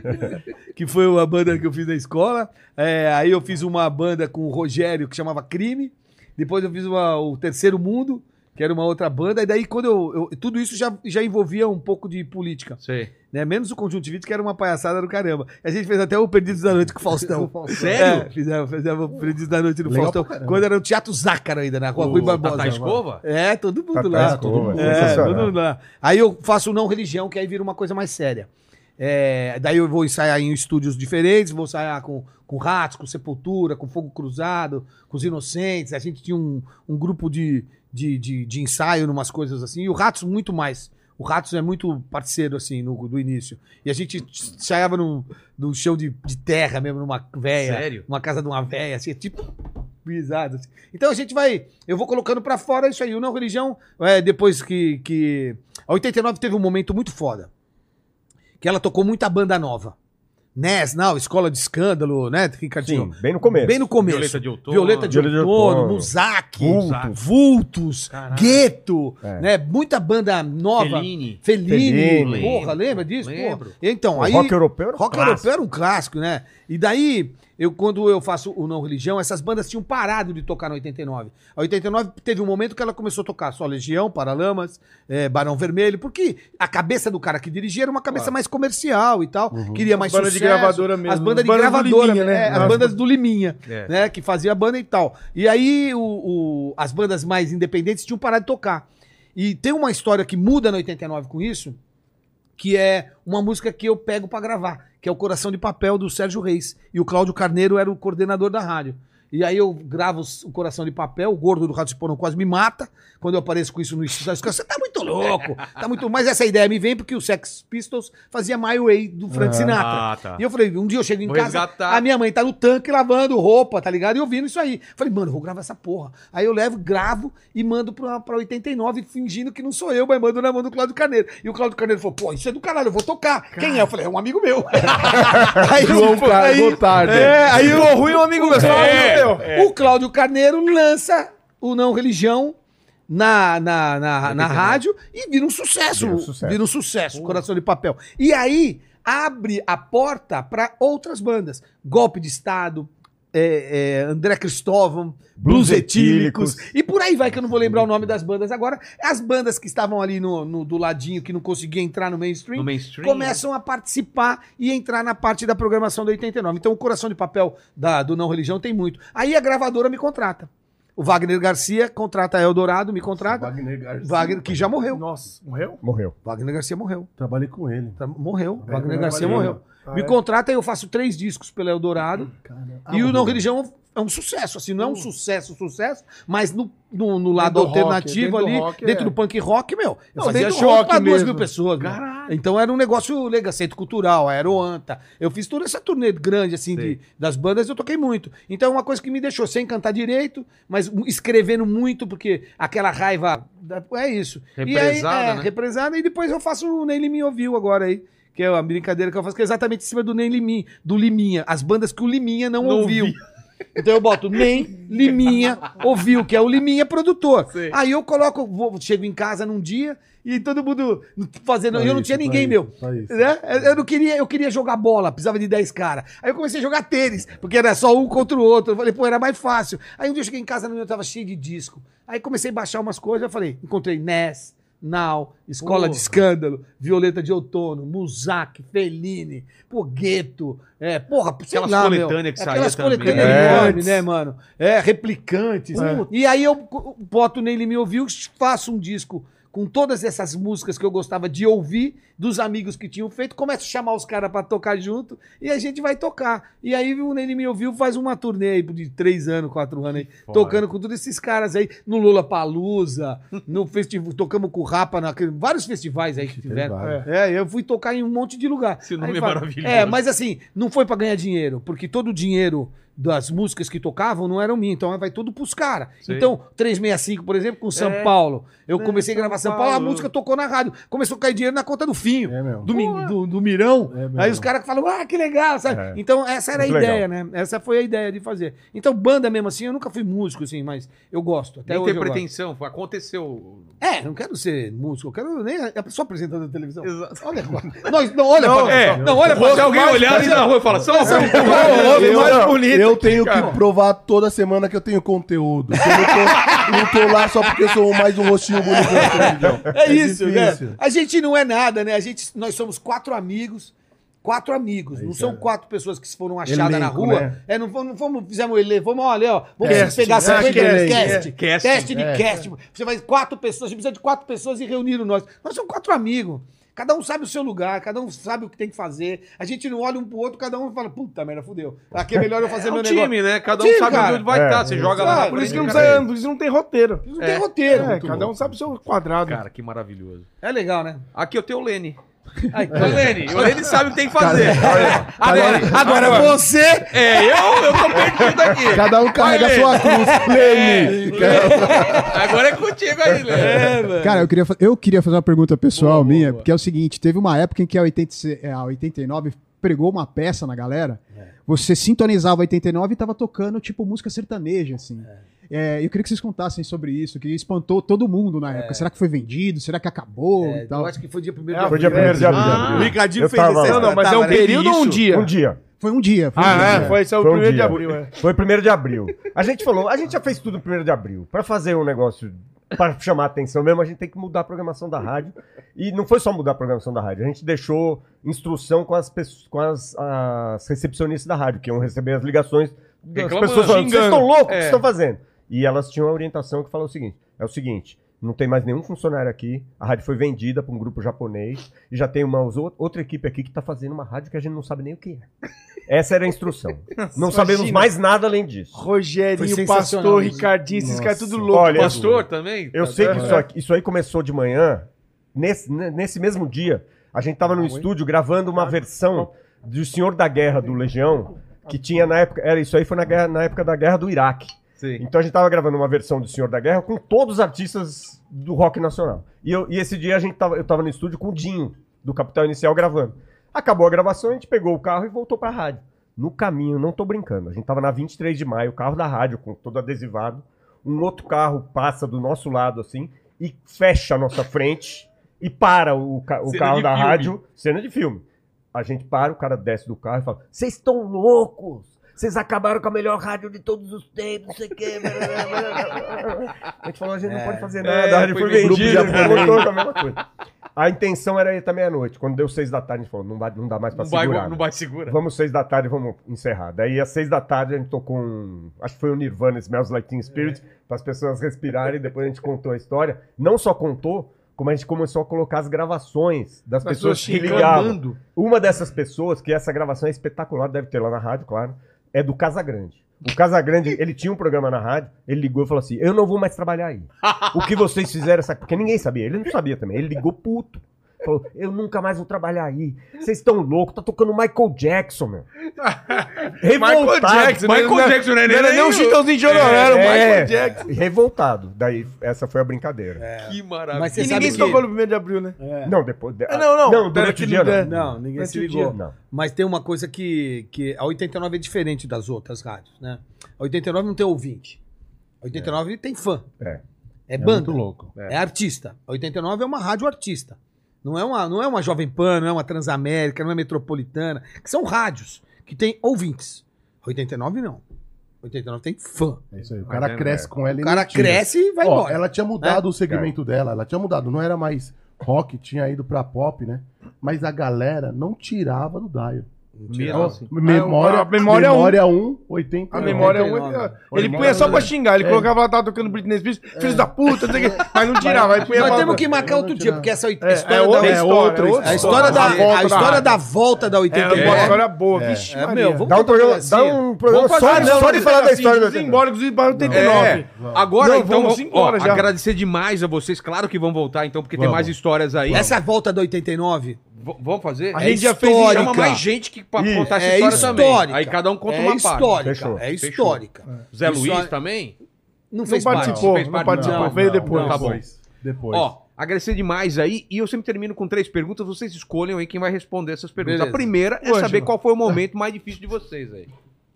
que foi uma banda que eu fiz na escola. É, aí eu fiz uma banda com o Rogério que chamava Crime. Depois eu fiz uma- o Terceiro Mundo, que era uma outra banda. E daí quando eu. eu- tudo isso já, já envolvia um pouco de política. Sei. né? Menos o Conjuntivite, que era uma palhaçada do caramba. A gente fez até o Perdidos da Noite com o Faustão. Sério? É, fizemos, fizemos o Perdidos da Noite no Legal Faustão. pra caramba. Quando era o Teatro Zácaro ainda, na rua Rui O Barbosa. Tata tá Escova? É, todo mundo Tata lá. Escova, todo mundo. É, sensacional. todo mundo lá. Aí eu faço o não religião, que aí vira uma coisa mais séria. É, daí eu vou ensaiar em estúdios diferentes, vou ensaiar com, com Ratos, com Sepultura, com Fogo Cruzado, com os Inocentes. A gente tinha um, um grupo de, de, de, de ensaio, numas coisas assim. E o Ratos muito mais. O Ratos é muito parceiro, assim, no, do início. E a gente ensaiava num, num chão de, de terra mesmo, numa véia. Sério? Uma casa de uma véia, assim, tipo... Risada, assim. Então a gente vai... Eu vou colocando pra fora isso aí. O Não Religião, é, depois que, que... A 89 teve um momento muito foda. Que ela tocou muita banda nova. NES, não, Escola de Escândalo, né, Ricardinho? Sim, bem no começo. Bem no começo. Violeta de Outono. Violeta de Violeta de Outono, Outono, Muzak, Vultos. Vultos, Caralho. Gueto, É. né? Muita banda nova. Feline. Fellini. Fellini. Porra, lembra disso? Porra. Lembro. Então, O aí... rock europeu era um Rock clássico. europeu era um clássico, né? E daí, eu, quando eu faço o Não Religião, essas bandas tinham parado de tocar na 89. A 89 teve um momento que ela começou a tocar só Legião, Paralamas, eh, Barão Vermelho, porque a cabeça do cara que dirigia era uma cabeça mais comercial e tal, Uhum. queria mais bandas de gravadora mesmo. As bandas de Bandas do gravadora, Liminha, né? né? as As bandas do Liminha, É. né? Que fazia a banda e tal. E aí, o- o- as bandas mais independentes tinham parado de tocar. E tem uma história que muda na 89 com isso, que é uma música que eu pego pra gravar, que é o Coração de Papel do Sérgio Reis. E o Cláudio Carneiro era o coordenador da rádio. E aí eu gravo os- o Coração de Papel, o gordo do Rato de Porão quase me mata. Quando eu apareço com isso no estúdio, os caras, você tá muito louco, tá muito... Mas essa ideia me vem porque o Sex Pistols fazia My Way do Frank Sinatra. Ah, tá. E eu falei, um dia eu chego em Vou casa, resgatar. a minha mãe tá no tanque lavando roupa, tá ligado? E ouvindo isso aí. Falei, mano, eu vou gravar essa porra. Aí eu levo, gravo e mando pra, pra 89, fingindo que não sou eu, mas mando na mão do Cláudio Carneiro. E o Cláudio Carneiro falou, pô, isso é do caralho, eu vou tocar. Quem é? Eu falei, é um amigo meu. aí, João Carlos tarde. É, aí o ruim é um amigo meu. só um amigo meu. o Cláudio Carneiro lança o Não Religião na, na, na, na rádio e vira um sucesso. Vira Vira um um sucesso, sucesso. Coração de Papel. E aí abre a porta para outras bandas. Golpe de Estado, é, é, André Cristóvão, Blues Etílicos, e por aí vai que eu não vou lembrar o nome das bandas agora. As bandas que estavam ali no, no- do ladinho, que não conseguia entrar no mainstream, No mainstream, começam a participar e entrar na parte da programação do 89. Então o Coração de Papel da- do Não Religião tem muito. Aí a gravadora me contrata. O Wagner Garcia contrata a Eldorado, me contrata. Wagner Garcia. Wagner, que já morreu. Nossa, morreu? Morreu. Wagner Garcia morreu. Trabalhei com ele. Tra- Morreu. Wagner Wagner Ah, é? Hum, Garcia Garcia. morreu. Me contrata e eu faço três discos pela Eldorado. Ah, e o Não Religião é um sucesso, assim, não é um sucesso, sucesso, mas no, no, no lado Hum. Dentro do rock, alternativo dentro do ali, rock, dentro é. do punk rock, meu, eu Não, fazia dentro do show rock pra duas mesmo. mil pessoas. né? Então era um negócio legal, centro cultural, aeroanta. Eu fiz toda essa turnê grande, assim, de- das bandas, eu toquei muito. Então é uma coisa que me deixou sem cantar direito, mas escrevendo muito, porque aquela raiva. da- É isso. e aí, Represada, é, né? represada, e depois eu faço o Nem Liminha Ouviu agora aí, que é a brincadeira que eu faço, que é exatamente em cima do Nem Liminha, do Liminha, as bandas que o Liminha não, ouviu. Então eu boto Nem Liminha Ouviu, que é o Liminha produtor. Aí eu coloco, vou- chego em casa num dia e todo mundo fazendo, eu não tinha ninguém meu. Né? Eu- Eu não queria, eu queria jogar bola, precisava de 10 caras. Aí eu comecei a jogar tênis, porque era só um contra o outro. Eu falei, pô, era mais fácil. Aí um dia eu cheguei em casa, eu tava cheio de disco. Aí comecei a baixar umas coisas, eu falei, encontrei Ness, Now, Escola de Escândalo, Violeta de Outono, Muzak, Fellini, pô, Gueto, é, porra, sei Aquelas lá, meu. coletâneas que Aquelas saía também. coletâneas É. enormes, né, mano? É, replicantes. E aí eu co- boto nele me ouviu, faço um disco com todas essas músicas que eu gostava de ouvir dos amigos que tinham feito, começo a chamar os caras pra tocar junto e a gente vai tocar. E aí o Nele me ouviu faz uma turnê aí de três anos, quatro anos aí, tocando com todos esses caras aí no Lula Palusa, no festival, tocamos com o Rapa, naquele- vários festivais aí que tiveram. É, eu fui tocar em um monte de lugar. Esse nome Aí é fala- maravilhoso. É, mas assim, não foi pra ganhar dinheiro, porque todo o dinheiro das músicas que tocavam não eram minha, então vai tudo pros caras. Sei. Então, 365, por exemplo, com São É. Paulo. Eu É, comecei a São gravar São Paulo, a Paulo. música tocou na rádio. Começou a cair dinheiro na conta do Finho, É mesmo. do, Mi- do, do Mirão. É mesmo. Aí os caras que falam, ah, que legal, sabe? É. Então, essa era Muito a ideia, né? Essa foi a ideia de fazer. Então, banda mesmo assim, eu nunca fui músico, assim, mas eu gosto. Até Nem hoje tem eu gosto. pretensão, foi- aconteceu. É, não quero ser músico, eu quero nem é a pessoa apresentando da televisão. Olha, não, não, olha, Não, pra- é. Então, não, olha, pra- Se alguém olhar ali na rua e falar, são são É Eu, Paulo, mais bonito. eu tenho que provar toda semana que eu tenho conteúdo. Que Eu não tô, não tô lá só porque eu sou mais um rostinho bonito. É isso, difícil. né? A gente não é nada, né? A gente, nós somos quatro amigos. Quatro amigos, não são quatro pessoas que foram achadas na Elenco, rua. né? É, não fomos, não fomos fizemos ele, vamos olha, ó, vamos Casting, pegar né? 50 Casting, cast, é. cast, Casting. teste de cast. é. Você faz quatro pessoas, a gente precisa de quatro pessoas e reuniram nós. Nós somos quatro amigos. Cada um sabe o seu lugar, cada um sabe o que tem que fazer. A gente não olha um pro outro, cada um fala, puta merda, fudeu. Aqui é melhor eu fazer É um meu negócio. time, né? Cada um Time, sabe cara. onde vai É. estar. Você joga lá. Ah, na por isso que não frente, precisa, por isso não tem roteiro. Não tem roteiro. É, cada um sabe o seu quadrado. Cara, que maravilhoso. É legal, né? Aqui eu tenho o Lene. Aí, O Lene, o Lene sabe o que tem que fazer. A Lene. Agora você É, eu, eu tô perdido aqui. Cada um carrega a Lene. sua cruz. Leme. Agora é contigo aí, Lene. É, velho. Cara, eu queria, fa- eu queria fazer uma pergunta pessoal minha, porque é o seguinte: teve uma época em que a, 86 é, a 89 pregou uma peça na galera, você sintonizava a 89 e tava tocando, tipo, música sertaneja, assim. É, eu queria que vocês contassem sobre isso, que espantou todo mundo na época. Será que foi vendido? Será que acabou e tal? Eu acho que foi dia 1 de É, Foi dia 1 de abril. Ah, O Ricardinho Eu fez tava essa lá. Não, não, mas é um tava, né? período ou um dia? Um dia. Foi um dia. Foi um dia. Ah, é, foi, esse é o Foi um primeiro de dia. abril, é. Foi 1 de abril. A gente falou, a gente já fez tudo 1 de abril. Pra fazer um negócio, pra chamar a atenção mesmo, a gente tem que mudar a programação da rádio. E não foi só mudar a programação da rádio, a gente deixou instrução com as, pesso- com as, as recepcionistas da rádio, que iam receber as ligações das Reclamando, pessoas falando, vocês xingando." estão loucos, o que É. vocês estão fazendo? E elas tinham a orientação que falou o seguinte, é o seguinte... Não tem mais nenhum funcionário aqui. A rádio foi vendida pra um grupo japonês. E já tem uma ou- outra equipe aqui que tá fazendo uma rádio que a gente não sabe nem o que é. Essa era a instrução. Não sabemos mais nada além disso. Foi Rogerinho, sensacional, Pastor, né? Ricardinho, esses caras tudo louco. Olha, Pastor também? eu sei que isso, aqui- isso aí começou de manhã. Nesse, ne- nesse mesmo dia, a gente tava no estúdio gravando uma versão do Senhor da Guerra do Legião, que tinha na época. Era, isso aí foi na, guerra- na época da guerra do Iraque. Sim. Então a gente tava gravando uma versão do Senhor da Guerra com todos os artistas do rock nacional. E, eu- e esse dia a gente tava, eu tava no estúdio com o Dinho, do Capital Inicial, gravando. Acabou a gravação, a gente pegou o carro e voltou pra rádio. No caminho, não tô brincando, a gente tava na 23 de maio, o carro da rádio, com todo adesivado. Um outro carro passa do nosso lado, assim, e fecha a nossa frente e para o, ca- o Cena carro de da filme. rádio. Cena de filme. A gente para, o cara desce do carro e fala: Vocês estão loucos! vocês acabaram com a melhor rádio de todos os tempos, não sei o quê. blá, blá, blá, blá, blá." A gente falou, a gente não pode fazer nada, a rádio É, foi foi vendido, vendida, né? voltou com a mesma coisa. A intenção era ir até meia-noite. Quando deu seis da tarde, a gente falou, não, vai, não dá mais pra Não vai, segurar. né? não vai segura. Vamos seis da tarde, vamos encerrar. Daí às seis da tarde a gente tocou um. Acho que foi o Nirvana, Smells Like Teen Spirit, É. para as pessoas respirarem. Depois a gente contou a história. Não só contou, como a gente começou a colocar as gravações das pessoas que ligavam. Reclamando. Uma dessas pessoas, que essa gravação é espetacular, deve ter lá na rádio, claro, é do Casagrande. O Casagrande, ele tinha um programa na rádio, ele ligou e falou assim: Eu não vou mais trabalhar aí. O que vocês fizeram, essa... porque ninguém sabia, ele não sabia também. Ele ligou puto. Falou, eu nunca mais vou trabalhar aí. Vocês estão loucos, tá tocando Michael Jackson, meu. Michael Jackson, é Michael Jackson, né? né? Não era nem o Chitãozinho de Chororó, era o É, Michael Jackson. Revoltado. Daí, essa foi a brincadeira. Que maravilha. Mas você E sabe ninguém que... se tocou no 1 de abril, né? Não, depois. de- É, não, não, Não, durante durante o dia o dia. não. Não, ninguém Durante se o ligou. dia, não. Mas tem uma coisa que, que a 89 é diferente das outras rádios, né? A 89 não tem ouvinte. A 89 tem fã. É. É, banda. muito louco. É. artista. A 89 é uma rádio artista. Não é uma, não é uma Jovem Pan, não é uma Transamérica, não é Metropolitana, que são rádios que tem ouvintes. A 89 não. A 89 tem fã. É isso aí. O cara cresce com ela e O cara não tira. cresce e vai Ó, embora. Ela tinha Né? mudado o segmento dela, ela tinha mudado, não era mais rock, tinha ido pra pop, né? Mas a galera não tirava do Daio. Mesmo assim. Memória, a memória é um. memória 1, 80. A memória é um. Ele punha só pra xingar. É. Ele colocava lá, tava tocando Britney Spears, filhos da puta, não sei o quê. Mas não tirava, aí punha Nós pra- temos que marcar outro não dia, tirar. porque essa É, história é da. outra é outra história. história. A história, da, a história da volta da É, é, 89. uma história boa, vixe. É, Maria. meu, vamos Dá um fazer programa, assim. dá um programa Vamos só, fazer um só de falar da história do pedacinho, simbólicos e para 89. É, agora Não, então, vamos ó, embora já. agradecer demais a vocês. Claro que vão voltar então, porque tem mais histórias aí. Essa volta da 89 V- vamos fazer? A É gente já fez isso, Chama histórica. mais gente que pra contar essa é história também. histórica. Aí cada um conta é uma parte. histórica, Fechou. é Fechou. histórica. Zé Isso Luiz é- também? Não Não fez parte. participou, fez não parte, participou. não, veio depois. É não, tá bom. Depois. Ó, agradecer demais aí. E eu sempre termino com três perguntas. Vocês escolhem aí quem vai responder essas perguntas. Beleza. A primeira é Ângelo. saber qual foi o momento mais difícil de vocês aí.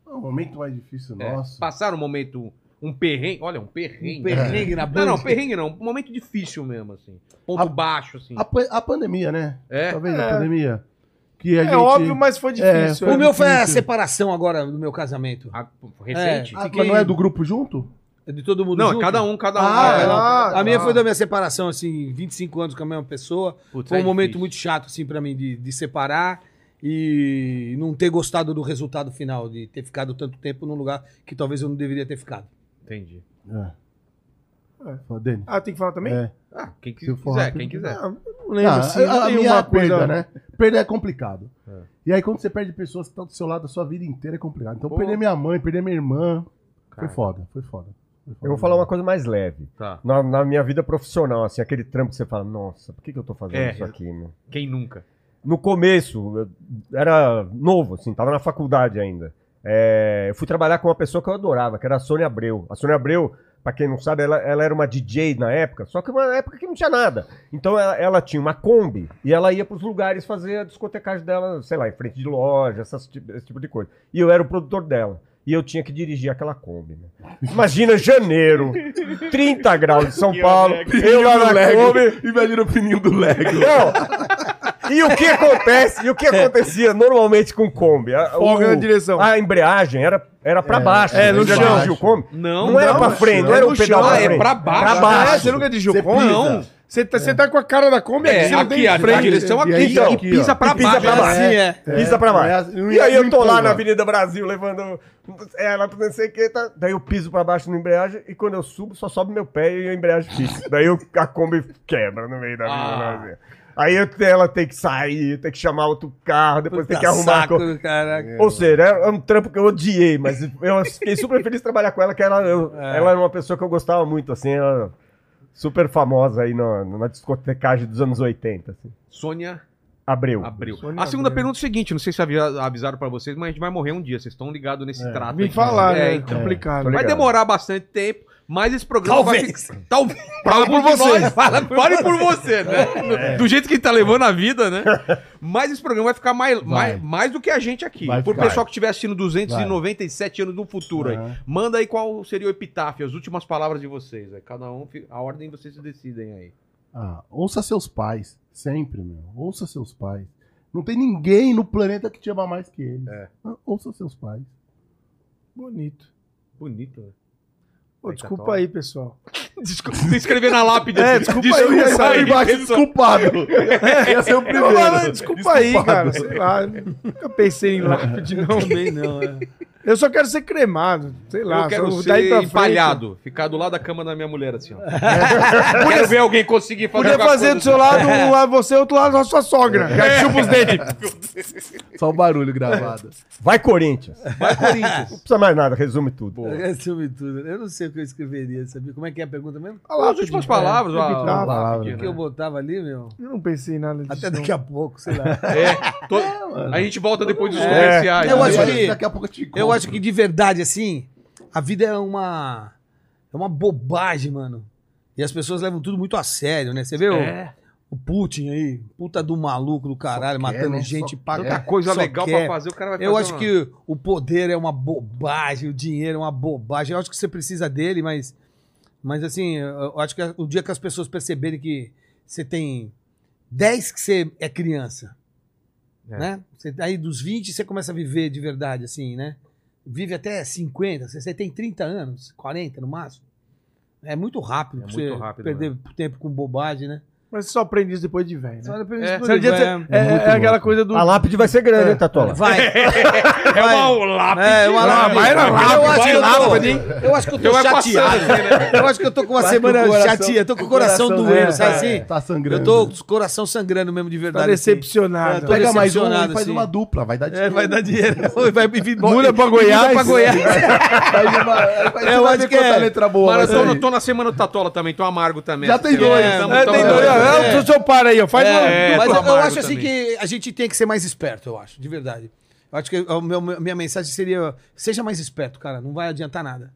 O É um momento mais difícil É, nosso. passaram um momento, um perrengue. Olha, um perrengue. Perrengue na Não, banda. não, perrengue não. Um momento difícil mesmo, assim. Ponto A- baixo, assim. A, pa- a pandemia, né? É. Talvez a É. pandemia. Que a É gente... óbvio, mas foi é difícil. né? foi O meu foi a difícil. separação agora do meu casamento. É A- recente. Ah, mas não é do grupo junto? De todo mundo Não, junto. cada um, cada um. Ah, cada um. Ah, A minha ah. foi da minha separação, assim, 25 anos com a mesma pessoa. Putz, foi um é momento difícil. muito chato, assim, pra mim, de, de separar e não ter gostado do resultado final, de ter ficado tanto tempo num lugar que talvez eu não deveria ter ficado. Entendi. É. Fala, Dani. Ah, tem que falar também? É. Ah, quem que- Se for quiser, rápido, quem quiser. Ah, não lembro, Ah, assim, a, a tem minha uma perda, coisa- né? Perda é complicado. E aí, quando você perde pessoas que estão do seu lado a sua vida inteira, é complicado. Então, Pô. perder minha mãe, perder minha irmã. Cara. Foi foda, foi foda. Foi foda. Eu vou falar uma coisa mais leve. Tá. Na, na minha vida profissional, assim, aquele trampo que você fala, nossa, por que, que eu tô fazendo É. isso aqui, meu? Quem nunca? No começo, eu era novo, assim, tava na faculdade ainda. É, eu fui trabalhar com uma pessoa que eu adorava, que era a Sônia Abreu. A Sônia Abreu, pra quem não sabe, ela, ela era uma DJ na época, só que uma época que não tinha nada. Então ela, ela tinha uma Kombi e ela ia pros lugares fazer a discotecagem dela, sei lá, em frente de loja, essas ti- esse tipo de coisa. E eu era o produtor dela. E eu tinha que dirigir aquela Kombi. Né? Imagina janeiro, 30 graus de São Paulo, eu lá na Kombi, Imagina o pininho do Lego. não. E o que acontece? E o que acontecia normalmente com Kombi? A, Folga o- na direção. A embreagem era, era pra baixo. né? é, no Você já chão. dirigiu o Kombi? Não, não, era não, pra frente, não era não, um pedal no pra chão. É frente. pra baixo. Pra Ah, baixo. você nunca dirigiu Você Kombi? pisa. Não. Você tá, você tá com a cara da Kombi É, aqui, você não aqui, tem a, a frente. direção aqui, E aí, ó, aqui, e pisa ó. pra E pisa baixo. né? pra baixo. né? Assim é. Pisa pra não é baixo. assim, não e ia aí eu me tô lá empurrar. na Avenida Brasil levando é, ela pra não sei o que. Tá, daí eu piso pra baixo na embreagem e quando eu subo só sobe meu pé e a embreagem fixa. Daí eu, a Kombi quebra no meio da Avenida Ah. Brasil. Aí eu- ela tem que sair, tem que chamar outro carro, depois tem que Puta arrumar a saco, Kombi. caraca. Ou seja, é um trampo que eu odiei, mas eu fiquei super feliz de trabalhar com ela, que ela, eu- É. ela era uma pessoa que eu gostava muito, assim, ela super famosa aí na, na discotecagem dos anos 80, assim. Sônia Abreu. Abreu. A segunda pergunta é o seguinte, não sei se avi- avisaram pra vocês, mas a gente vai morrer um dia, vocês estão ligados nesse trato. Me aí. falar, É, né? então. Complicado. Vai Obrigado. demorar bastante tempo, mas esse programa Talvez. vai ficar... Talvez. Fala por vocês. Fala por, Fale por você, né? Do jeito que ele tá levando a vida, né? Mas esse programa vai ficar mais, mais, mais do que a gente aqui. Vai por ficar. pessoal que estiver assistindo 297 anos no futuro aí. Aham. Manda aí qual seria o epitáfio, as últimas palavras de vocês. Aí. Cada um, fi- a ordem vocês se decidem aí. Ah, ouça seus pais. Sempre, meu. Ouça seus pais. Não tem ninguém no planeta que te ama mais que eles. Ah, Ouça seus pais. Bonito. Bonito, né? Pô, desculpa aí, pessoal. Desculpa. Você escrever na lápide. É, assim, desculpa aí, desculpa aí embaixo, pessoal. desculpado. Ia ser o Eu, mano, primeiro. né? desculpa aí, cara. Sei lá, nunca pensei em lápide, não. Também não, é. Eu só quero ser cremado. Sei lá. Eu quero só ser daí pra frente. Ah, empalhado. Ficar do lado da cama da minha mulher, assim, ó. Quero ver alguém conseguir fazer Podia alguma fazer coisa do seu lado um lado você, outro lado a sua sogra. Cara, chupa os dedos. Só o barulho gravado. Vai, Corinthians. Não assim. Vai, Corinthians. precisa mais nada, resume tudo. Resume É tudo. Eu não sei o que eu escreveria, sabia? Como é que é a pergunta mesmo? Olha lá, as é, últimas palavras. ó, epitáfio. ó, Palavra, aqui, O que eu né? botava ali, meu? Eu não pensei em nada disso. É. Até não. daqui a pouco, sei lá. É, tô- a gente volta depois dos É. comerciais. Eu né? acho que- daqui a pouco eu te conto. Eu acho que de verdade, assim, a vida é uma. É uma bobagem, mano. E as pessoas levam tudo muito a sério, né? Você viu? É. O Putin aí, puta do maluco do caralho, tá matando né? gente Só pra Tanta caralho. coisa Só legal quer. pra fazer, o cara vai fazer Eu acho uma- que o poder é uma bobagem, o dinheiro é uma bobagem. Eu acho que você precisa dele, mas. Mas assim, eu- eu acho que o dia que as pessoas perceberem que você tem 10 que você é criança. É. Né? Você- aí dos 20 você começa a viver de verdade, assim, né? Vive até 50, você, você tem 30 anos, 40 no máximo. É muito rápido É pra muito você rápido, perder tempo com bobagem, né? Mas você só aprende isso depois de velho, né? É, Você adianta- é, é muito aquela louco. coisa do. A lápide vai ser grande, hein, Tatola? Vai. É uma lápide. É, uma lápide. vai na eu, acho vai que eu na tô- lápide, hein? eu acho que eu tô Eu vai chateado. passando, assim, né? Eu acho que eu tô com uma Vai que o semana coração- chateada. Tô com o coração, é, doendo, sabe assim? Tá sangrando. Eu tô com o coração sangrando mesmo de Tá verdade. assim. decepcionado. tô Pega mais um e decepcionado, faz assim. uma dupla, vai dar É, vai dar dinheiro. Vai vir Muda pra Goiás. pra Goiás. Faz uma, faz Eu acho que é. letra boa. vai Maratona, sair. tô na semana do Tatola também, tô amargo também. Já Essa tem semana. dois. É, Tamo- É, tem tamo- dois. é. É, o seu par aí, ó. Faz uma. É, Mas tô eu, eu amargo acho assim também. que a gente tem que ser mais esperto, eu acho, de verdade. Eu acho que a meu- minha mensagem seria: seja mais esperto, cara, não vai adiantar nada.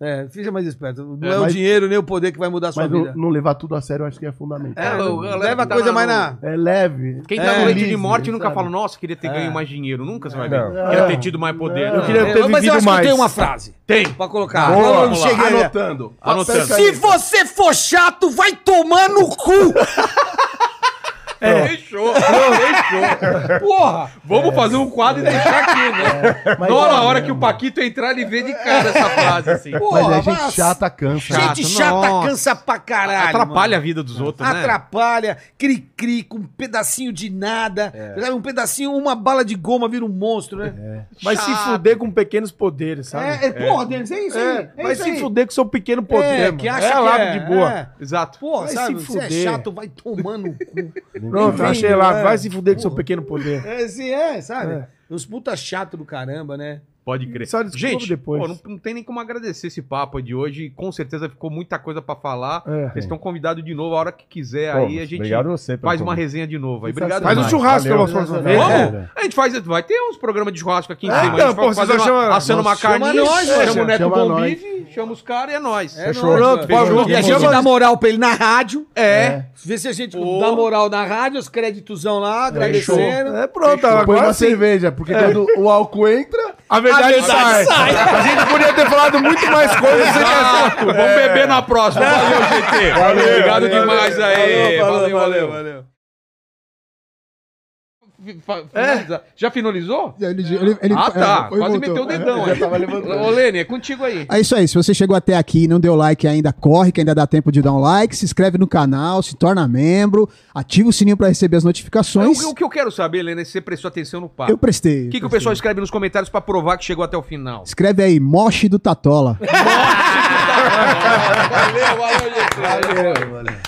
É, seja mais esperto. Não é, o mas- dinheiro nem o poder que vai mudar a sua Mas vida. não, não levar tudo a sério, eu acho que é fundamental. É, eu- eu Leva a que tá coisa na- mais na. É leve. Quem tá É, no leite de livre, morte nunca sabe? fala, nossa, queria ter ganho mais dinheiro. Nunca você vai ver. Não. Queria ter tido mais poder. Eu queria É, ter mas eu vivido acho que mais. eu tenho uma frase. Tem. Pra colocar. Boa, eu não vamos lá. cheguei ainda. Anotando. Anotando. Aperta Se aí. você for chato, vai tomar no cu! É, Fechou. Fechou. Porra. Vamos fazer um quadro e deixar aqui, né? Mas- Não, na hora que o Paquito entrar, ele vê de cara essa frase, assim. Mas Porra, é gente mas- chata, cansa. Chato, Gente chata nossa. cansa pra caralho. Atrapalha a vida dos outros, mano. né? Atrapalha, cri-cri, com um pedacinho de nada. Sabe, Um pedacinho, uma bala de goma vira um monstro, né? Vai se fuder com pequenos poderes, sabe? É, é, porra, Denis, é isso aí. É, é vai isso se aí. fuder com seu pequeno poder. É, mano. que acha é que a lápide é, boa. é. Exato. Porra, Vai sabe, se você é fuder. chato, vai tomar no cu. Pronto, Enfim, achei lá. é. Vai se fuder com seu pequeno poder. É, assim, é, sabe? É. Uns puta chato do caramba, né? Pode crer. Só desculpa Gente, depois. pô, não, não tem nem como agradecer esse papo de hoje. Com certeza ficou muita coisa pra falar. É. Vocês estão convidados de novo a hora que quiser. Pô, aí a gente obrigado a você pelo faz uma convite. resenha de novo. Aí, obrigado. Faz um demais. churrasco Valeu. pela próxima vez. Vamos? É. A gente faz, vai ter uns programas de churrasco aqui em É, cima. então, a gente pô, vai vocês fazer vão uma, chamar- assando uma Nossa, carninha, chama nós, chama, poxa, o Neto chama Bom nós. Bife, chama os caras e é nós. É Fechou. nóis, Pronto, mano. Fechou? pode- E a gente tá- Vamos- dá moral pra ele na rádio. É. Vê se a gente Pô. dá moral na rádio, os creditosão lá, agradecendo. É pronto, Põe agora uma sim. cerveja, porque quando o álcool entra, A verdade, sai. A gente podia ter falado muito mais coisas né? sem Exato. Ah, Vamos beber na próxima. É. Valeu, GT. Obrigado valeu, demais aí. valeu, valeu. Fi- fa- finalizar. Já finalizou? Ele, ele- ele- ah, tá. é, foi e Quase voltou. meteu o dedão aí. Ô, Lene, é contigo aí. É isso aí, se você chegou até aqui e não deu like ainda, corre que ainda dá tempo de dar um like, se inscreve no canal, se torna membro, ativa o sininho pra receber as notificações. Então, O, o que eu quero saber, Lene, é se você prestou atenção no papo. Eu prestei. O que, que o pessoal escreve nos comentários pra provar que chegou até o final? Escreve aí, Moche do Tatola. Valeu, valeu, gente. valeu, valeu.